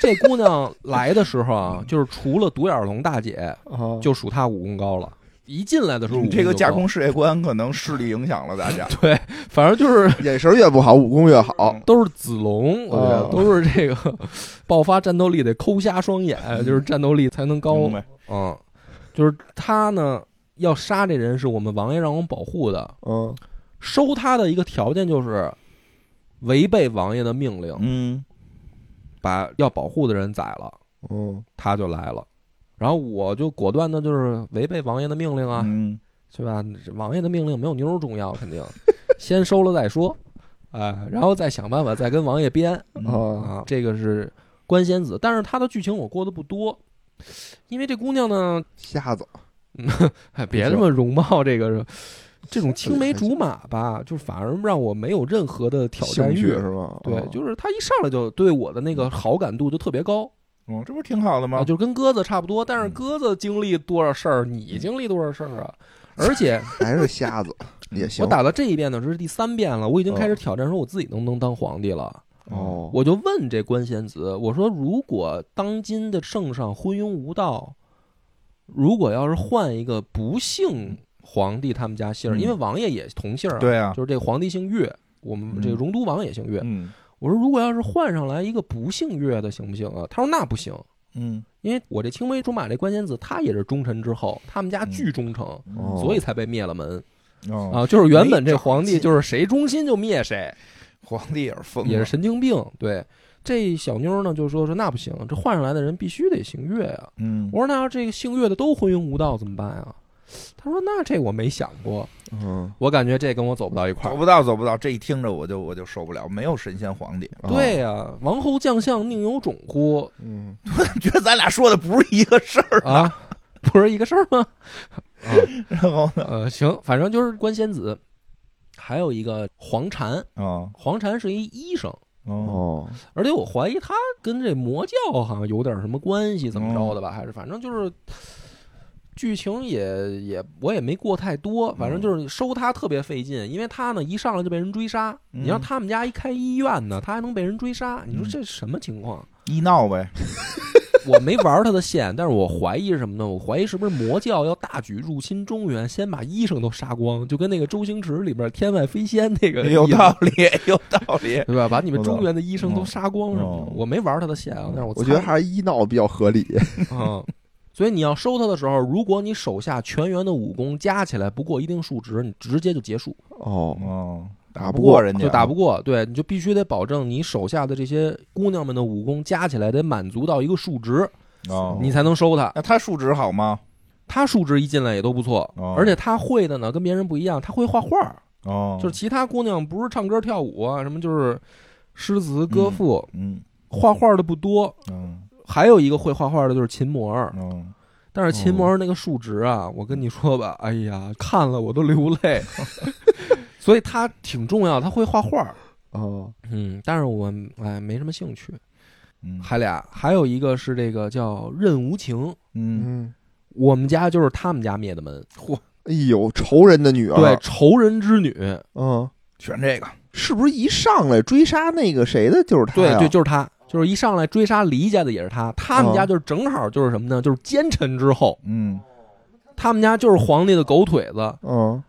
[SPEAKER 1] 这姑娘来的时候 啊，就是除了独眼龙大姐，
[SPEAKER 3] 啊，
[SPEAKER 1] 就属她武功高了。嗯一进来的时候，武
[SPEAKER 2] 你
[SPEAKER 1] 功
[SPEAKER 2] 这个
[SPEAKER 1] 就
[SPEAKER 2] 架
[SPEAKER 1] 高
[SPEAKER 2] 空世界观可能势力影响了大 家。
[SPEAKER 1] 对，反正就是
[SPEAKER 3] 眼神越不好，武功越好，
[SPEAKER 1] 都是子龙，我觉得
[SPEAKER 3] 哦
[SPEAKER 1] 都是这个 爆发战斗力得抠瞎双眼，就是战斗力才能高。
[SPEAKER 2] 明白
[SPEAKER 1] 嗯，就是他呢要杀这人是我们王爷让我保护的，
[SPEAKER 3] 嗯，
[SPEAKER 1] 收他的一个条件就是违背王爷的命令。
[SPEAKER 2] 嗯
[SPEAKER 1] 把要保护的人宰了，
[SPEAKER 3] 嗯，
[SPEAKER 1] 他就来了。然后我就果断的，就是违背王爷的命令啊，
[SPEAKER 2] 嗯，
[SPEAKER 1] 对吧？王爷的命令没有妞儿重要，肯定先收了再说，哎，然后再想办法再跟王爷编
[SPEAKER 2] 嗯哦
[SPEAKER 3] 啊，
[SPEAKER 1] 啊。这个是关仙子，但是她的剧情我过得不多，因为这姑娘呢，
[SPEAKER 3] 瞎子，
[SPEAKER 1] 哎，别这么容貌这个这种青梅竹马吧，就反而让我没有任何的挑战
[SPEAKER 3] 兴
[SPEAKER 1] 欲。
[SPEAKER 3] 趣是吧？
[SPEAKER 1] 对
[SPEAKER 3] 哦，嗯
[SPEAKER 1] 就是她一上来就对我的那个好感度就特别高，
[SPEAKER 2] 嗯，这不是挺好的
[SPEAKER 1] 啊，
[SPEAKER 2] 吗？
[SPEAKER 1] 就跟鸽子差不多，但是
[SPEAKER 2] 嗯
[SPEAKER 1] 鸽子经历多少事儿，你经历多少事儿啊？而 且
[SPEAKER 3] 还是 瞎子也行
[SPEAKER 1] 我。打到这一遍呢，这是第三遍了，我已经
[SPEAKER 2] 哦
[SPEAKER 1] 开始挑战说我自己能不能当皇帝了。
[SPEAKER 3] 哦，
[SPEAKER 1] 我就问这关贤子，我说如果当今的圣上昏庸无道，如果要是换一个不姓皇帝他们家姓儿，
[SPEAKER 2] 嗯
[SPEAKER 1] 因为王爷也同姓儿啊，
[SPEAKER 2] 对啊
[SPEAKER 1] 就是这个皇帝姓岳，我们这个
[SPEAKER 2] 嗯
[SPEAKER 1] 荣都王也姓岳。
[SPEAKER 2] 嗯
[SPEAKER 1] 我说如果要是换上来一个不姓岳的行不行啊？他说那不行，
[SPEAKER 2] 嗯，
[SPEAKER 1] 因为我这青梅竹马这关键字，他也是忠臣之后，他们家巨忠诚，
[SPEAKER 3] 哦
[SPEAKER 1] 嗯所以才被灭了门
[SPEAKER 2] 嗯哦，
[SPEAKER 1] 啊。就是原本
[SPEAKER 2] 没
[SPEAKER 1] 这
[SPEAKER 2] 长
[SPEAKER 1] 皇帝
[SPEAKER 2] 进
[SPEAKER 1] 就是谁忠心就灭谁，
[SPEAKER 2] 皇帝也是疯
[SPEAKER 1] 也是
[SPEAKER 2] 了，
[SPEAKER 1] 神经病。对，这小妞儿呢就说说那不行，这换上来的人必须得姓岳啊。
[SPEAKER 2] 嗯
[SPEAKER 1] 我说那要这个姓岳的都昏庸无道怎么办啊？他说那这我没想过，
[SPEAKER 3] 嗯，
[SPEAKER 1] 我感觉这跟我走不到一块儿。
[SPEAKER 2] 走不到，走不到，这一听着我就我就受不了，没有神仙皇帝，
[SPEAKER 3] 哦
[SPEAKER 1] 对，呀、王侯将相宁有种乎
[SPEAKER 3] 嗯，
[SPEAKER 2] 我怎么觉得咱俩说的不是一个事儿？
[SPEAKER 1] 啊？不是一个事儿吗？啊，
[SPEAKER 2] 然后呢？
[SPEAKER 1] 呃，行，反正就是关仙子，还有一个黄禅，
[SPEAKER 2] 哦
[SPEAKER 1] 黄禅是一医生，
[SPEAKER 2] 哦
[SPEAKER 3] 哦，
[SPEAKER 1] 而且我怀疑他跟这魔教好像有点什么关系，怎么着的吧？还是反正就是剧情也也我也没过太多，反正就是收他特别费劲，因为他呢一上来就被人追杀，
[SPEAKER 2] 嗯
[SPEAKER 1] 你让他们家一开医院呢，他还能被人追杀，你说
[SPEAKER 2] 嗯
[SPEAKER 1] 这什么情况？啊
[SPEAKER 2] 医闹呗，
[SPEAKER 1] 我没玩他的线，但是我怀疑是什么呢？我怀疑是不是魔教要大举入侵中原，先把医生都杀光，就跟那个周星驰里边天外飞仙那个
[SPEAKER 2] 有
[SPEAKER 1] 一样
[SPEAKER 2] 哎道理，有 道理。
[SPEAKER 1] 对吧？把你们
[SPEAKER 2] 有道
[SPEAKER 1] 中原的医生都
[SPEAKER 2] 嗯
[SPEAKER 1] 杀光什么的
[SPEAKER 2] 哦。
[SPEAKER 1] 我没玩他的线啊，但是我
[SPEAKER 3] 我觉得
[SPEAKER 1] 猜
[SPEAKER 3] 还是医闹比较 合理。
[SPEAKER 1] 嗯，所以你要收他的时候，如果你手下全员的武功加起来不过一定数值，你直接就结束，
[SPEAKER 3] 哦，
[SPEAKER 2] 哦，
[SPEAKER 3] 打
[SPEAKER 2] 打
[SPEAKER 3] 不
[SPEAKER 2] 不
[SPEAKER 3] 过
[SPEAKER 2] 过人家，
[SPEAKER 1] 就嗯打不过。对，你就必须得保证你手下的这些姑娘们的武功加起来得满足到一个数值，
[SPEAKER 2] 哦。
[SPEAKER 1] 你才能收他。
[SPEAKER 2] 那他数值好吗？
[SPEAKER 1] 他数值一进来也都不错
[SPEAKER 2] 哦，
[SPEAKER 1] 而且他会的呢跟别人不一样，他会画画儿，
[SPEAKER 2] 哦
[SPEAKER 1] 就是其他姑娘不是唱歌跳舞啊，什么就是诗词歌赋，
[SPEAKER 2] 嗯
[SPEAKER 1] 画画的不多。
[SPEAKER 2] 嗯
[SPEAKER 1] 还有一个会画画的就是秦魔儿，
[SPEAKER 2] 嗯，
[SPEAKER 1] 但是秦魔儿那个数值啊，我跟你说 吧，哎呀，看了我都流泪，所以他挺重要，他会画画，
[SPEAKER 3] 哦，
[SPEAKER 1] 嗯，但是我哎没什么兴趣。
[SPEAKER 2] 嗯
[SPEAKER 1] 还俩，还有一个是这个叫任无情，
[SPEAKER 2] 嗯
[SPEAKER 3] 嗯，
[SPEAKER 1] 我们家就是他们家灭的门，
[SPEAKER 3] 哎呦，仇人的女儿，
[SPEAKER 1] 对，，仇人之女，
[SPEAKER 3] 嗯，
[SPEAKER 2] 选这个
[SPEAKER 3] 是不是一上来追杀那个谁的就是他
[SPEAKER 1] 对
[SPEAKER 2] 哎
[SPEAKER 3] 呀？
[SPEAKER 1] 对，就是他，就是一上来追杀黎家的也是他，他们
[SPEAKER 3] 哦
[SPEAKER 1] 家就是正好就是什么呢？就是奸臣之后，
[SPEAKER 2] 嗯
[SPEAKER 1] 他们家就是皇帝的狗腿子，
[SPEAKER 3] 嗯，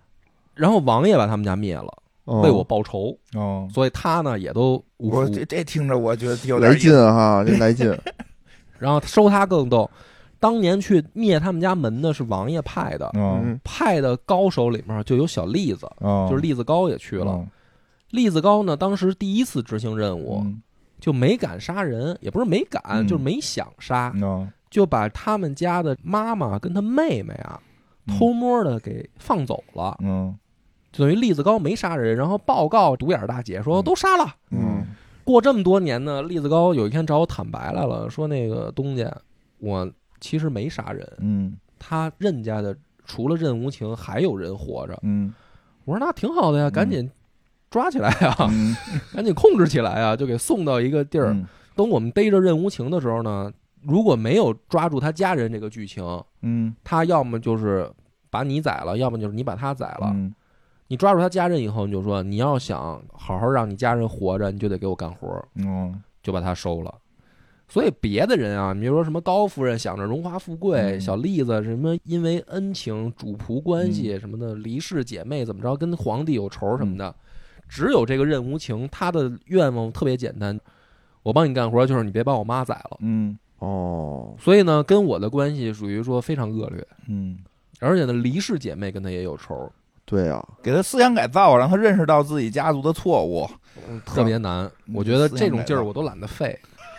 [SPEAKER 1] 然后王爷把他们家灭了，
[SPEAKER 3] 嗯，
[SPEAKER 1] 为我报仇，
[SPEAKER 2] 哦，
[SPEAKER 1] 所以他呢也都无
[SPEAKER 2] 我
[SPEAKER 1] 辜
[SPEAKER 2] 这。这听着我觉得有点
[SPEAKER 3] 来
[SPEAKER 2] 意
[SPEAKER 3] 劲啊
[SPEAKER 2] 思，
[SPEAKER 3] 哈，这来 劲，
[SPEAKER 1] 然后收他更逗，当年去灭他们家门的是王爷派的，
[SPEAKER 2] 嗯
[SPEAKER 3] 嗯，
[SPEAKER 1] 派的高手里面就有小栗子，
[SPEAKER 2] 哦，
[SPEAKER 1] 就是栗子高也去了。
[SPEAKER 2] 嗯，
[SPEAKER 1] 栗子高呢，当时第一次执行任务
[SPEAKER 2] 嗯
[SPEAKER 1] 就没敢杀人，也不是没敢，
[SPEAKER 2] 嗯
[SPEAKER 1] 就是没想杀。
[SPEAKER 2] 哦
[SPEAKER 1] 就把他们家的妈妈跟他妹妹啊，
[SPEAKER 2] 嗯
[SPEAKER 1] 偷摸的给放走了，
[SPEAKER 2] 嗯
[SPEAKER 1] 等于栗子高没杀人，然后报告独眼儿大姐说
[SPEAKER 2] 嗯
[SPEAKER 1] 都杀了。
[SPEAKER 3] 嗯
[SPEAKER 1] 过这么多年呢，栗子高有一天找我坦白来了，说那个东家，我其实没杀人，
[SPEAKER 2] 嗯
[SPEAKER 1] 他任家的除了任无情还有人活着。
[SPEAKER 2] 嗯
[SPEAKER 1] 我说那挺好的呀，
[SPEAKER 2] 嗯
[SPEAKER 1] 赶紧抓起来啊，
[SPEAKER 2] 嗯
[SPEAKER 1] 赶紧控制起来啊，就给送到一个地儿。
[SPEAKER 2] 嗯
[SPEAKER 1] 等我们逮着任无情的时候呢，如果没有抓住他家人这个剧情，
[SPEAKER 2] 嗯
[SPEAKER 1] 他要么就是把你宰了，要么就是你把他宰了。
[SPEAKER 2] 嗯
[SPEAKER 1] 你抓住他家人以后，你就说你要想好好让你家人活着，你就得给我干活儿，
[SPEAKER 2] 哦
[SPEAKER 1] 就把他收了。所以别的人啊，你比如说什么高夫人想着荣华富贵，
[SPEAKER 2] 嗯
[SPEAKER 1] 小栗子什么因为恩情、主仆关
[SPEAKER 2] 嗯
[SPEAKER 1] 系什么的，离世姐妹怎么着，跟皇帝有仇什么的，只有这个任无情，他的愿望特别简单，我帮你干活儿，就是你别把我妈宰了。
[SPEAKER 2] 嗯
[SPEAKER 3] 哦，
[SPEAKER 1] 所以呢，跟我的关系属于说非常恶劣。
[SPEAKER 2] 嗯，
[SPEAKER 1] 而且呢，黎氏姐妹跟他也有仇，
[SPEAKER 3] 对啊，
[SPEAKER 2] 给他思想改造，让他认识到自己家族的错误，
[SPEAKER 1] 特别难。
[SPEAKER 2] 嗯
[SPEAKER 1] 我觉得这种劲儿我都懒得费，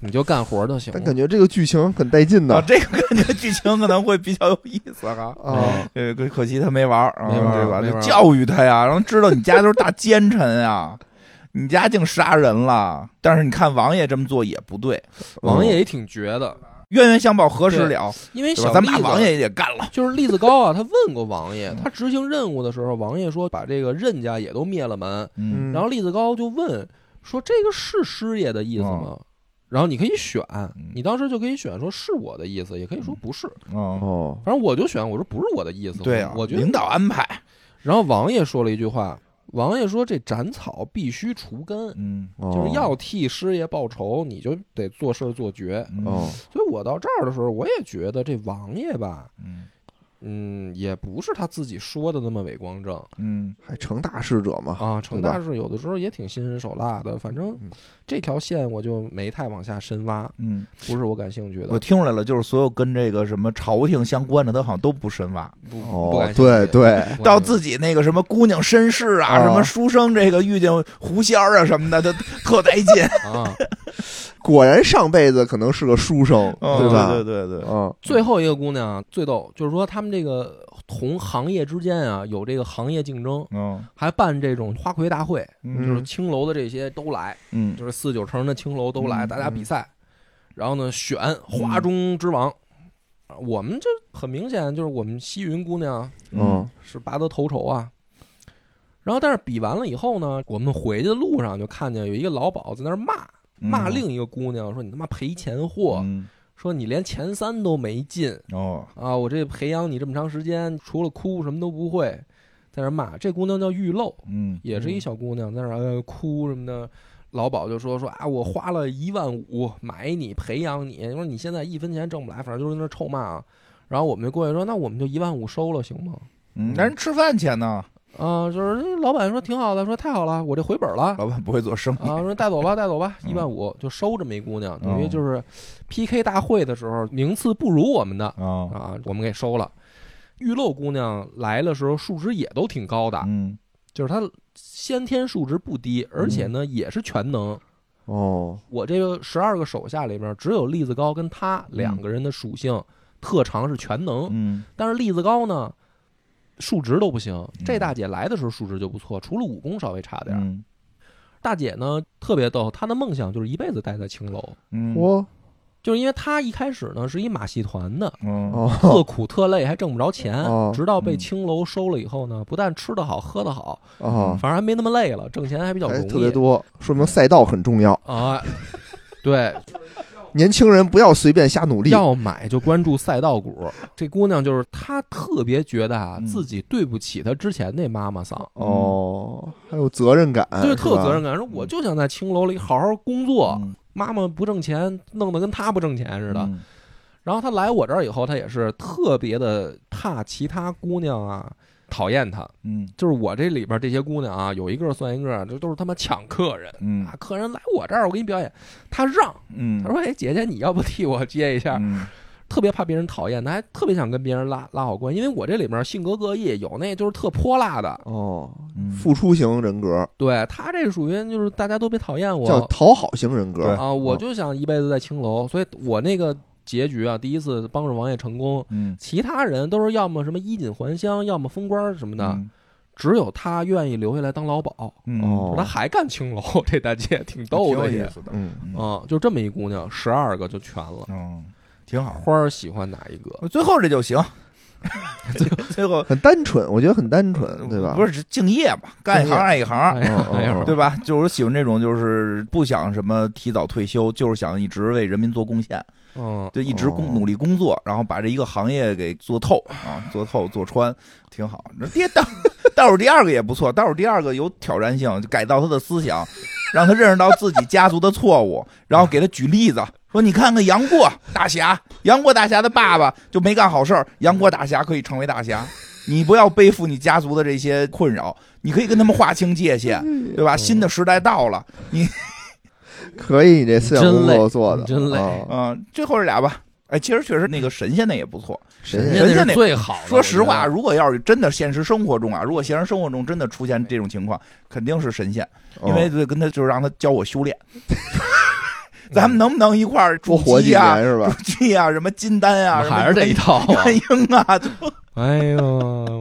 [SPEAKER 1] 你就干活就行
[SPEAKER 3] 但
[SPEAKER 1] 了
[SPEAKER 3] 感。觉这个剧情很带劲
[SPEAKER 2] 啊，
[SPEAKER 3] 的
[SPEAKER 2] 这个感觉剧情可能会比较有意思哈。
[SPEAKER 1] 嗯
[SPEAKER 3] 啊，
[SPEAKER 2] 呃，可可惜他没玩儿，啊
[SPEAKER 1] 没玩儿
[SPEAKER 2] 对吧？
[SPEAKER 1] 没玩
[SPEAKER 2] 就
[SPEAKER 1] 儿
[SPEAKER 2] 教育他呀，让他知道你家都是大奸臣啊，你家竟杀人了。但是你看王爷这么做也不对，
[SPEAKER 1] 王爷也挺绝的，
[SPEAKER 2] 冤冤相报何时了？
[SPEAKER 1] 因为
[SPEAKER 2] 哦对吧？
[SPEAKER 1] 小
[SPEAKER 2] 咱
[SPEAKER 1] 栗
[SPEAKER 2] 们把王
[SPEAKER 1] 子
[SPEAKER 2] 爷也干了。
[SPEAKER 1] 就是栗子高啊，他问过王爷，
[SPEAKER 2] 嗯
[SPEAKER 1] 他执行任务的时候，王爷说把这个任家也都灭了门，
[SPEAKER 2] 嗯
[SPEAKER 1] 然后栗子高就问说这个是师爷的意思吗？
[SPEAKER 2] 哦
[SPEAKER 1] 然后你可以选，
[SPEAKER 2] 嗯
[SPEAKER 1] 你当时就可以选说是我的意思，也可以说不是，
[SPEAKER 2] 哦，
[SPEAKER 3] 哦，
[SPEAKER 1] 反正我就选我说不是我的意思。
[SPEAKER 2] 对啊，
[SPEAKER 1] 嗯我觉得
[SPEAKER 2] 领导安排，
[SPEAKER 1] 然后王爷说了一句话，王爷说这斩草必须除根，
[SPEAKER 2] 嗯
[SPEAKER 3] 哦
[SPEAKER 1] 就是要替师爷报仇，你就得做事儿做绝。
[SPEAKER 2] 嗯
[SPEAKER 3] 哦，
[SPEAKER 1] 所以我到这儿的时候，我也觉得这王爷吧，
[SPEAKER 2] 嗯
[SPEAKER 1] 嗯，也不是他自己说的那么伟光正
[SPEAKER 2] 嗯
[SPEAKER 3] 还成大事者嘛，
[SPEAKER 1] 啊。成
[SPEAKER 3] 对吧
[SPEAKER 1] 大是有的时候也挺心狠手辣的，反正
[SPEAKER 3] 嗯
[SPEAKER 1] 这条线我就没太往下深挖，
[SPEAKER 2] 嗯，
[SPEAKER 1] 不是我感兴趣的
[SPEAKER 2] 我，听出来了，就是所有跟这个什么朝廷相关的，他好像都不深挖，
[SPEAKER 1] 不不
[SPEAKER 3] 哦
[SPEAKER 1] 感，兴趣。
[SPEAKER 3] 对 对，
[SPEAKER 1] 不感兴趣
[SPEAKER 2] 到自己那个什么姑娘身世啊，
[SPEAKER 3] 啊
[SPEAKER 1] 哦
[SPEAKER 2] 什么书生这个遇见狐仙儿啊什么的，他特带 劲，
[SPEAKER 1] 啊，
[SPEAKER 3] 果然上辈子可能是个书生，
[SPEAKER 2] 嗯
[SPEAKER 3] 对吧？
[SPEAKER 2] 对对对对，
[SPEAKER 3] 嗯，
[SPEAKER 1] 最后一个姑娘啊最逗，就是说他们这个同行业之间啊有这个行业竞争，
[SPEAKER 2] 嗯
[SPEAKER 1] 还办这种花魁大会，就
[SPEAKER 2] 嗯
[SPEAKER 1] 是青楼的这些都来，
[SPEAKER 2] 嗯
[SPEAKER 1] 就是四九城的青楼都来，
[SPEAKER 2] 嗯
[SPEAKER 1] 大家比赛，然后呢选花中之王。啊我们这很明显就是我们西云姑娘
[SPEAKER 3] 嗯，
[SPEAKER 1] 是拔得头筹啊。然后但是比完了以后呢，我们回去的路上就看见有一个老鸨在那儿骂骂另一个姑娘说：“你他妈赔钱货，
[SPEAKER 2] 嗯
[SPEAKER 1] 说你连前三都没进。”
[SPEAKER 2] 哦，
[SPEAKER 1] 啊，我这培养你这么长时间，除了哭什么都不会，在那儿骂。这姑娘叫玉露，
[SPEAKER 2] 嗯
[SPEAKER 1] 也是一小姑娘，在那儿、呃、哭什么的。老鸨就说说啊，我花了一万五买你培养你，说你现在一分钱挣不来，反正就是在那儿臭骂啊。然后我们就过去说，那我们就一万五收了，行吗？
[SPEAKER 2] 嗯，那人吃饭钱呢，
[SPEAKER 1] 啊，就是老板说挺好的，说太好了，我这回本了。
[SPEAKER 2] 老板不会做生意，
[SPEAKER 1] 啊，说带走吧，带走吧，
[SPEAKER 2] 嗯
[SPEAKER 1] 一万五就收这么一姑娘，等
[SPEAKER 2] 哦
[SPEAKER 1] 于就是 PK 大会的时候名次不如我们的，
[SPEAKER 2] 哦，
[SPEAKER 1] 啊，我们给收了。玉露姑娘来的时候，数值也都挺高的，
[SPEAKER 2] 嗯
[SPEAKER 1] 就是她先天数值不低，而
[SPEAKER 3] 嗯
[SPEAKER 1] 且呢也是全能。
[SPEAKER 3] 哦，
[SPEAKER 1] 我这个十二个手下里面，只有栗子高跟她
[SPEAKER 3] 嗯
[SPEAKER 1] 两个人的属性特长是全能，
[SPEAKER 2] 嗯
[SPEAKER 1] 但是栗子高呢数值都不行。
[SPEAKER 3] 嗯
[SPEAKER 1] 这大姐来的时候数值就不错，除了武功稍微差点儿。
[SPEAKER 2] 嗯
[SPEAKER 1] 大姐呢特别逗，她的梦想就是一辈子待在青楼，
[SPEAKER 2] 嗯，
[SPEAKER 3] 我
[SPEAKER 1] 就是因为她一开始呢是一马戏团的，
[SPEAKER 2] 哦
[SPEAKER 1] 特
[SPEAKER 3] 哦
[SPEAKER 1] 苦特累，还挣不着钱
[SPEAKER 3] 哦，
[SPEAKER 1] 直到被
[SPEAKER 2] 嗯
[SPEAKER 1] 青楼收了以后呢，不但吃得好，喝得好，
[SPEAKER 3] 哦，
[SPEAKER 1] 反而还没那么累了，挣钱还比较
[SPEAKER 3] 还
[SPEAKER 1] 容易，
[SPEAKER 3] 特别多，说明赛道很重要。
[SPEAKER 1] 啊。对，
[SPEAKER 3] 年轻人不要随便瞎努力。
[SPEAKER 1] 要买就关注赛道股。这姑娘就是她，特别觉得啊
[SPEAKER 2] 嗯
[SPEAKER 1] 自己对不起她之前那妈妈桑，
[SPEAKER 3] 哦，还有责任
[SPEAKER 2] 哎
[SPEAKER 3] 感，
[SPEAKER 1] 就是特有
[SPEAKER 3] 吧
[SPEAKER 1] 责任感，说我就想在青楼里好好工作，
[SPEAKER 2] 嗯
[SPEAKER 1] 妈妈不挣钱，弄得跟她不挣钱似的。
[SPEAKER 2] 嗯
[SPEAKER 1] 然后她来我这儿以后，她也是特别的怕其他姑娘啊讨厌她。
[SPEAKER 2] 嗯
[SPEAKER 1] 就是我这里边这些姑娘啊，有一个算一个，这都是他妈抢客人
[SPEAKER 2] 嗯
[SPEAKER 1] 啊！客人来我这儿，我给你表演，他让
[SPEAKER 2] 嗯，
[SPEAKER 1] 他说：“哎，姐姐，你要不替我接一下？”
[SPEAKER 2] 嗯
[SPEAKER 1] 特别怕别人讨厌，他还特别想跟别人拉拉好关系，因为我这里面性格各异，有那就是特泼辣的，
[SPEAKER 3] 哦，
[SPEAKER 2] 嗯
[SPEAKER 3] 付出型人格
[SPEAKER 1] 对他这属于就是大家都别讨厌
[SPEAKER 3] 叫
[SPEAKER 1] 我
[SPEAKER 3] 讨好型人格
[SPEAKER 2] 对。
[SPEAKER 1] 啊，我就想一辈子在青楼，所以我那个结局啊，第一次帮着王爷成功。
[SPEAKER 2] 嗯
[SPEAKER 1] 其他人都是要么什么衣锦还乡，要么封官什么的，
[SPEAKER 2] 嗯
[SPEAKER 1] 只有他愿意留下来当老鸨。
[SPEAKER 2] 嗯
[SPEAKER 3] 哦
[SPEAKER 1] 他还干青楼，这大姐挺逗
[SPEAKER 2] 挺
[SPEAKER 1] 的
[SPEAKER 2] 有
[SPEAKER 1] 也
[SPEAKER 2] 意。思的，
[SPEAKER 3] 嗯，
[SPEAKER 1] 啊，就这么一姑娘，十二个就全了。
[SPEAKER 2] 嗯，挺好。
[SPEAKER 1] 花儿喜欢哪一个？
[SPEAKER 2] 最后这就 行，最后最后
[SPEAKER 3] 很单纯，我觉得很单纯，对吧？
[SPEAKER 2] 嗯不，是敬业嘛，干一行爱一行，
[SPEAKER 1] 哎呀
[SPEAKER 3] 哦
[SPEAKER 1] 哎呀
[SPEAKER 3] 哦，
[SPEAKER 2] 对吧？就是喜欢这种，就是不想什么提早退休，就是想一直为人民做贡献，
[SPEAKER 1] 嗯，
[SPEAKER 2] 就一直
[SPEAKER 3] 哦
[SPEAKER 2] 工努力工作，然后把这一个行业给做透啊，做透做穿，挺好。那第倒倒数第二个也不错，倒数第二个有挑战性，就改造他的思想，让他认识到自己家族的错误，然后给他举例子，说你看看杨过大侠，杨过大侠的爸爸就没干好事儿，杨过大侠可以成为大侠。你不要背负你家族的这些困扰，你可以跟他们划清界限，对吧？新的时代到了，
[SPEAKER 3] 可以，你这思想工作做的
[SPEAKER 1] 你真累
[SPEAKER 3] 啊
[SPEAKER 2] 嗯、最后这俩吧，哎，其实确实那个神仙那也不错，
[SPEAKER 3] 神
[SPEAKER 2] 仙
[SPEAKER 3] 仙
[SPEAKER 1] 人家
[SPEAKER 2] 那
[SPEAKER 1] 是最好的。
[SPEAKER 2] 说实话，
[SPEAKER 1] 我觉
[SPEAKER 2] 如果要是真的现实生活中啊，如果现实生活中真的出现这种情况，肯定是神仙，因
[SPEAKER 1] 哦
[SPEAKER 2] 为就跟他就是让他教我修炼。
[SPEAKER 1] 嗯
[SPEAKER 2] 咱们能不能一块儿
[SPEAKER 3] 多
[SPEAKER 2] 筑
[SPEAKER 3] 活几
[SPEAKER 2] 基啊
[SPEAKER 3] 年、是吧？
[SPEAKER 2] 筑基啊、什么金丹
[SPEAKER 1] 得
[SPEAKER 2] 啊、什么
[SPEAKER 1] 还是这一套啊。
[SPEAKER 2] 元婴啊？就
[SPEAKER 1] 哎呦，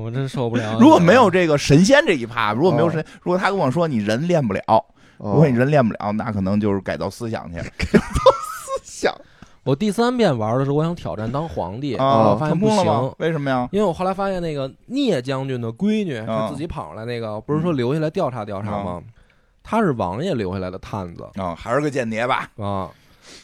[SPEAKER 1] 我真受不了。
[SPEAKER 2] 如果没有这个神仙这一趴，如果没有神
[SPEAKER 3] 哦，
[SPEAKER 2] 如果他跟我说你人练不了，如
[SPEAKER 3] 我
[SPEAKER 2] 果
[SPEAKER 1] 哦
[SPEAKER 2] 你人练不了，那可能就是改造思想去
[SPEAKER 3] 想
[SPEAKER 1] 我第三遍玩的时候，我想挑战当皇帝，
[SPEAKER 2] 啊
[SPEAKER 1] 我，哦发现
[SPEAKER 2] 成
[SPEAKER 1] 不
[SPEAKER 2] 功了吗
[SPEAKER 1] 行？。
[SPEAKER 2] 为什么呀？
[SPEAKER 1] 因为我后来发现那个聂将军的闺女，她
[SPEAKER 2] 啊
[SPEAKER 1] 自己跑上来那个，不是说
[SPEAKER 2] 嗯
[SPEAKER 1] 留下来调查调查
[SPEAKER 2] 哦
[SPEAKER 1] 吗？她是王爷留下来的探子，
[SPEAKER 2] 啊，还是个间谍吧？
[SPEAKER 1] 啊，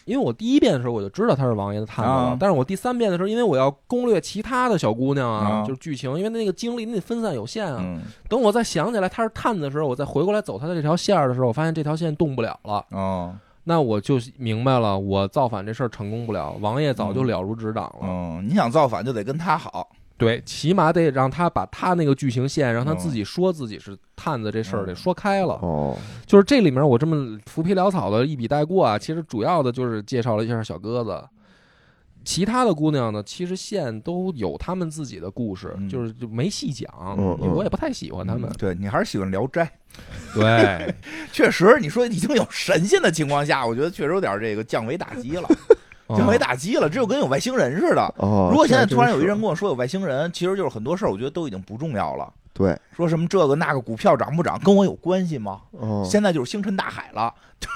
[SPEAKER 1] 因为我第一遍的时候我就知道她是王爷的探子了，
[SPEAKER 2] 啊
[SPEAKER 1] 但是我第三遍的时候，因为我要攻略其他的小姑娘啊，
[SPEAKER 2] 啊
[SPEAKER 1] 就是剧情，因为那个精力你得分散有限啊。
[SPEAKER 2] 嗯，
[SPEAKER 1] 等我再想起来她是探子的时候，我再回过来走她的这条线儿的时候，我发现这条线动不了了，
[SPEAKER 2] 哦，
[SPEAKER 1] 那我就明白了，
[SPEAKER 2] 嗯
[SPEAKER 1] 我造反这事儿成功不了，王爷早就了如指掌了。
[SPEAKER 2] 嗯，你想造反就得跟他好，
[SPEAKER 1] 对，起码得让他把他那个剧情线，让他
[SPEAKER 2] 嗯
[SPEAKER 1] 自己说自己是探子这事儿得
[SPEAKER 2] 嗯
[SPEAKER 1] 说开了。
[SPEAKER 3] 哦，
[SPEAKER 1] 就是这里面我这么浮皮潦草的一笔带过啊，其实主要的就是介绍了一下小鸽子。其他的姑娘呢，其实线都有她们自己的故事，
[SPEAKER 2] 嗯
[SPEAKER 1] 就是就没细讲，
[SPEAKER 3] 嗯嗯
[SPEAKER 1] 我也不太喜欢她们。
[SPEAKER 2] 对你还是喜欢《聊斋
[SPEAKER 1] 对，》，
[SPEAKER 2] 确实，你说已经有神仙的情况下，我觉得确实有点这个降维打击了，
[SPEAKER 1] 哦嗯
[SPEAKER 2] 降维打击了， 这就跟有外星人似的。
[SPEAKER 3] 哦，
[SPEAKER 2] 如果现在
[SPEAKER 3] 这还真
[SPEAKER 2] 突然有一
[SPEAKER 3] 是
[SPEAKER 2] 人跟我说有外星人，其实就是很多事儿，我觉得都已经不重要了。
[SPEAKER 3] 对，
[SPEAKER 2] 说什么这个那个股票涨不涨跟我有关系吗？
[SPEAKER 3] 哦，
[SPEAKER 2] 现在就是星辰大海了， 对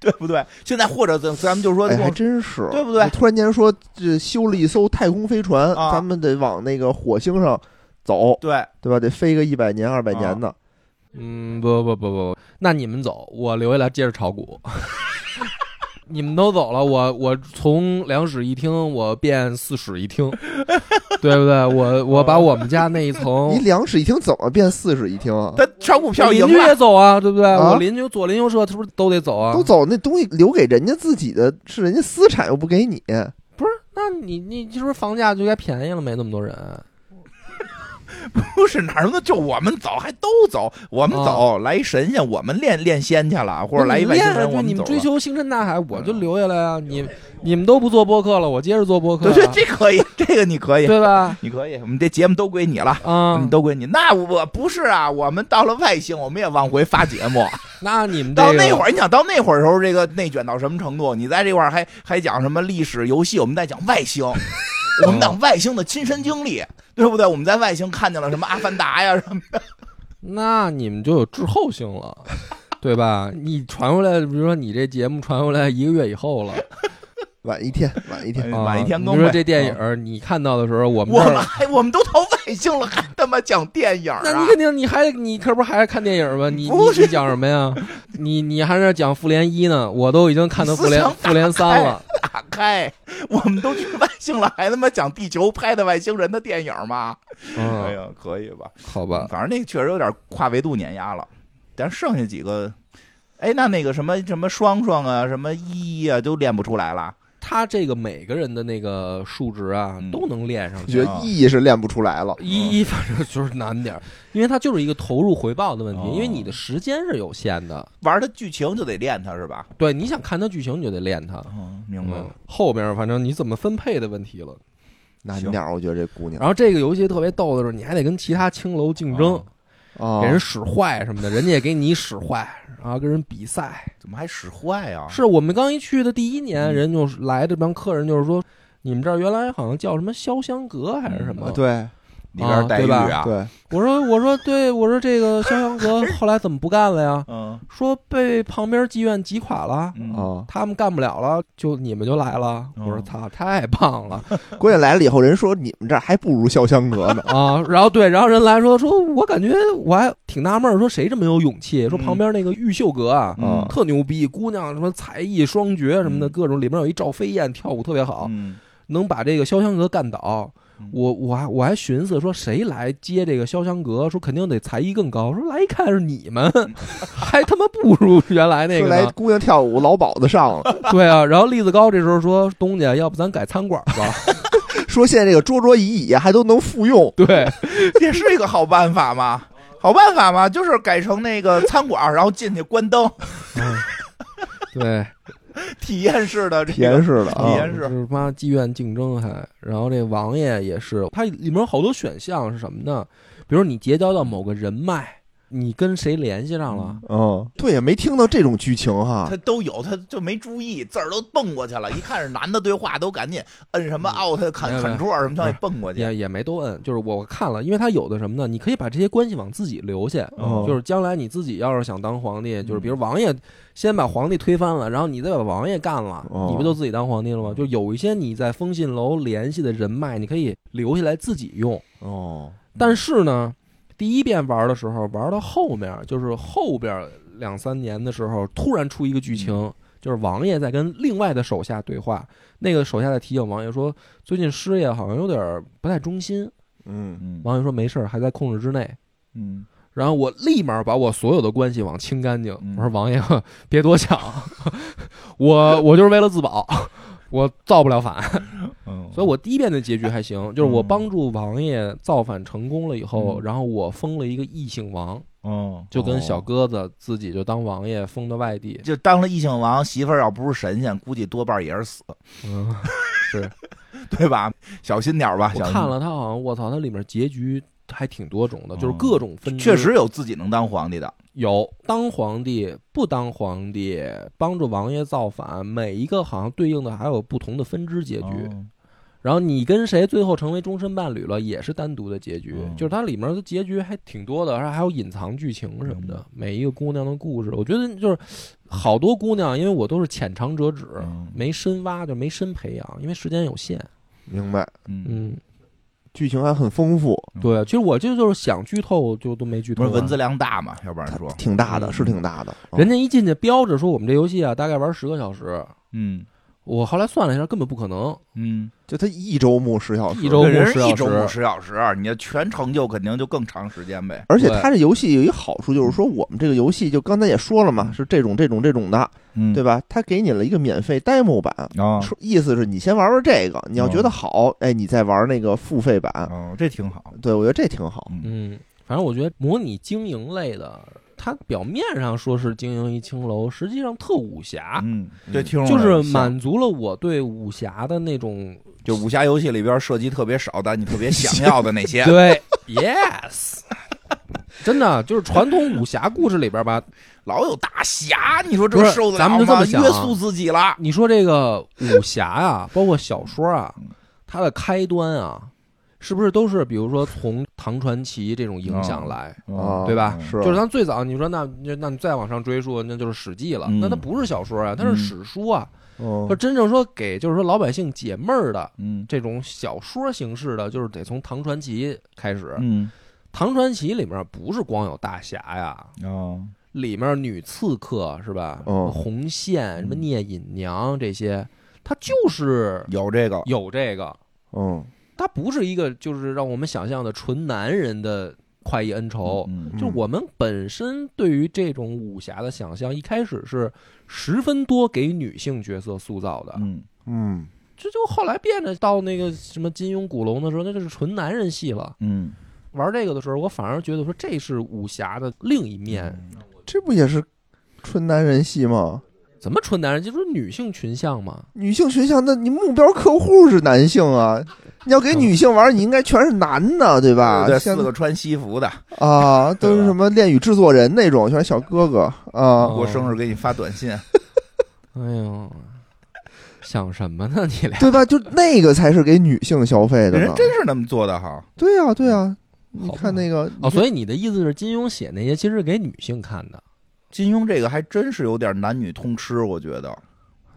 [SPEAKER 2] 对不对？现在或者咱咱们就说
[SPEAKER 3] 哎，
[SPEAKER 2] 跟我
[SPEAKER 3] 还真是，
[SPEAKER 2] 对不对
[SPEAKER 3] 你突然间说这修了一艘太空飞船，
[SPEAKER 2] 啊
[SPEAKER 3] 咱们得往那个火星上走，
[SPEAKER 2] 对，啊
[SPEAKER 3] 对吧？得飞个一百年、二百年的。
[SPEAKER 1] 嗯，不不不不不，那你们走，我留下来接着炒股。 你们都走了，我我从两室一厅我变四室一厅，对不对？ 我我把我们家那一层
[SPEAKER 2] 哦
[SPEAKER 3] 你，两室一厅怎么变四室一厅啊？
[SPEAKER 2] 他炒股票赢
[SPEAKER 1] 邻居
[SPEAKER 2] 了
[SPEAKER 1] 也，走啊，对不对？
[SPEAKER 3] 啊
[SPEAKER 1] 我邻居左邻右舍是不是都得走啊？
[SPEAKER 3] 都走，那东西留给人家自己的，是人家私产又不给你。
[SPEAKER 1] 不是，那你你是不是房价就该便宜了？没那么多人，
[SPEAKER 2] 不是哪儿那就我们走，还都走，我们走来一神仙，我们练练仙去了，或者来一外星
[SPEAKER 1] 那
[SPEAKER 2] 人，
[SPEAKER 1] 你
[SPEAKER 2] 我
[SPEAKER 1] 练啊你
[SPEAKER 2] 们走
[SPEAKER 1] 们追
[SPEAKER 2] 了。嗯
[SPEAKER 1] 求星辰大海，我就留下来啊！你你们都不做播客了，我接着做播客
[SPEAKER 2] 对
[SPEAKER 1] 啊，
[SPEAKER 2] 对，这可以，这个你可以，
[SPEAKER 1] 对吧？
[SPEAKER 2] 你可以，我们这节目都归你了，
[SPEAKER 1] 啊、
[SPEAKER 2] 你都归你。那我不是啊，我们到了外星，我们也往回发节 目。
[SPEAKER 1] 那你们这
[SPEAKER 2] 到
[SPEAKER 1] 个
[SPEAKER 2] 那会儿，你想到那会儿的时候，这个内卷到什么程度？你在这块儿还还讲什么历史游戏？我们在讲 外星，我们讲外星的亲身经历，对不对？我们在外星看见了什么阿凡达呀什么的？
[SPEAKER 1] 那你们就有滞后性 了，对吧？你传回来，比如说你这节目传回来一个月以后了，
[SPEAKER 3] 晚一天，晚一天，
[SPEAKER 2] 哎晚一天
[SPEAKER 1] 啊
[SPEAKER 2] 更
[SPEAKER 1] 你
[SPEAKER 2] 呗
[SPEAKER 1] 说这电影儿你看到的时候，我们
[SPEAKER 2] 我
[SPEAKER 1] 这
[SPEAKER 2] 们
[SPEAKER 1] 儿，
[SPEAKER 2] 还我们都到外星了，还他妈讲电影啊？
[SPEAKER 1] 那你肯定你还你可不是还是看电影吗？你
[SPEAKER 2] 不
[SPEAKER 1] 你
[SPEAKER 2] 是
[SPEAKER 1] 你讲什么呀？你你还是讲复联一呢？我都已经看到复
[SPEAKER 2] 思
[SPEAKER 1] 联
[SPEAKER 2] 想打
[SPEAKER 1] 复联三了。
[SPEAKER 2] 打开，我们都去外星了，还他妈讲地球拍的外星人的电影吗？哎
[SPEAKER 1] 嗯，
[SPEAKER 2] 呀，可以吧？
[SPEAKER 1] 好吧，
[SPEAKER 2] 反正那个确实有点跨维度碾压了，但是剩下几个，哎，那那个什么什么双双啊，什么依依啊，都练不出来了。
[SPEAKER 1] 他这个每个人的那个数值啊
[SPEAKER 2] 嗯，
[SPEAKER 1] 都能练上
[SPEAKER 3] 我
[SPEAKER 1] 去。
[SPEAKER 3] 觉得意义是练不出来了。
[SPEAKER 1] 一一反正就是难点儿，因为它就是一个投入回报的问题，
[SPEAKER 2] 哦
[SPEAKER 1] 因为你的时间是有限的。
[SPEAKER 2] 玩它剧情就得练它是吧？
[SPEAKER 3] 嗯
[SPEAKER 1] 对，你想看它剧情，你就得练它。
[SPEAKER 2] 嗯，明白
[SPEAKER 1] 嗯
[SPEAKER 2] 了。，
[SPEAKER 1] 后边儿反正你怎么分配的问题了。
[SPEAKER 3] 难
[SPEAKER 2] 行
[SPEAKER 3] 点儿，我觉得这姑娘
[SPEAKER 1] 然后这个游戏特别逗的是，你还得跟其他青楼竞争
[SPEAKER 2] 哦，
[SPEAKER 3] 啊
[SPEAKER 1] 给，人使坏什么的，人家也给你使坏，然后跟人比赛。
[SPEAKER 2] 怎么还使坏啊？
[SPEAKER 1] 是我们刚一去的第一年，
[SPEAKER 2] 嗯
[SPEAKER 1] 人就是来这帮客人就是说，你们这儿原来好像叫什么潇湘阁还
[SPEAKER 2] 嗯
[SPEAKER 1] 是什么
[SPEAKER 3] 啊？对
[SPEAKER 2] 里边待遇啊？
[SPEAKER 3] 哦对，
[SPEAKER 1] 我说我说对，我说这个潇湘 阁后来怎么不干了呀？
[SPEAKER 2] 嗯
[SPEAKER 1] 说被旁边妓院挤垮了。
[SPEAKER 2] 嗯
[SPEAKER 3] 啊，
[SPEAKER 1] 他们干不了了，就你们就来了。
[SPEAKER 2] 嗯
[SPEAKER 1] 我说操，太棒了。
[SPEAKER 3] 关键来了以后，人说你们这儿还不如潇湘 阁呢
[SPEAKER 1] 啊！然后对，然后人来说说，我感觉我还挺纳闷儿，说谁这么有勇气？说
[SPEAKER 2] 嗯
[SPEAKER 1] 旁边那个玉秀阁啊，
[SPEAKER 3] 啊
[SPEAKER 1] 特牛逼，姑娘什么才艺双绝什么的，
[SPEAKER 2] 嗯
[SPEAKER 1] 各种里面有一赵飞燕跳舞特别
[SPEAKER 3] 哦
[SPEAKER 1] 好，
[SPEAKER 2] 嗯
[SPEAKER 1] 能把这个潇湘阁干倒
[SPEAKER 2] 嗯。
[SPEAKER 1] 我我还我还寻思说谁来接这个潇湘阁，说肯定得才艺更高。说来一看是你们，
[SPEAKER 2] 嗯
[SPEAKER 1] 还他妈不如原来那
[SPEAKER 3] 说
[SPEAKER 1] 个
[SPEAKER 3] 来
[SPEAKER 1] 呢。
[SPEAKER 3] 姑娘跳舞，老鸨子上了。
[SPEAKER 1] 对啊，然后栗子高这时候说东家，要不咱改餐馆吧？，
[SPEAKER 3] 说现在这个桌桌椅椅啊还都能复用
[SPEAKER 1] 对，
[SPEAKER 2] 这是一个好办法吗？好办法吗？就是改成那个餐馆，然后进去关灯，
[SPEAKER 1] 嗯对，
[SPEAKER 2] 体验式的这
[SPEAKER 3] 体验
[SPEAKER 2] 个。
[SPEAKER 3] 式的
[SPEAKER 2] 体
[SPEAKER 3] 啊
[SPEAKER 2] 验。是
[SPEAKER 1] 哦就是妈妓院竞争还，然后这王爷也是，它里面有好多选项是什么呢？比如你结交到某个人脉，你跟谁联系上了，
[SPEAKER 3] 嗯，对呀，没听到这种剧情哈
[SPEAKER 2] 他。都有，他就没注意，字儿都蹦过去了。一看是男的对话，都赶紧摁什么
[SPEAKER 3] 嗯
[SPEAKER 2] out、
[SPEAKER 1] 没
[SPEAKER 2] Ctrl
[SPEAKER 1] 有没有
[SPEAKER 2] Ctrl 什么东西蹦过去。
[SPEAKER 1] 也也没都摁，就是我看了，因为它有的什么呢？你可以把这些关系往自己留下，
[SPEAKER 3] 哦
[SPEAKER 1] 就是将来你自己要是想当皇帝，就是比如王爷先把皇帝推翻了，然后你再把王爷干了，
[SPEAKER 3] 哦
[SPEAKER 1] 你不就自己当皇帝了吗？就有一些你在风信楼联系的人脉，你可以留下来自己用。
[SPEAKER 3] 哦，
[SPEAKER 1] 但是呢，第一遍玩的时候，玩到后面就是后边两三年的时候，突然出一个剧情，就是王爷在跟另外的手下对话，那个手下在提醒王爷说，最近师爷好像有点不太忠心。
[SPEAKER 3] 嗯，
[SPEAKER 2] 嗯
[SPEAKER 1] 王爷说没事儿，还在控制之内。
[SPEAKER 2] 嗯，
[SPEAKER 1] 然后我立马把我所有的关系网清干净。
[SPEAKER 2] 嗯
[SPEAKER 1] 我说王爷 呵 别多想，我我就是为了自保，我造不了反。
[SPEAKER 2] 嗯，
[SPEAKER 1] 所以我第一遍的结局还行，就是我帮助王爷造反成功了以后，
[SPEAKER 2] 嗯
[SPEAKER 1] 然后我封了一个异姓王，
[SPEAKER 2] 嗯，
[SPEAKER 1] 就跟小
[SPEAKER 2] 哦
[SPEAKER 1] 鸽子自己就当王爷封的外地。
[SPEAKER 2] 就当了异姓王，媳妇儿要不是神仙，估计多半也是死，
[SPEAKER 1] 嗯，是
[SPEAKER 2] 对吧？小心点儿吧，
[SPEAKER 1] 我
[SPEAKER 2] 小心
[SPEAKER 1] 看了他好像，我操，它里面结局还挺多种的，就是
[SPEAKER 2] 嗯
[SPEAKER 1] 各种分支。
[SPEAKER 2] 确实有自己能当皇帝的，
[SPEAKER 1] 有当皇帝、不当皇帝、帮助王爷造反，每一个好像对应的还有不同的分支结局。
[SPEAKER 2] 哦
[SPEAKER 1] 然后你跟谁最后成为终身伴侣了，也是单独的结局，
[SPEAKER 2] 嗯
[SPEAKER 1] 就是它里面的结局还挺多的，然后还有隐藏剧情什么的
[SPEAKER 2] 嗯，
[SPEAKER 1] 每一个姑娘的故事，我觉得就是好多姑娘，因为我都是浅尝辄止，
[SPEAKER 2] 嗯
[SPEAKER 1] 没深挖，就没深培养，因为时间有限。
[SPEAKER 3] 明白。
[SPEAKER 2] 嗯，
[SPEAKER 1] 嗯，
[SPEAKER 3] 剧情还很丰富，
[SPEAKER 1] 对，其实我这就是想剧透，我就都没剧透
[SPEAKER 2] 不
[SPEAKER 1] 完。
[SPEAKER 2] 是文字量大嘛，要不然说，
[SPEAKER 3] 挺大的，
[SPEAKER 1] 嗯
[SPEAKER 3] 是挺大的。啊
[SPEAKER 1] 人家一进去标着说我们这游戏啊，大概玩十个小时，
[SPEAKER 2] 嗯
[SPEAKER 1] 我后来算了一下，根本不可能。
[SPEAKER 2] 嗯，
[SPEAKER 3] 就他一周目十小时，
[SPEAKER 1] 一周目
[SPEAKER 2] 对人
[SPEAKER 1] 10
[SPEAKER 2] 是
[SPEAKER 1] 小
[SPEAKER 2] 一周目
[SPEAKER 1] 时
[SPEAKER 2] 十小时，你要全成就肯定就更长时间呗，
[SPEAKER 3] 而且
[SPEAKER 1] 对
[SPEAKER 3] 它这游戏有一好处，就是说我们这个游戏就刚才也说了嘛，是这种这种这种的，
[SPEAKER 2] 嗯
[SPEAKER 3] 对吧？它给你了一个免费 demo 版，
[SPEAKER 2] 啊
[SPEAKER 3] 说意思是你先玩玩这个，你要觉得好，哎，你再玩那个付费版。
[SPEAKER 2] 哦，这挺好，
[SPEAKER 3] 对，我觉得这挺好。
[SPEAKER 2] 嗯
[SPEAKER 1] 嗯，反正我觉得模拟经营类的，它表面上说是经营一青楼，实际上特武侠，
[SPEAKER 2] 嗯，
[SPEAKER 3] 嗯
[SPEAKER 2] 这听着
[SPEAKER 1] 就是
[SPEAKER 2] 像
[SPEAKER 1] 满足了我对武侠的那种
[SPEAKER 2] 就武侠游戏里边涉及特别少，但你特别想要的 那些，
[SPEAKER 1] 对，yes。真的就是传统武侠故事里边吧，
[SPEAKER 2] 老有大侠，你说这
[SPEAKER 1] 不是
[SPEAKER 2] 受得了
[SPEAKER 1] 咱们就这
[SPEAKER 2] 吗？
[SPEAKER 1] 么想啊
[SPEAKER 2] 约束自己了，
[SPEAKER 1] 你说这个武侠啊，包括小说啊
[SPEAKER 2] 嗯，
[SPEAKER 1] 它的开端啊，是不是都是比如说从唐传奇这种影响来？
[SPEAKER 2] 嗯
[SPEAKER 3] 啊，
[SPEAKER 1] 对吧
[SPEAKER 3] 是，
[SPEAKER 1] 就是咱最早你说那那那你再往上追溯，那就是《史记》了。
[SPEAKER 2] 嗯
[SPEAKER 1] 那它不是小说啊，它是史书啊。
[SPEAKER 3] 嗯
[SPEAKER 1] 就真正说给就是说老百姓解闷儿的
[SPEAKER 2] 嗯
[SPEAKER 1] 这种小说形式的，就是得从唐传奇开始。
[SPEAKER 2] 嗯
[SPEAKER 1] 唐传奇里面不是光有大侠呀，
[SPEAKER 2] 哦，
[SPEAKER 1] 里面女刺客是吧？
[SPEAKER 3] 嗯
[SPEAKER 1] 红线什么
[SPEAKER 2] 嗯
[SPEAKER 1] 聂隐娘这些，它就是
[SPEAKER 2] 有这个，
[SPEAKER 1] 有这个，
[SPEAKER 3] 嗯，
[SPEAKER 1] 它不是一个就是让我们想象的纯男人的快意恩仇。
[SPEAKER 2] 嗯
[SPEAKER 1] 就我们本身对于这种武侠的想象，一开始是十分多给女性角色塑造的，
[SPEAKER 2] 嗯
[SPEAKER 3] 嗯，
[SPEAKER 1] 这就后来变得到那个什么金庸、古龙的时候，那就是纯男人戏了。
[SPEAKER 2] 嗯，
[SPEAKER 1] 玩这个的时候，我反而觉得说这是武侠的另一
[SPEAKER 2] 嗯
[SPEAKER 1] 面，
[SPEAKER 3] 这不也是纯男人戏吗？
[SPEAKER 1] 怎么纯男人就是女性群像嘛？
[SPEAKER 3] 女性群像，那你目标客户是男性啊，你要给女性玩，你应该全是男的，对吧？
[SPEAKER 2] 嗯对，
[SPEAKER 3] 像
[SPEAKER 2] 四个穿西服的，
[SPEAKER 3] 啊，都是什么恋与制作人那种，全是小哥哥啊。
[SPEAKER 2] 过生日给你发短信，
[SPEAKER 1] 哎呦，想什么呢你俩？
[SPEAKER 3] 对吧？就那个才是给女性消费的呢
[SPEAKER 2] 人。真是那么做的哈，
[SPEAKER 3] 对啊，对啊，你
[SPEAKER 1] 好吧
[SPEAKER 3] 看那个
[SPEAKER 1] 哦，所以你的意思是金庸写那些其实是给女性看的？
[SPEAKER 2] 金庸这个还真是有点男女通吃，我觉得。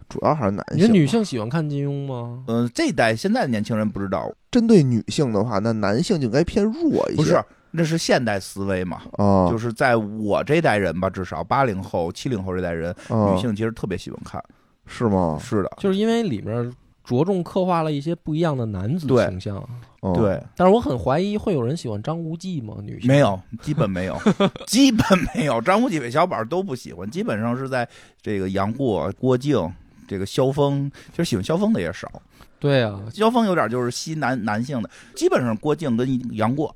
[SPEAKER 3] 主要还是男
[SPEAKER 1] 你觉
[SPEAKER 3] 性。
[SPEAKER 1] 得女性喜欢看金庸吗？
[SPEAKER 2] 嗯、这代现在年轻人不知道，
[SPEAKER 3] 针对女性的话，那男性就应该偏弱一些。
[SPEAKER 2] 不是，那是现代思维嘛。
[SPEAKER 3] 啊，
[SPEAKER 2] 就是在我这代人吧，至少八零后、七零后这代人，
[SPEAKER 3] 啊
[SPEAKER 2] 女性其实特别喜欢看。
[SPEAKER 3] 是吗？
[SPEAKER 2] 是的，
[SPEAKER 1] 就是因为里面着重刻画了一些不一样的男子
[SPEAKER 2] 对
[SPEAKER 1] 形象。
[SPEAKER 3] 嗯，
[SPEAKER 2] 对，
[SPEAKER 1] 但是我很怀疑会有人喜欢张无忌吗？女性
[SPEAKER 2] 没有，基本没有，基本没有。张无忌、韦小宝都不喜欢，基本上是在这个杨过、郭靖。这个萧峰，其实喜欢萧峰的也少，
[SPEAKER 1] 对啊，
[SPEAKER 2] 萧峰有点就是吸男男性的，基本上郭靖跟杨过，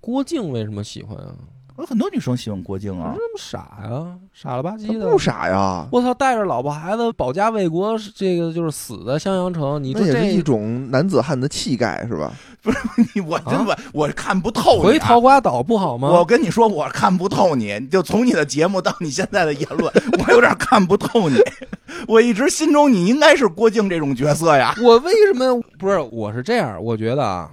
[SPEAKER 1] 郭靖为什么喜欢啊？
[SPEAKER 2] 有很多女生喜欢郭靖啊
[SPEAKER 1] 他，这么傻呀、傻了吧
[SPEAKER 3] 他
[SPEAKER 1] 唧的
[SPEAKER 3] 不。傻呀，
[SPEAKER 1] 我操，带着老婆孩子保家卫国，这个就是死的襄阳城，你
[SPEAKER 3] 那
[SPEAKER 1] 就
[SPEAKER 3] 也
[SPEAKER 1] 这
[SPEAKER 3] 是一种男子汉的气概，是吧？
[SPEAKER 2] 你 我真的我看不透你啊
[SPEAKER 1] 回桃花岛不好吗？
[SPEAKER 2] 我跟你说，我看不透你，就从你的节目到你现在的言论， 我有点看不透你。我一直心中你应该是郭靖这种角色 呀。
[SPEAKER 1] 我为什么不是？我是这样，我觉得啊，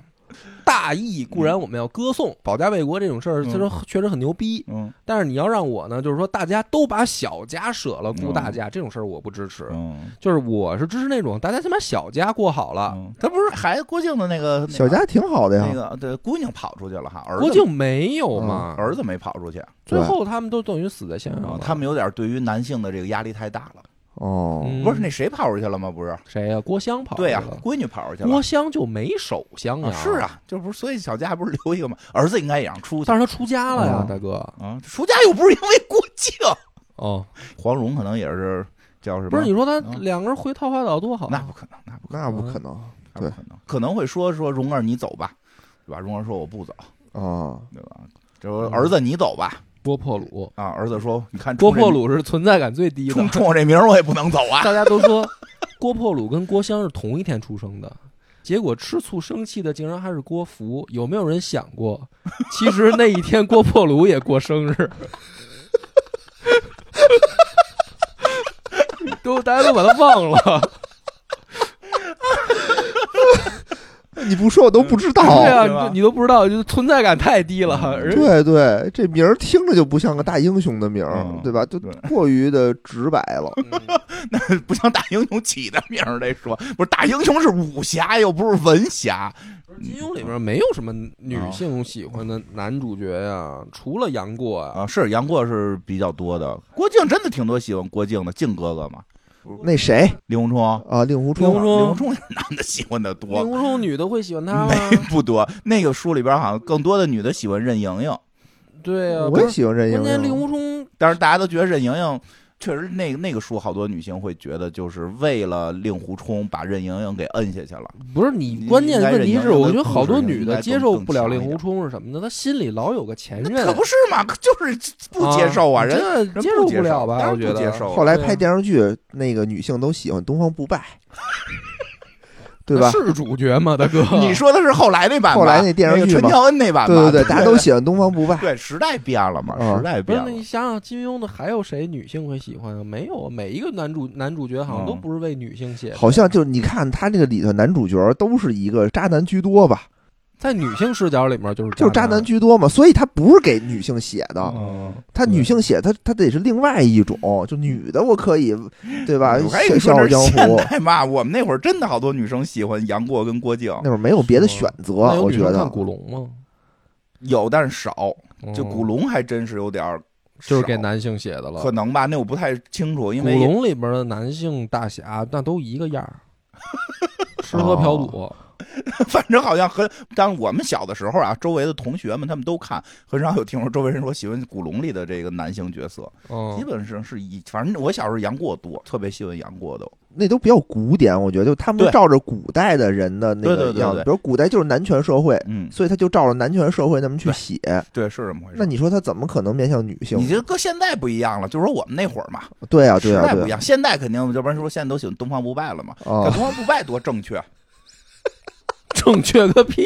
[SPEAKER 1] 大义固然我们要歌颂保家卫国这种事儿，
[SPEAKER 2] 嗯
[SPEAKER 1] 他说确实很牛逼，
[SPEAKER 2] 嗯
[SPEAKER 1] 但是你要让我呢，就是说大家都把小家舍了顾大家这种事儿，我不支持。
[SPEAKER 2] 嗯，
[SPEAKER 1] 就是我是支持那种大家先把小家过好了。
[SPEAKER 2] 他不是还郭靖的那个
[SPEAKER 3] 小家挺好的
[SPEAKER 2] 那
[SPEAKER 3] 呀，
[SPEAKER 2] 个对姑娘跑出去了哈，儿子
[SPEAKER 1] 郭靖没有嘛？
[SPEAKER 2] 儿子没跑出去，
[SPEAKER 1] 最后他们都等于死在现场了。
[SPEAKER 2] 哦他们有点对于男性的这个压力太大了。
[SPEAKER 3] 哦，
[SPEAKER 1] 嗯
[SPEAKER 2] 不是那谁跑出去了吗？不是，
[SPEAKER 1] 谁呀、郭襄跑
[SPEAKER 2] 对呀啊
[SPEAKER 1] 去了，
[SPEAKER 2] 闺女跑出去
[SPEAKER 1] 郭
[SPEAKER 2] 了。
[SPEAKER 1] 襄就没首相
[SPEAKER 2] 啊是，啊，这不是所以小家不是留一个吗？儿子应该也让出去
[SPEAKER 1] 但是他出家了呀，
[SPEAKER 3] 嗯
[SPEAKER 1] 大哥。
[SPEAKER 2] 啊，出家又不是因为郭靖，
[SPEAKER 1] 哦，
[SPEAKER 2] 黄蓉可能也是叫什么？
[SPEAKER 1] 不是你说他
[SPEAKER 2] 嗯
[SPEAKER 1] 两个人回桃花岛多好？啊
[SPEAKER 2] 那不可能，那不可能。
[SPEAKER 3] 那不可能，
[SPEAKER 2] 有可能可能会说说蓉儿你走吧，对吧？蓉儿说我不走，
[SPEAKER 3] 啊，
[SPEAKER 2] 对吧？就
[SPEAKER 1] 嗯
[SPEAKER 2] 说儿子你走吧，
[SPEAKER 1] 波破鲁，
[SPEAKER 2] 啊，儿子说你看
[SPEAKER 1] 郭
[SPEAKER 2] 冲这
[SPEAKER 1] 破鲁是存在感最低的
[SPEAKER 2] 冲，冲我这名儿我也不能走啊，
[SPEAKER 1] 大家都说郭破鲁跟郭襄是同一天出生的，结果吃醋生气的竟然还是郭芙。有没有人想过，其实那一天郭破鲁也过生日？ 都大家都把他忘了，
[SPEAKER 3] 你不说我都不知道。
[SPEAKER 1] 对
[SPEAKER 2] 对吧
[SPEAKER 1] 啊，你你都不知道，就是存在感太低了。人
[SPEAKER 3] 对对，这名儿听着就不像个大英雄的名儿
[SPEAKER 2] 嗯，
[SPEAKER 3] 对吧？就
[SPEAKER 2] 对
[SPEAKER 3] 过于的直白了。
[SPEAKER 2] 不像大英雄起的名儿，这说不是大英雄是武侠，又不是文侠，
[SPEAKER 1] 金庸里面没有什么女性喜欢的男主角呀、除了杨过啊，
[SPEAKER 2] 啊，是杨过是比较多的，郭靖真的挺多喜欢郭靖的，靖哥哥嘛，
[SPEAKER 3] 那谁
[SPEAKER 2] 令狐冲，
[SPEAKER 3] 啊？令狐
[SPEAKER 1] 令狐
[SPEAKER 3] 冲
[SPEAKER 1] 冲
[SPEAKER 2] 令狐冲是男的喜欢的
[SPEAKER 1] 令
[SPEAKER 2] 多，
[SPEAKER 1] 狐冲女的会喜欢他吗？
[SPEAKER 2] 不多。那个书里边好像更多的女的喜欢任盈盈，
[SPEAKER 1] 对啊，
[SPEAKER 3] 我也喜欢任盈
[SPEAKER 1] 关键令
[SPEAKER 3] 盈。
[SPEAKER 1] 狐冲
[SPEAKER 2] 但是大家都觉得任盈盈确实那那个书好多女性会觉得就是为了令狐冲把任盈盈给摁下去了，
[SPEAKER 1] 不是你，关键
[SPEAKER 2] 应该
[SPEAKER 1] 问题
[SPEAKER 2] 忍
[SPEAKER 1] 是，
[SPEAKER 2] 让
[SPEAKER 1] 我
[SPEAKER 2] 他
[SPEAKER 1] 觉得
[SPEAKER 2] 控
[SPEAKER 1] 好多
[SPEAKER 2] 制
[SPEAKER 1] 女
[SPEAKER 2] 应
[SPEAKER 1] 的
[SPEAKER 2] 该
[SPEAKER 1] 接
[SPEAKER 2] 更
[SPEAKER 1] 受
[SPEAKER 2] 更
[SPEAKER 1] 不了
[SPEAKER 2] 强
[SPEAKER 1] 令
[SPEAKER 2] 一
[SPEAKER 1] 狐
[SPEAKER 2] 点
[SPEAKER 1] 冲是什么呢？她心里老有个前任，
[SPEAKER 2] 可不是嘛，可就是不接受啊，人
[SPEAKER 1] 这
[SPEAKER 2] 人不
[SPEAKER 1] 接受
[SPEAKER 2] 接
[SPEAKER 1] 不了吧
[SPEAKER 2] 当然
[SPEAKER 1] 我觉
[SPEAKER 2] 不
[SPEAKER 1] 得
[SPEAKER 2] 接受啊。
[SPEAKER 3] 后来
[SPEAKER 1] 对啊
[SPEAKER 3] 拍电视剧，那个女性都喜欢东方不败，对吧？
[SPEAKER 1] 是主角吗，大哥？
[SPEAKER 2] 你说的是后来那版吧，
[SPEAKER 3] 后来那电视
[SPEAKER 2] 个
[SPEAKER 3] 剧
[SPEAKER 2] 陈
[SPEAKER 3] 嘛
[SPEAKER 2] 乔恩那版吧，
[SPEAKER 3] 对对
[SPEAKER 2] 对
[SPEAKER 3] 对，大家都喜欢东方不败。
[SPEAKER 2] 对时代变了嘛，
[SPEAKER 3] 啊
[SPEAKER 2] 时代
[SPEAKER 1] 不
[SPEAKER 2] 变
[SPEAKER 1] 是？
[SPEAKER 2] 了
[SPEAKER 1] 那。你想想，金庸的还有谁女性会喜欢啊？没有，每一个男主男主角好像都
[SPEAKER 2] 嗯
[SPEAKER 1] 不是为女性写的，
[SPEAKER 3] 好像就是你看他这个里头男主角都是一个渣男居多吧，
[SPEAKER 1] 在女性视角里面就是
[SPEAKER 3] 就是渣男
[SPEAKER 1] 男。
[SPEAKER 3] 居多嘛，所以他不是给女性写的，
[SPEAKER 2] 嗯
[SPEAKER 3] 他女性写他他得是另外一种，就女的我可以，对吧？
[SPEAKER 2] 我还以
[SPEAKER 3] 笑
[SPEAKER 2] 为说
[SPEAKER 3] 笑傲
[SPEAKER 2] 这
[SPEAKER 3] 江
[SPEAKER 2] 是现
[SPEAKER 3] 湖
[SPEAKER 2] 代嘛，我们那会儿真的好多女生喜欢杨过跟郭靖，
[SPEAKER 3] 那会儿没有别的选择，
[SPEAKER 1] 那有
[SPEAKER 3] 我
[SPEAKER 1] 女
[SPEAKER 3] 觉
[SPEAKER 1] 生看
[SPEAKER 3] 得
[SPEAKER 1] 古龙吗？
[SPEAKER 2] 有但是少。就
[SPEAKER 1] 嗯
[SPEAKER 2] 古龙还真是有点儿少，
[SPEAKER 1] 就是给男性写的了
[SPEAKER 2] 可。能吧？那我不太清楚，因
[SPEAKER 1] 古
[SPEAKER 2] 为
[SPEAKER 1] 龙里边的男性大侠那都一个样儿，吃喝嫖
[SPEAKER 2] 哦
[SPEAKER 1] 赌。
[SPEAKER 2] 反正好像很，但我们小的时候啊，周围的同学们他们都看，很少有听说周围人说喜欢古龙里的这个男性角色，基
[SPEAKER 1] 嗯，
[SPEAKER 2] 本上是以反正我小时候杨过多，特别喜欢杨过都。
[SPEAKER 3] 那都比较古典，我觉得就他们都
[SPEAKER 2] 对
[SPEAKER 3] 照着古代的人的那
[SPEAKER 2] 对
[SPEAKER 3] 个
[SPEAKER 2] 对对
[SPEAKER 3] 样子，
[SPEAKER 2] 对
[SPEAKER 3] 比如古代就是男权社会，
[SPEAKER 2] 嗯，
[SPEAKER 3] 所以他就照着男权社会那么去写，
[SPEAKER 2] 对，是这么回事。
[SPEAKER 3] 那你说他怎么可能面向女性
[SPEAKER 2] 你？这搁现在不一样了，就是说我们那会儿嘛，
[SPEAKER 3] 对啊，
[SPEAKER 2] 时
[SPEAKER 3] 对啊，
[SPEAKER 2] 代不一
[SPEAKER 3] 对啊
[SPEAKER 2] 样。现在肯定，要不然说现在都喜欢东方不败了嘛。可
[SPEAKER 3] 啊，
[SPEAKER 2] 东方不败多正 确，啊
[SPEAKER 1] 正确个屁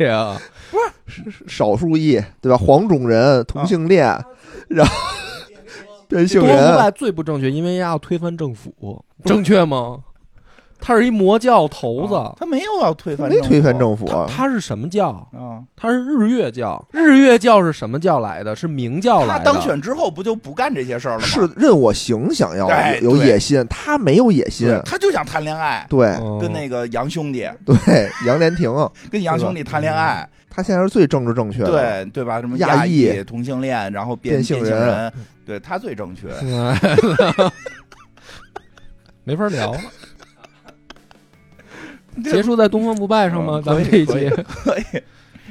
[SPEAKER 1] 呀、
[SPEAKER 3] 少数裔对吧？黄种人、
[SPEAKER 2] 啊
[SPEAKER 3] 同性恋，然后变性
[SPEAKER 1] 多福
[SPEAKER 3] 人，
[SPEAKER 1] 拜最不正确，因为丫要推翻政府，正确吗？他是一魔教头子，
[SPEAKER 2] 啊他没有要推翻，
[SPEAKER 3] 没推翻
[SPEAKER 2] 府
[SPEAKER 3] 政府啊，
[SPEAKER 1] 他是什么教？
[SPEAKER 2] 啊。
[SPEAKER 1] 他是日月教。日月教是什么教来的？是明教来
[SPEAKER 2] 他
[SPEAKER 1] 的。
[SPEAKER 2] 当选之后不就不干这些事儿了吗？
[SPEAKER 3] 是任我行想要
[SPEAKER 2] 哎
[SPEAKER 3] 有有
[SPEAKER 2] 对
[SPEAKER 3] 野心，他没有野心，
[SPEAKER 2] 对，他就想谈恋爱，
[SPEAKER 3] 对
[SPEAKER 1] 嗯
[SPEAKER 2] 跟那个杨兄弟，
[SPEAKER 3] 对，杨莲亭，
[SPEAKER 2] 跟杨兄弟谈恋爱，
[SPEAKER 3] 他现在是最政治正确的，
[SPEAKER 2] 对对吧？什么
[SPEAKER 3] 啊亚
[SPEAKER 2] 裔
[SPEAKER 3] 裔
[SPEAKER 2] 同性恋，然后变
[SPEAKER 3] 变性
[SPEAKER 2] 变性
[SPEAKER 3] 人
[SPEAKER 2] 人，对他最正确。
[SPEAKER 1] 没法聊了。结束在东方不败上吗
[SPEAKER 2] 嗯？
[SPEAKER 1] 咱们
[SPEAKER 2] 可
[SPEAKER 1] 这
[SPEAKER 2] 以
[SPEAKER 1] 一集，
[SPEAKER 2] 可以，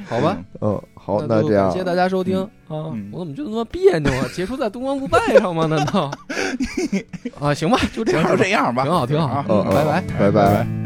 [SPEAKER 1] 好吧。
[SPEAKER 3] 嗯，好，
[SPEAKER 1] 那
[SPEAKER 3] 那
[SPEAKER 1] 就
[SPEAKER 3] 这样
[SPEAKER 1] 感谢，大家收听啊
[SPEAKER 2] 嗯！
[SPEAKER 1] 我怎么觉得那么别扭啊？结束在东方不败上 吗？难道啊？行吧，就这
[SPEAKER 2] 行，
[SPEAKER 1] 样
[SPEAKER 2] 就
[SPEAKER 1] 吧
[SPEAKER 2] 这。样吧，
[SPEAKER 1] 挺好挺好
[SPEAKER 2] 啊
[SPEAKER 3] 嗯，嗯
[SPEAKER 1] 拜拜
[SPEAKER 2] 拜
[SPEAKER 3] 拜
[SPEAKER 2] 拜。